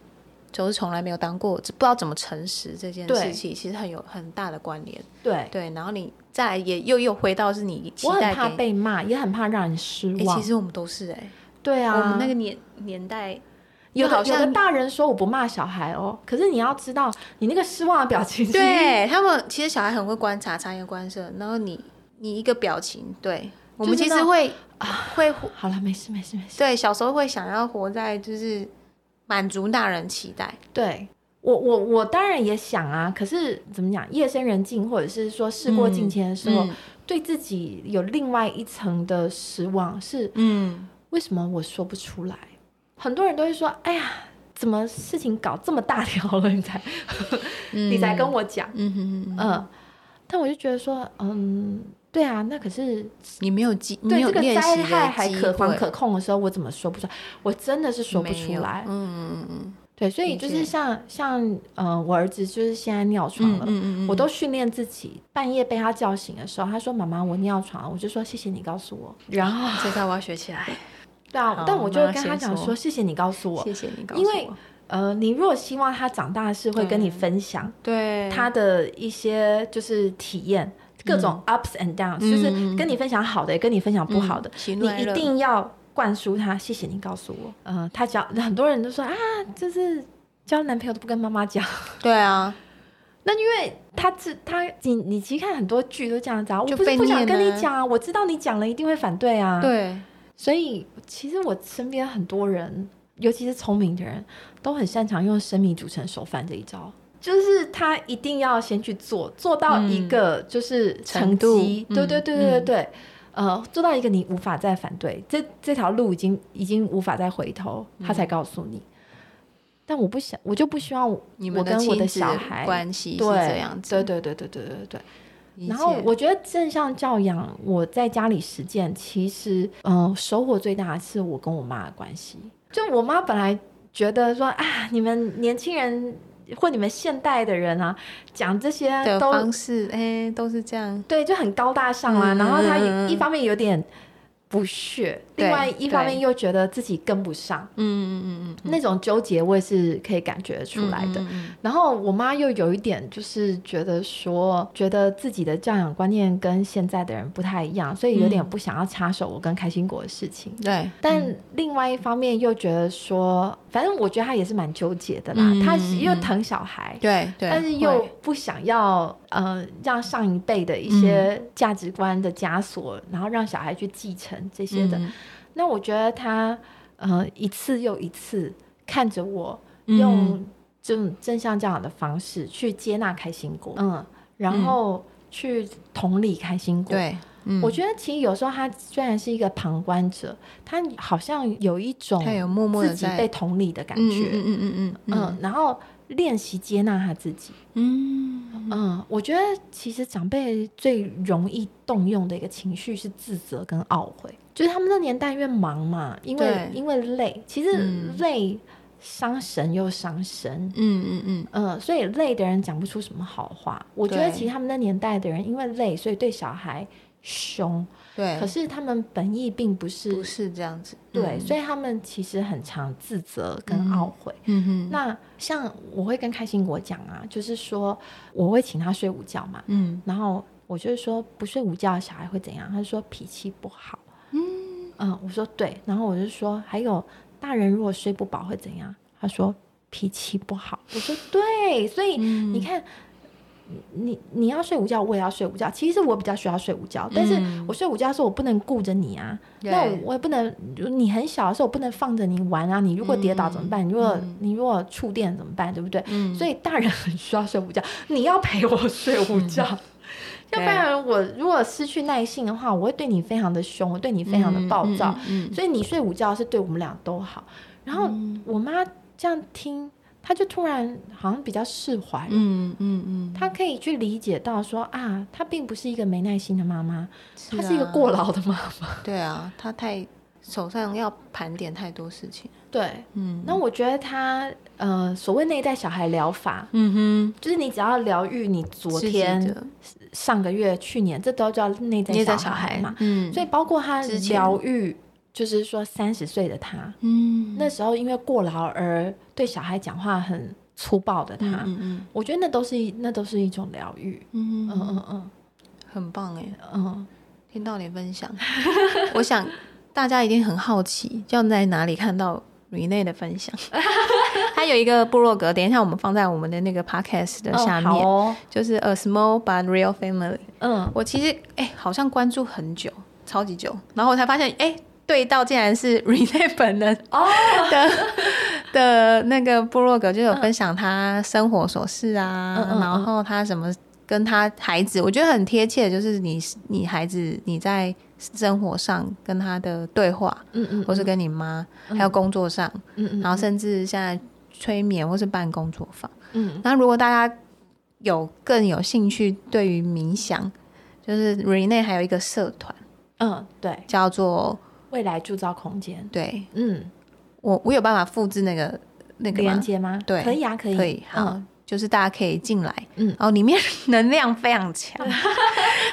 Speaker 1: 就是从来没有当过，不知道怎么诚实这件
Speaker 2: 对
Speaker 1: 事情，其实很有很大的关联。
Speaker 2: 对，
Speaker 1: 对，然后你再来也又又回到是你期
Speaker 2: 我很
Speaker 1: 待
Speaker 2: 怕
Speaker 1: 给，
Speaker 2: 被骂，也很怕让人失
Speaker 1: 诶
Speaker 2: 望。
Speaker 1: 其实我们都是哎、
Speaker 2: 对啊，
Speaker 1: 我们那个年年代，
Speaker 2: 有
Speaker 1: 好
Speaker 2: 的有
Speaker 1: 像
Speaker 2: 的大人说我不骂小孩哦，可是你要知道，你那个失望的表情是，
Speaker 1: 对他们其实小孩很会观察察言观色，然后你你一个表情，对我们
Speaker 2: 就是
Speaker 1: 其
Speaker 2: 那
Speaker 1: 实
Speaker 2: 种
Speaker 1: 会会活
Speaker 2: 啊好了，没事没事没事。
Speaker 1: 对小时候会想要活在就是满足大人期待，
Speaker 2: 对我我我当然也想啊，可是怎么讲，夜深人静或者是说事过境迁的时候，
Speaker 1: 嗯
Speaker 2: 对自己有另外一层的失望，是
Speaker 1: 嗯，
Speaker 2: 为什么我说不出来？很多人都会说，哎呀，怎么事情搞这么大条了，你才、
Speaker 1: 嗯
Speaker 2: 你才跟我讲，
Speaker 1: 嗯哼哼，
Speaker 2: 嗯，但我就觉得说，嗯，对啊，那可是
Speaker 1: 你没有机，你没
Speaker 2: 对
Speaker 1: 有
Speaker 2: 这个
Speaker 1: 练习
Speaker 2: 灾
Speaker 1: 的
Speaker 2: 害还
Speaker 1: 机
Speaker 2: 可防
Speaker 1: 会
Speaker 2: 可控的时候，我怎么说不出来？我真的是说不
Speaker 1: 没
Speaker 2: 出
Speaker 1: 有
Speaker 2: 来。
Speaker 1: 嗯嗯嗯
Speaker 2: 对，所以
Speaker 1: 理
Speaker 2: 就
Speaker 1: 解
Speaker 2: 是像像呃，我儿子就是现在尿床
Speaker 1: 嗯
Speaker 2: 了，
Speaker 1: 嗯嗯，
Speaker 2: 我都训练自己，半夜被他叫醒的时候，他说：“妈妈，我尿床了。”我就说：“谢谢你告诉我。”然后，
Speaker 1: 这招我要学起来，
Speaker 2: 对啊
Speaker 1: 好，
Speaker 2: 但我就会
Speaker 1: 妈
Speaker 2: 跟他
Speaker 1: 先
Speaker 2: 讲
Speaker 1: 说
Speaker 2: 说：“谢谢你告诉我
Speaker 1: 谢。谢你告诉
Speaker 2: 因
Speaker 1: 我，
Speaker 2: 为”呃，你如果希望他长大是会跟你
Speaker 1: 对
Speaker 2: 分享
Speaker 1: 对嗯
Speaker 2: 他的一些就是体验，各种 ups and downs，、就是
Speaker 1: 嗯嗯
Speaker 2: 跟你分享好的，也跟你分享不好的，
Speaker 1: 嗯喜怒
Speaker 2: 你
Speaker 1: 哀
Speaker 2: 一
Speaker 1: 乐
Speaker 2: 定要灌输他。谢谢你告诉我，呃，他讲很多人都说啊，就是交男朋友都不跟妈妈讲。
Speaker 1: 对啊，
Speaker 2: 那因为 他自他你你其实看很多剧都这样子啊，我
Speaker 1: 就
Speaker 2: 不是
Speaker 1: 被
Speaker 2: 不想
Speaker 1: 念
Speaker 2: 跟
Speaker 1: 啊
Speaker 2: 你讲啊，我知道你讲了一定会反对啊。，
Speaker 1: 对，
Speaker 2: 所以其实我身边很多人，尤其是聪明的人，都很擅长用生米煮成熟饭这一招。就是他一定要先去做，做到一
Speaker 1: 嗯
Speaker 2: 个就是成
Speaker 1: 程度
Speaker 2: 绩，对对
Speaker 1: 嗯
Speaker 2: 对对对
Speaker 1: 嗯
Speaker 2: 对，呃，做到一个你无法再反对，这这条路已经已经无法再回头，
Speaker 1: 嗯
Speaker 2: 他才告诉你。但我不想，我就不希望我
Speaker 1: 你
Speaker 2: 我
Speaker 1: 们
Speaker 2: 跟我
Speaker 1: 亲
Speaker 2: 的
Speaker 1: 子
Speaker 2: 小孩
Speaker 1: 关系是
Speaker 2: 对
Speaker 1: 这样子，
Speaker 2: 对对对对对对对。
Speaker 1: 理
Speaker 2: 然后
Speaker 1: 解
Speaker 2: 我觉得正向教养，我在家里实践，其实嗯、呃收获最大的是我跟我妈的关系。就我妈本来觉得说啊，你们年轻人或你们现代的人啊，讲这些
Speaker 1: 的
Speaker 2: 都
Speaker 1: 方式，哎，都是这样，
Speaker 2: 对，就很高大上啊。
Speaker 1: 嗯
Speaker 2: 然后她
Speaker 1: 嗯嗯
Speaker 2: 一方面有点不屑，
Speaker 1: 对
Speaker 2: 另外一方面
Speaker 1: 对
Speaker 2: 又觉得自己跟不上，
Speaker 1: 嗯嗯嗯嗯，
Speaker 2: 那种纠结我也是可以感觉出来的。
Speaker 1: 嗯，嗯
Speaker 2: 然后我妈又有一点就是觉得说，觉得自己的教养观念跟现在的人不太一样，所以有点不想要插手我跟开心果的事情。
Speaker 1: 嗯对，
Speaker 2: 但另外一方面又觉得说，反正我觉得她也是蛮纠结的啦。
Speaker 1: 嗯
Speaker 2: 她
Speaker 1: 嗯
Speaker 2: 又
Speaker 1: 嗯
Speaker 2: 疼小孩，
Speaker 1: 对对，
Speaker 2: 但是又
Speaker 1: 会
Speaker 2: 不想要呃让上一辈的一些价值观的枷锁，然后让小孩去继承这些的。
Speaker 1: 嗯
Speaker 2: 那我觉得她呃一次又一次看着我
Speaker 1: 嗯
Speaker 2: 用这种正向教养的方式去接纳开心果，嗯，然后去同理开心果。
Speaker 1: 对，嗯
Speaker 2: 我觉得其实有时候他虽然是一个旁观者，他好像有一种
Speaker 1: 他有默默的
Speaker 2: 自己
Speaker 1: 在
Speaker 2: 被同理的感
Speaker 1: 嗯
Speaker 2: 觉，
Speaker 1: 嗯嗯嗯嗯
Speaker 2: 嗯，然后练习接纳他自己。
Speaker 1: 嗯嗯，
Speaker 2: 嗯，我觉得其实长辈最容易动用的一个情绪是自责跟懊悔，就是他们那年代因为忙嘛，因为
Speaker 1: 对
Speaker 2: 因为累，其实
Speaker 1: 嗯
Speaker 2: 累伤神又伤身，
Speaker 1: 嗯嗯嗯，
Speaker 2: 嗯，所以累的人讲不出什么好话。我觉得
Speaker 1: 对
Speaker 2: 其实他们那年代的人因为累，所以对小孩凶，
Speaker 1: 对，
Speaker 2: 可是他们本意并不是
Speaker 1: 不是这样子，
Speaker 2: 对，
Speaker 1: 嗯
Speaker 2: 所以他们其实很常自责跟
Speaker 1: 嗯
Speaker 2: 懊悔。
Speaker 1: 嗯嗯
Speaker 2: 那像我会跟开心果讲啊，就是说我会请他睡午觉嘛，
Speaker 1: 嗯
Speaker 2: 然后我就是说不睡午觉的小孩会怎样？他就说脾气不好。嗯我说对，然后我就说还有大人如果睡不饱会怎样？他说脾气不好。我说对，所以
Speaker 1: 嗯
Speaker 2: 你看。你你要睡午觉，我也要睡午觉。其实我比较需要睡午觉，但是
Speaker 1: 嗯
Speaker 2: 我睡午觉的时候，我不能顾着你啊。
Speaker 1: 对
Speaker 2: 那我也不能，你很小的时候，我不能放着你玩啊。你如果跌倒怎么办？你如果你如果触电怎么办？对不对？
Speaker 1: 嗯
Speaker 2: 所以大人很需要睡午觉， 你要陪我睡午觉，
Speaker 1: 嗯 对
Speaker 2: 要不然我如果失去耐性的话，我会对你非常的凶，我对你非常的暴
Speaker 1: 嗯
Speaker 2: 躁。
Speaker 1: 嗯嗯嗯嗯
Speaker 2: 所以你睡午觉是对我们俩都好。然后我妈这样听，她就突然好像比较释怀了。
Speaker 1: 嗯嗯嗯，
Speaker 2: 她可以去理解到说啊，她并不是一个没耐心的妈妈，她是一个
Speaker 1: 啊
Speaker 2: 过劳的妈妈。
Speaker 1: 对啊，他太手上要盘点太多事情，
Speaker 2: 对，
Speaker 1: 嗯
Speaker 2: 那我觉得他呃，所谓内在小孩疗法，
Speaker 1: 嗯
Speaker 2: 就是你只要疗愈你昨
Speaker 1: 自己
Speaker 2: 天、
Speaker 1: 的
Speaker 2: 上个月、去年，这都叫内在
Speaker 1: 捏在
Speaker 2: 小
Speaker 1: 小孩
Speaker 2: 嘛。
Speaker 1: 嗯，
Speaker 2: 所以包括他
Speaker 1: 之前
Speaker 2: 疗愈，就是说三十岁的他，
Speaker 1: 嗯
Speaker 2: 那时候因为过劳而对小孩讲话很粗暴的他，
Speaker 1: 嗯嗯
Speaker 2: 我觉得那都是一那都是一种疗愈。
Speaker 1: 嗯
Speaker 2: 嗯
Speaker 1: 嗯，
Speaker 2: 嗯嗯
Speaker 1: 很棒哎，
Speaker 2: 嗯，
Speaker 1: 听到你分享， 我想大家一定很好奇，要在哪里看到 Rene 的分 享？他有一个部落格，等一下我们放在我们的那个 podcast 的下
Speaker 2: 嗯
Speaker 1: 面，
Speaker 2: 好哦，
Speaker 1: 就是 A Small But Real Family。
Speaker 2: 嗯，
Speaker 1: 我其实哎、好像关注很久，超级久，然后我才发现哎、对到竟然是 Rene 本人
Speaker 2: 哦，
Speaker 1: 的 的那个部落格就有分享他生活琐事啊，
Speaker 2: 嗯嗯嗯
Speaker 1: 然后他什么跟他孩子，我觉得很贴切，就是你你孩子你在生活上跟他的对话，
Speaker 2: 嗯嗯，
Speaker 1: 或是跟你妈，
Speaker 2: 嗯
Speaker 1: 还有工作上，
Speaker 2: 嗯嗯，
Speaker 1: 然后甚至现在催眠或是办工作坊。
Speaker 2: 嗯
Speaker 1: 那如果大家有更有兴趣对于冥想，就是 Rene 还有一个社团
Speaker 2: 嗯，对，
Speaker 1: 叫做
Speaker 2: 未来铸造空间，
Speaker 1: 对
Speaker 2: 嗯，
Speaker 1: 我我有办法复制那个那个
Speaker 2: 连
Speaker 1: 吗？
Speaker 2: 接吗？
Speaker 1: 对
Speaker 2: 可以啊，可以，
Speaker 1: 可以，好，
Speaker 2: 嗯，
Speaker 1: 就是大家可以进来，
Speaker 2: 嗯
Speaker 1: 然后里面能量非常 强。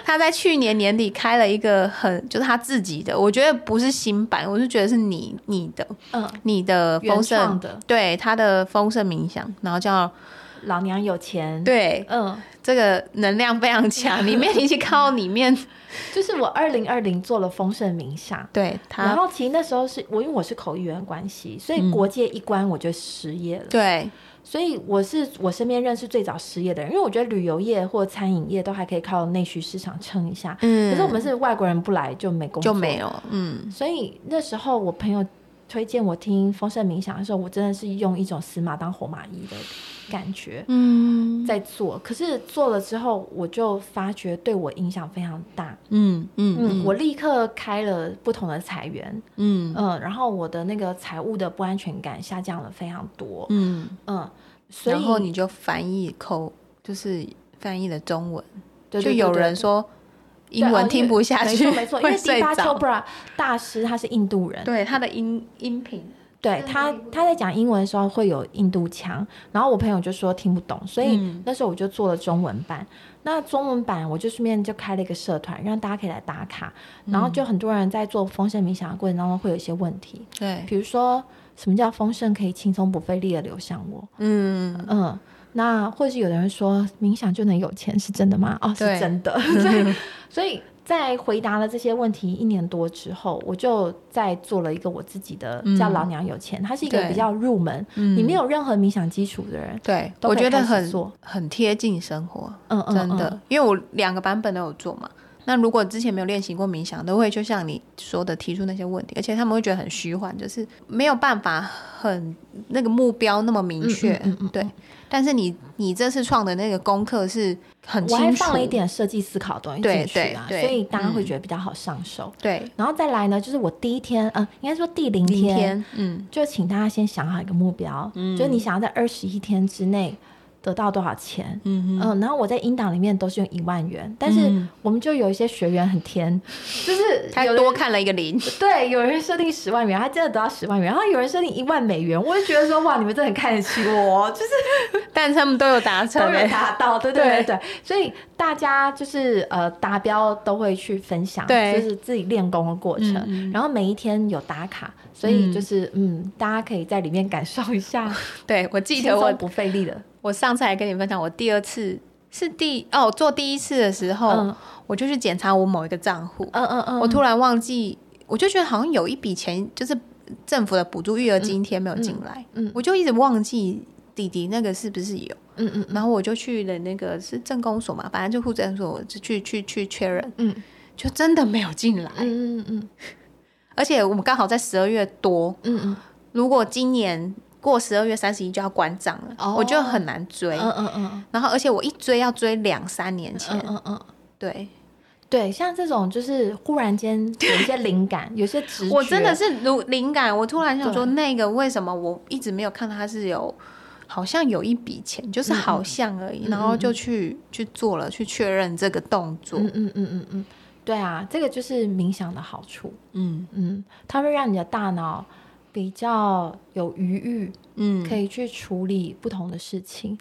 Speaker 1: 他在去年年底开了一个很，就是他自己的，我觉得不是新版，我是觉得是你你的
Speaker 2: 嗯，
Speaker 1: 你的丰
Speaker 2: 原
Speaker 1: 盛
Speaker 2: 创，的，嗯
Speaker 1: 对他的丰盛冥想，然后叫
Speaker 2: 老娘有钱，，
Speaker 1: 对
Speaker 2: 嗯，
Speaker 1: 这个能量非常强，里面你去看到里面，
Speaker 2: 就是我二零二零做了丰盛冥想。
Speaker 1: 对
Speaker 2: 然
Speaker 1: 他，
Speaker 2: 后其实那时候是我，因为我是口译员关系，所以
Speaker 1: 嗯
Speaker 2: 国界一关我就失业了。
Speaker 1: 对
Speaker 2: 所以我是我身边认识最早失业的人，因为我觉得旅游业或餐饮业都还可以靠内需市场撑一下，
Speaker 1: 嗯
Speaker 2: 可是我们是外国人不来就没工作，
Speaker 1: 就没。有，嗯，
Speaker 2: 所以那时候我朋友推荐我听丰盛冥想的时候，我真的是用一种死马当活马医的感觉
Speaker 1: 嗯，
Speaker 2: 在做，可是做了之后，我就发觉对我影响非常大。
Speaker 1: 嗯嗯
Speaker 2: 嗯，我立刻开了不同的裁员，
Speaker 1: 嗯
Speaker 2: 嗯，然后我的那个财务的不安全感下降了非常多，
Speaker 1: 嗯，
Speaker 2: 嗯，所以
Speaker 1: 然后你就翻译口，就是翻译的中文，
Speaker 2: 对
Speaker 1: 就
Speaker 2: 对对
Speaker 1: 有
Speaker 2: 对
Speaker 1: 人说英
Speaker 2: 对哦
Speaker 1: 文
Speaker 2: 因
Speaker 1: 听
Speaker 2: 为
Speaker 1: 不下去，
Speaker 2: 没错没错，因
Speaker 1: 会
Speaker 2: 为
Speaker 1: 睡
Speaker 2: 迪巴丘
Speaker 1: 着
Speaker 2: 布。拉大师他是印度人，
Speaker 1: 对他的音音频，
Speaker 2: 对他他在讲英文的时候会有印度腔，然后我朋友就说听不懂，所以
Speaker 1: 嗯
Speaker 2: 那时候我就做了中文版。那中文版我就顺便就开了一个社团，让大家可以来打卡，然后
Speaker 1: 嗯
Speaker 2: 就很多人在做丰盛冥想的过程当中会有一些问题，
Speaker 1: 对，
Speaker 2: 比如说什么叫丰盛可以轻松不费力的流向我，
Speaker 1: 嗯，
Speaker 2: 嗯，那或是有的人说冥想就能有钱，是真的吗？哦，是
Speaker 1: 对
Speaker 2: 真的。所以，所以在回答了这些问题一年多之后，我就再做了一个我自己的
Speaker 1: 嗯
Speaker 2: 叫“老娘有钱”，它是一个
Speaker 1: 对
Speaker 2: 比较入门，
Speaker 1: 嗯
Speaker 2: 你没有任何冥想基础的人，
Speaker 1: 对，
Speaker 2: 都
Speaker 1: 我
Speaker 2: 可以
Speaker 1: 觉得
Speaker 2: 开始
Speaker 1: 很
Speaker 2: 做
Speaker 1: 很贴近生活，
Speaker 2: 嗯嗯，
Speaker 1: 真的，
Speaker 2: 嗯
Speaker 1: 因为我两个版本都有做嘛。那如果之前没有练习过冥想，都会就像你说的提出那些问题，而且他们会觉得很虚幻，就是没有办法很那个目标那么明确。
Speaker 2: 嗯嗯嗯嗯嗯
Speaker 1: 对，但是你你这次创的那个功课是很
Speaker 2: 嗯我
Speaker 1: 清
Speaker 2: 还
Speaker 1: 楚，
Speaker 2: 放了一点设计思考的东西
Speaker 1: 对
Speaker 2: 进去啊，
Speaker 1: 对
Speaker 2: 所
Speaker 1: 对
Speaker 2: 以大家会
Speaker 1: 嗯
Speaker 2: 觉得比较好上手。
Speaker 1: 对
Speaker 2: 然后再来呢，就是我第一天，呃，应该说第零
Speaker 1: 明
Speaker 2: 天，
Speaker 1: 天，嗯
Speaker 2: 就请大家先想好一个目标，
Speaker 1: 嗯
Speaker 2: 就是你想要在二十一天之内得到多少钱，
Speaker 1: 嗯
Speaker 2: 嗯，然后我在音档里面都是用一万元，但是
Speaker 1: 嗯
Speaker 2: 我们就有一些学员很天， 就是
Speaker 1: 他
Speaker 2: 有的
Speaker 1: 多看了一个零，
Speaker 2: 对，有人设定十万元，他真的得到十万元，然后有人设定一万美元，我就觉得说哇，你们真的很看得起我， 就是
Speaker 1: 但他们都有达成、
Speaker 2: 都有
Speaker 1: 欸，
Speaker 2: 达到， 对对对对，所以大家就是呃达标都会去分享，
Speaker 1: 对
Speaker 2: 就是自己练功的过程，
Speaker 1: 嗯嗯
Speaker 2: 然后每一天有打卡，所以就是嗯大家可以在里面感受一下
Speaker 1: 对我 记
Speaker 2: 轻
Speaker 1: 得我
Speaker 2: 松不费力的，
Speaker 1: 我上次还跟你分享，我第二次是第哦做第一次的时候，
Speaker 2: 嗯
Speaker 1: 我就去检查我某一个账户，
Speaker 2: 嗯嗯嗯，
Speaker 1: 哦我突然忘记，我就觉得好像有一笔钱就是政府的补助育儿津贴没有进来，
Speaker 2: 嗯嗯
Speaker 1: 我就一直忘记弟弟那个是不是有，
Speaker 2: 嗯嗯嗯
Speaker 1: 然后我就去了那个是政公所嘛，反正就户政所，我就去去去确认，
Speaker 2: 嗯
Speaker 1: 就真的没有进来，
Speaker 2: 嗯嗯嗯
Speaker 1: 而且我们刚好在十二月多，
Speaker 2: 嗯嗯。
Speaker 1: 如果今年过十二月三十一就要关账了，
Speaker 2: 哦
Speaker 1: 我就很难追。
Speaker 2: 嗯嗯嗯
Speaker 1: 然后，而且我一追要追两三年前，
Speaker 2: 嗯嗯嗯，
Speaker 1: 对
Speaker 2: 对，像这种就是忽然间有 一些灵感，有一些直觉，
Speaker 1: 我真的是如灵感，我突然想说，
Speaker 2: 对
Speaker 1: 那个为什么我一直没有看到它是有，好像有一笔钱，就是好像而已，
Speaker 2: 嗯嗯
Speaker 1: 然后就去去做了，去确认这个动作，
Speaker 2: 嗯嗯嗯嗯嗯，对啊，这个就是冥想的好处，
Speaker 1: 嗯
Speaker 2: 嗯，它会让你的大脑比较有余裕，
Speaker 1: 嗯
Speaker 2: 可
Speaker 1: 以，
Speaker 2: 以去处理不同的事情。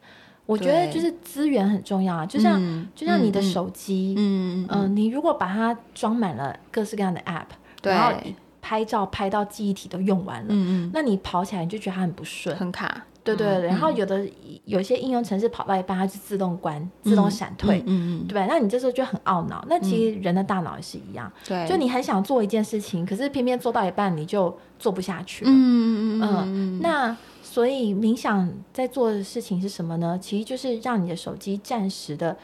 Speaker 2: 我觉得
Speaker 1: 对
Speaker 2: 就是资源很重要啊，就像、
Speaker 1: 嗯
Speaker 2: 就像你的
Speaker 1: 嗯嗯
Speaker 2: 手机，
Speaker 1: 嗯
Speaker 2: 嗯、你如果把它装满了各式各样的 app，
Speaker 1: 对
Speaker 2: 然后你拍照拍到记忆体都用完了，
Speaker 1: 嗯
Speaker 2: 那你跑起来你就觉得它很不顺
Speaker 1: 嗯，。很卡，
Speaker 2: 对对，
Speaker 1: 嗯
Speaker 2: 然后有的有些应用程式跑到一半，它就自动关、自动闪退，
Speaker 1: 嗯嗯嗯嗯
Speaker 2: 对吧？那你这时候就很懊恼。那其实人的大脑也是一样，
Speaker 1: 对，
Speaker 2: 就你很想做一件事情，可是偏偏做到一半你就做不下去了。
Speaker 1: 嗯，嗯嗯嗯
Speaker 2: 嗯
Speaker 1: 嗯，
Speaker 2: 那所以冥想在做的事情是什么呢？其实就是让你的手机暂时的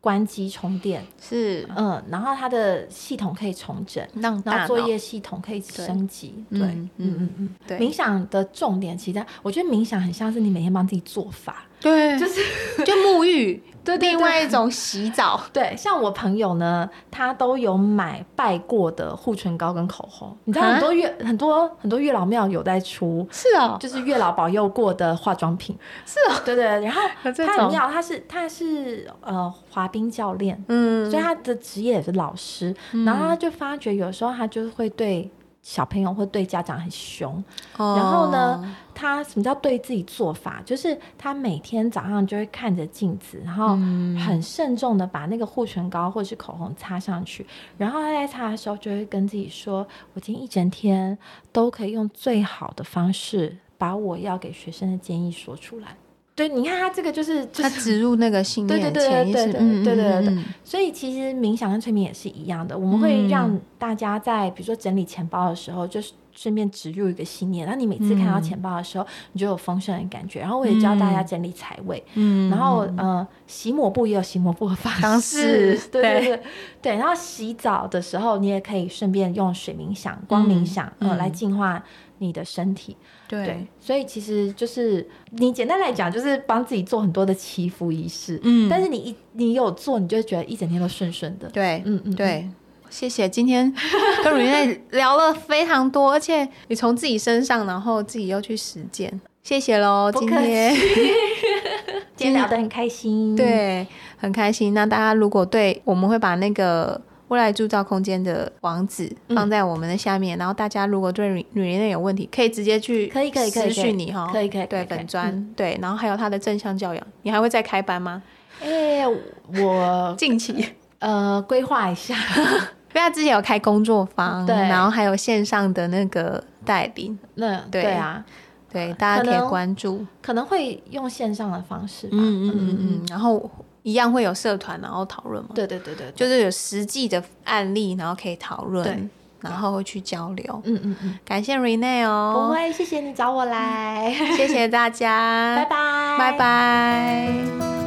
Speaker 2: 关机充电，
Speaker 1: 是
Speaker 2: 嗯，然后它的系统可以重整，
Speaker 1: 让
Speaker 2: 然
Speaker 1: 大
Speaker 2: 后
Speaker 1: 脑
Speaker 2: 作业系统可以升级。对，
Speaker 1: 对
Speaker 2: 嗯
Speaker 1: 嗯
Speaker 2: 嗯嗯。
Speaker 1: 对
Speaker 2: 冥想的重点，其实在我觉得冥想很像是你每天帮自己做法，
Speaker 1: 对，
Speaker 2: 就是
Speaker 1: 就沐浴，
Speaker 2: 对对
Speaker 1: 另外一种洗澡，
Speaker 2: 对，像我朋友呢，他都有买拜过的护唇膏跟口红。你知道
Speaker 1: 啊
Speaker 2: 很多月很多很多月老庙有在出，
Speaker 1: 是哦，
Speaker 2: 就是月老保佑过的化妆品。
Speaker 1: 是哦，
Speaker 2: 对对，然后
Speaker 1: 有 这
Speaker 2: 他很
Speaker 1: 种
Speaker 2: 妙，他是他是呃滑冰教练，
Speaker 1: 嗯，
Speaker 2: 所以他的职业也是老师。然后他就发觉有时候他就会对小朋友或对家长很凶。
Speaker 1: 哦
Speaker 2: 然后呢，他什么叫对自己做法？就是他每天早上就会看着镜子，然
Speaker 1: 哦
Speaker 2: 后
Speaker 1: 嗯
Speaker 2: 很慎重的把那个护唇膏或者是口红擦上去。然后他在擦的时候就会跟自己说：“我今天一整天都可以用最好的方式把我要给学生的建议说出来。”对，你看他这个就是就
Speaker 1: 他
Speaker 2: 是
Speaker 1: 植入那个信
Speaker 2: 对
Speaker 1: 念，
Speaker 2: 对对
Speaker 1: 潜意识，
Speaker 2: 对对
Speaker 1: 嗯
Speaker 2: 对对对对
Speaker 1: 嗯嗯嗯
Speaker 2: 所以其实冥想跟催眠也是一样的，我们会让大家在比如说整理钱包的时候，就是顺便植入一个信念，然后你每次看到钱包的时候，你就有丰盛的感觉。然后我也教大家整理财位，
Speaker 1: 嗯
Speaker 2: 然后呃，洗抹布也有洗抹布的方式，
Speaker 1: 方式
Speaker 2: 对对
Speaker 1: 对
Speaker 2: 对对。然后洗澡的时候，你也可以顺便用水冥想、光冥想，
Speaker 1: 嗯
Speaker 2: 呃，
Speaker 1: 嗯
Speaker 2: 来净化你的身体。
Speaker 1: 对，，
Speaker 2: 所以其实就是你简单来讲，就是帮自己做很多的祈福仪式。
Speaker 1: 嗯
Speaker 2: 但是你一你有做，你就会觉得一整天都顺顺的。
Speaker 1: 对，
Speaker 2: 嗯嗯，
Speaker 1: 对，谢谢今天跟瑞内聊了非常多，而且你从自己身上，然后自己又去实践，谢谢喽，
Speaker 2: 不
Speaker 1: 今
Speaker 2: 客
Speaker 1: 天。
Speaker 2: 嗯，今天聊得很开
Speaker 1: 嗯
Speaker 2: 心。，
Speaker 1: 对，很开心。那大家如果对，我们会把那个未来铸造空间的网址放在我们的下面，然后大家如果对女女人类有问题，可以直接去
Speaker 2: 可以可以可以可
Speaker 1: 私
Speaker 2: 以
Speaker 1: 讯你哈，
Speaker 2: 可以可以可
Speaker 1: 对
Speaker 2: 以可以
Speaker 1: 粉砖、对，然后还有他的正向教养，你还会再开班吗？
Speaker 2: 哎，我
Speaker 1: 近期。
Speaker 2: 呃规划一下。
Speaker 1: 因为他之前有开工作坊，
Speaker 2: 对
Speaker 1: 然后还有线上的那个带领，
Speaker 2: 那
Speaker 1: 对
Speaker 2: 对啊，
Speaker 1: 对，大家可以
Speaker 2: 能
Speaker 1: 关注，
Speaker 2: 可能会用线上的方式吧。
Speaker 1: 嗯嗯嗯嗯，然后一样会有社团，然后讨论嘛，
Speaker 2: 对对对对，
Speaker 1: 就是有实际的案例，然后可以讨论
Speaker 2: 对，
Speaker 1: 然后会去交流。
Speaker 2: 嗯嗯嗯，
Speaker 1: 感谢 Rene
Speaker 2: 不
Speaker 1: 哦，
Speaker 2: 会， 谢谢你找我来，
Speaker 1: 谢谢大家，
Speaker 2: 嗯 拜拜，
Speaker 1: 拜拜。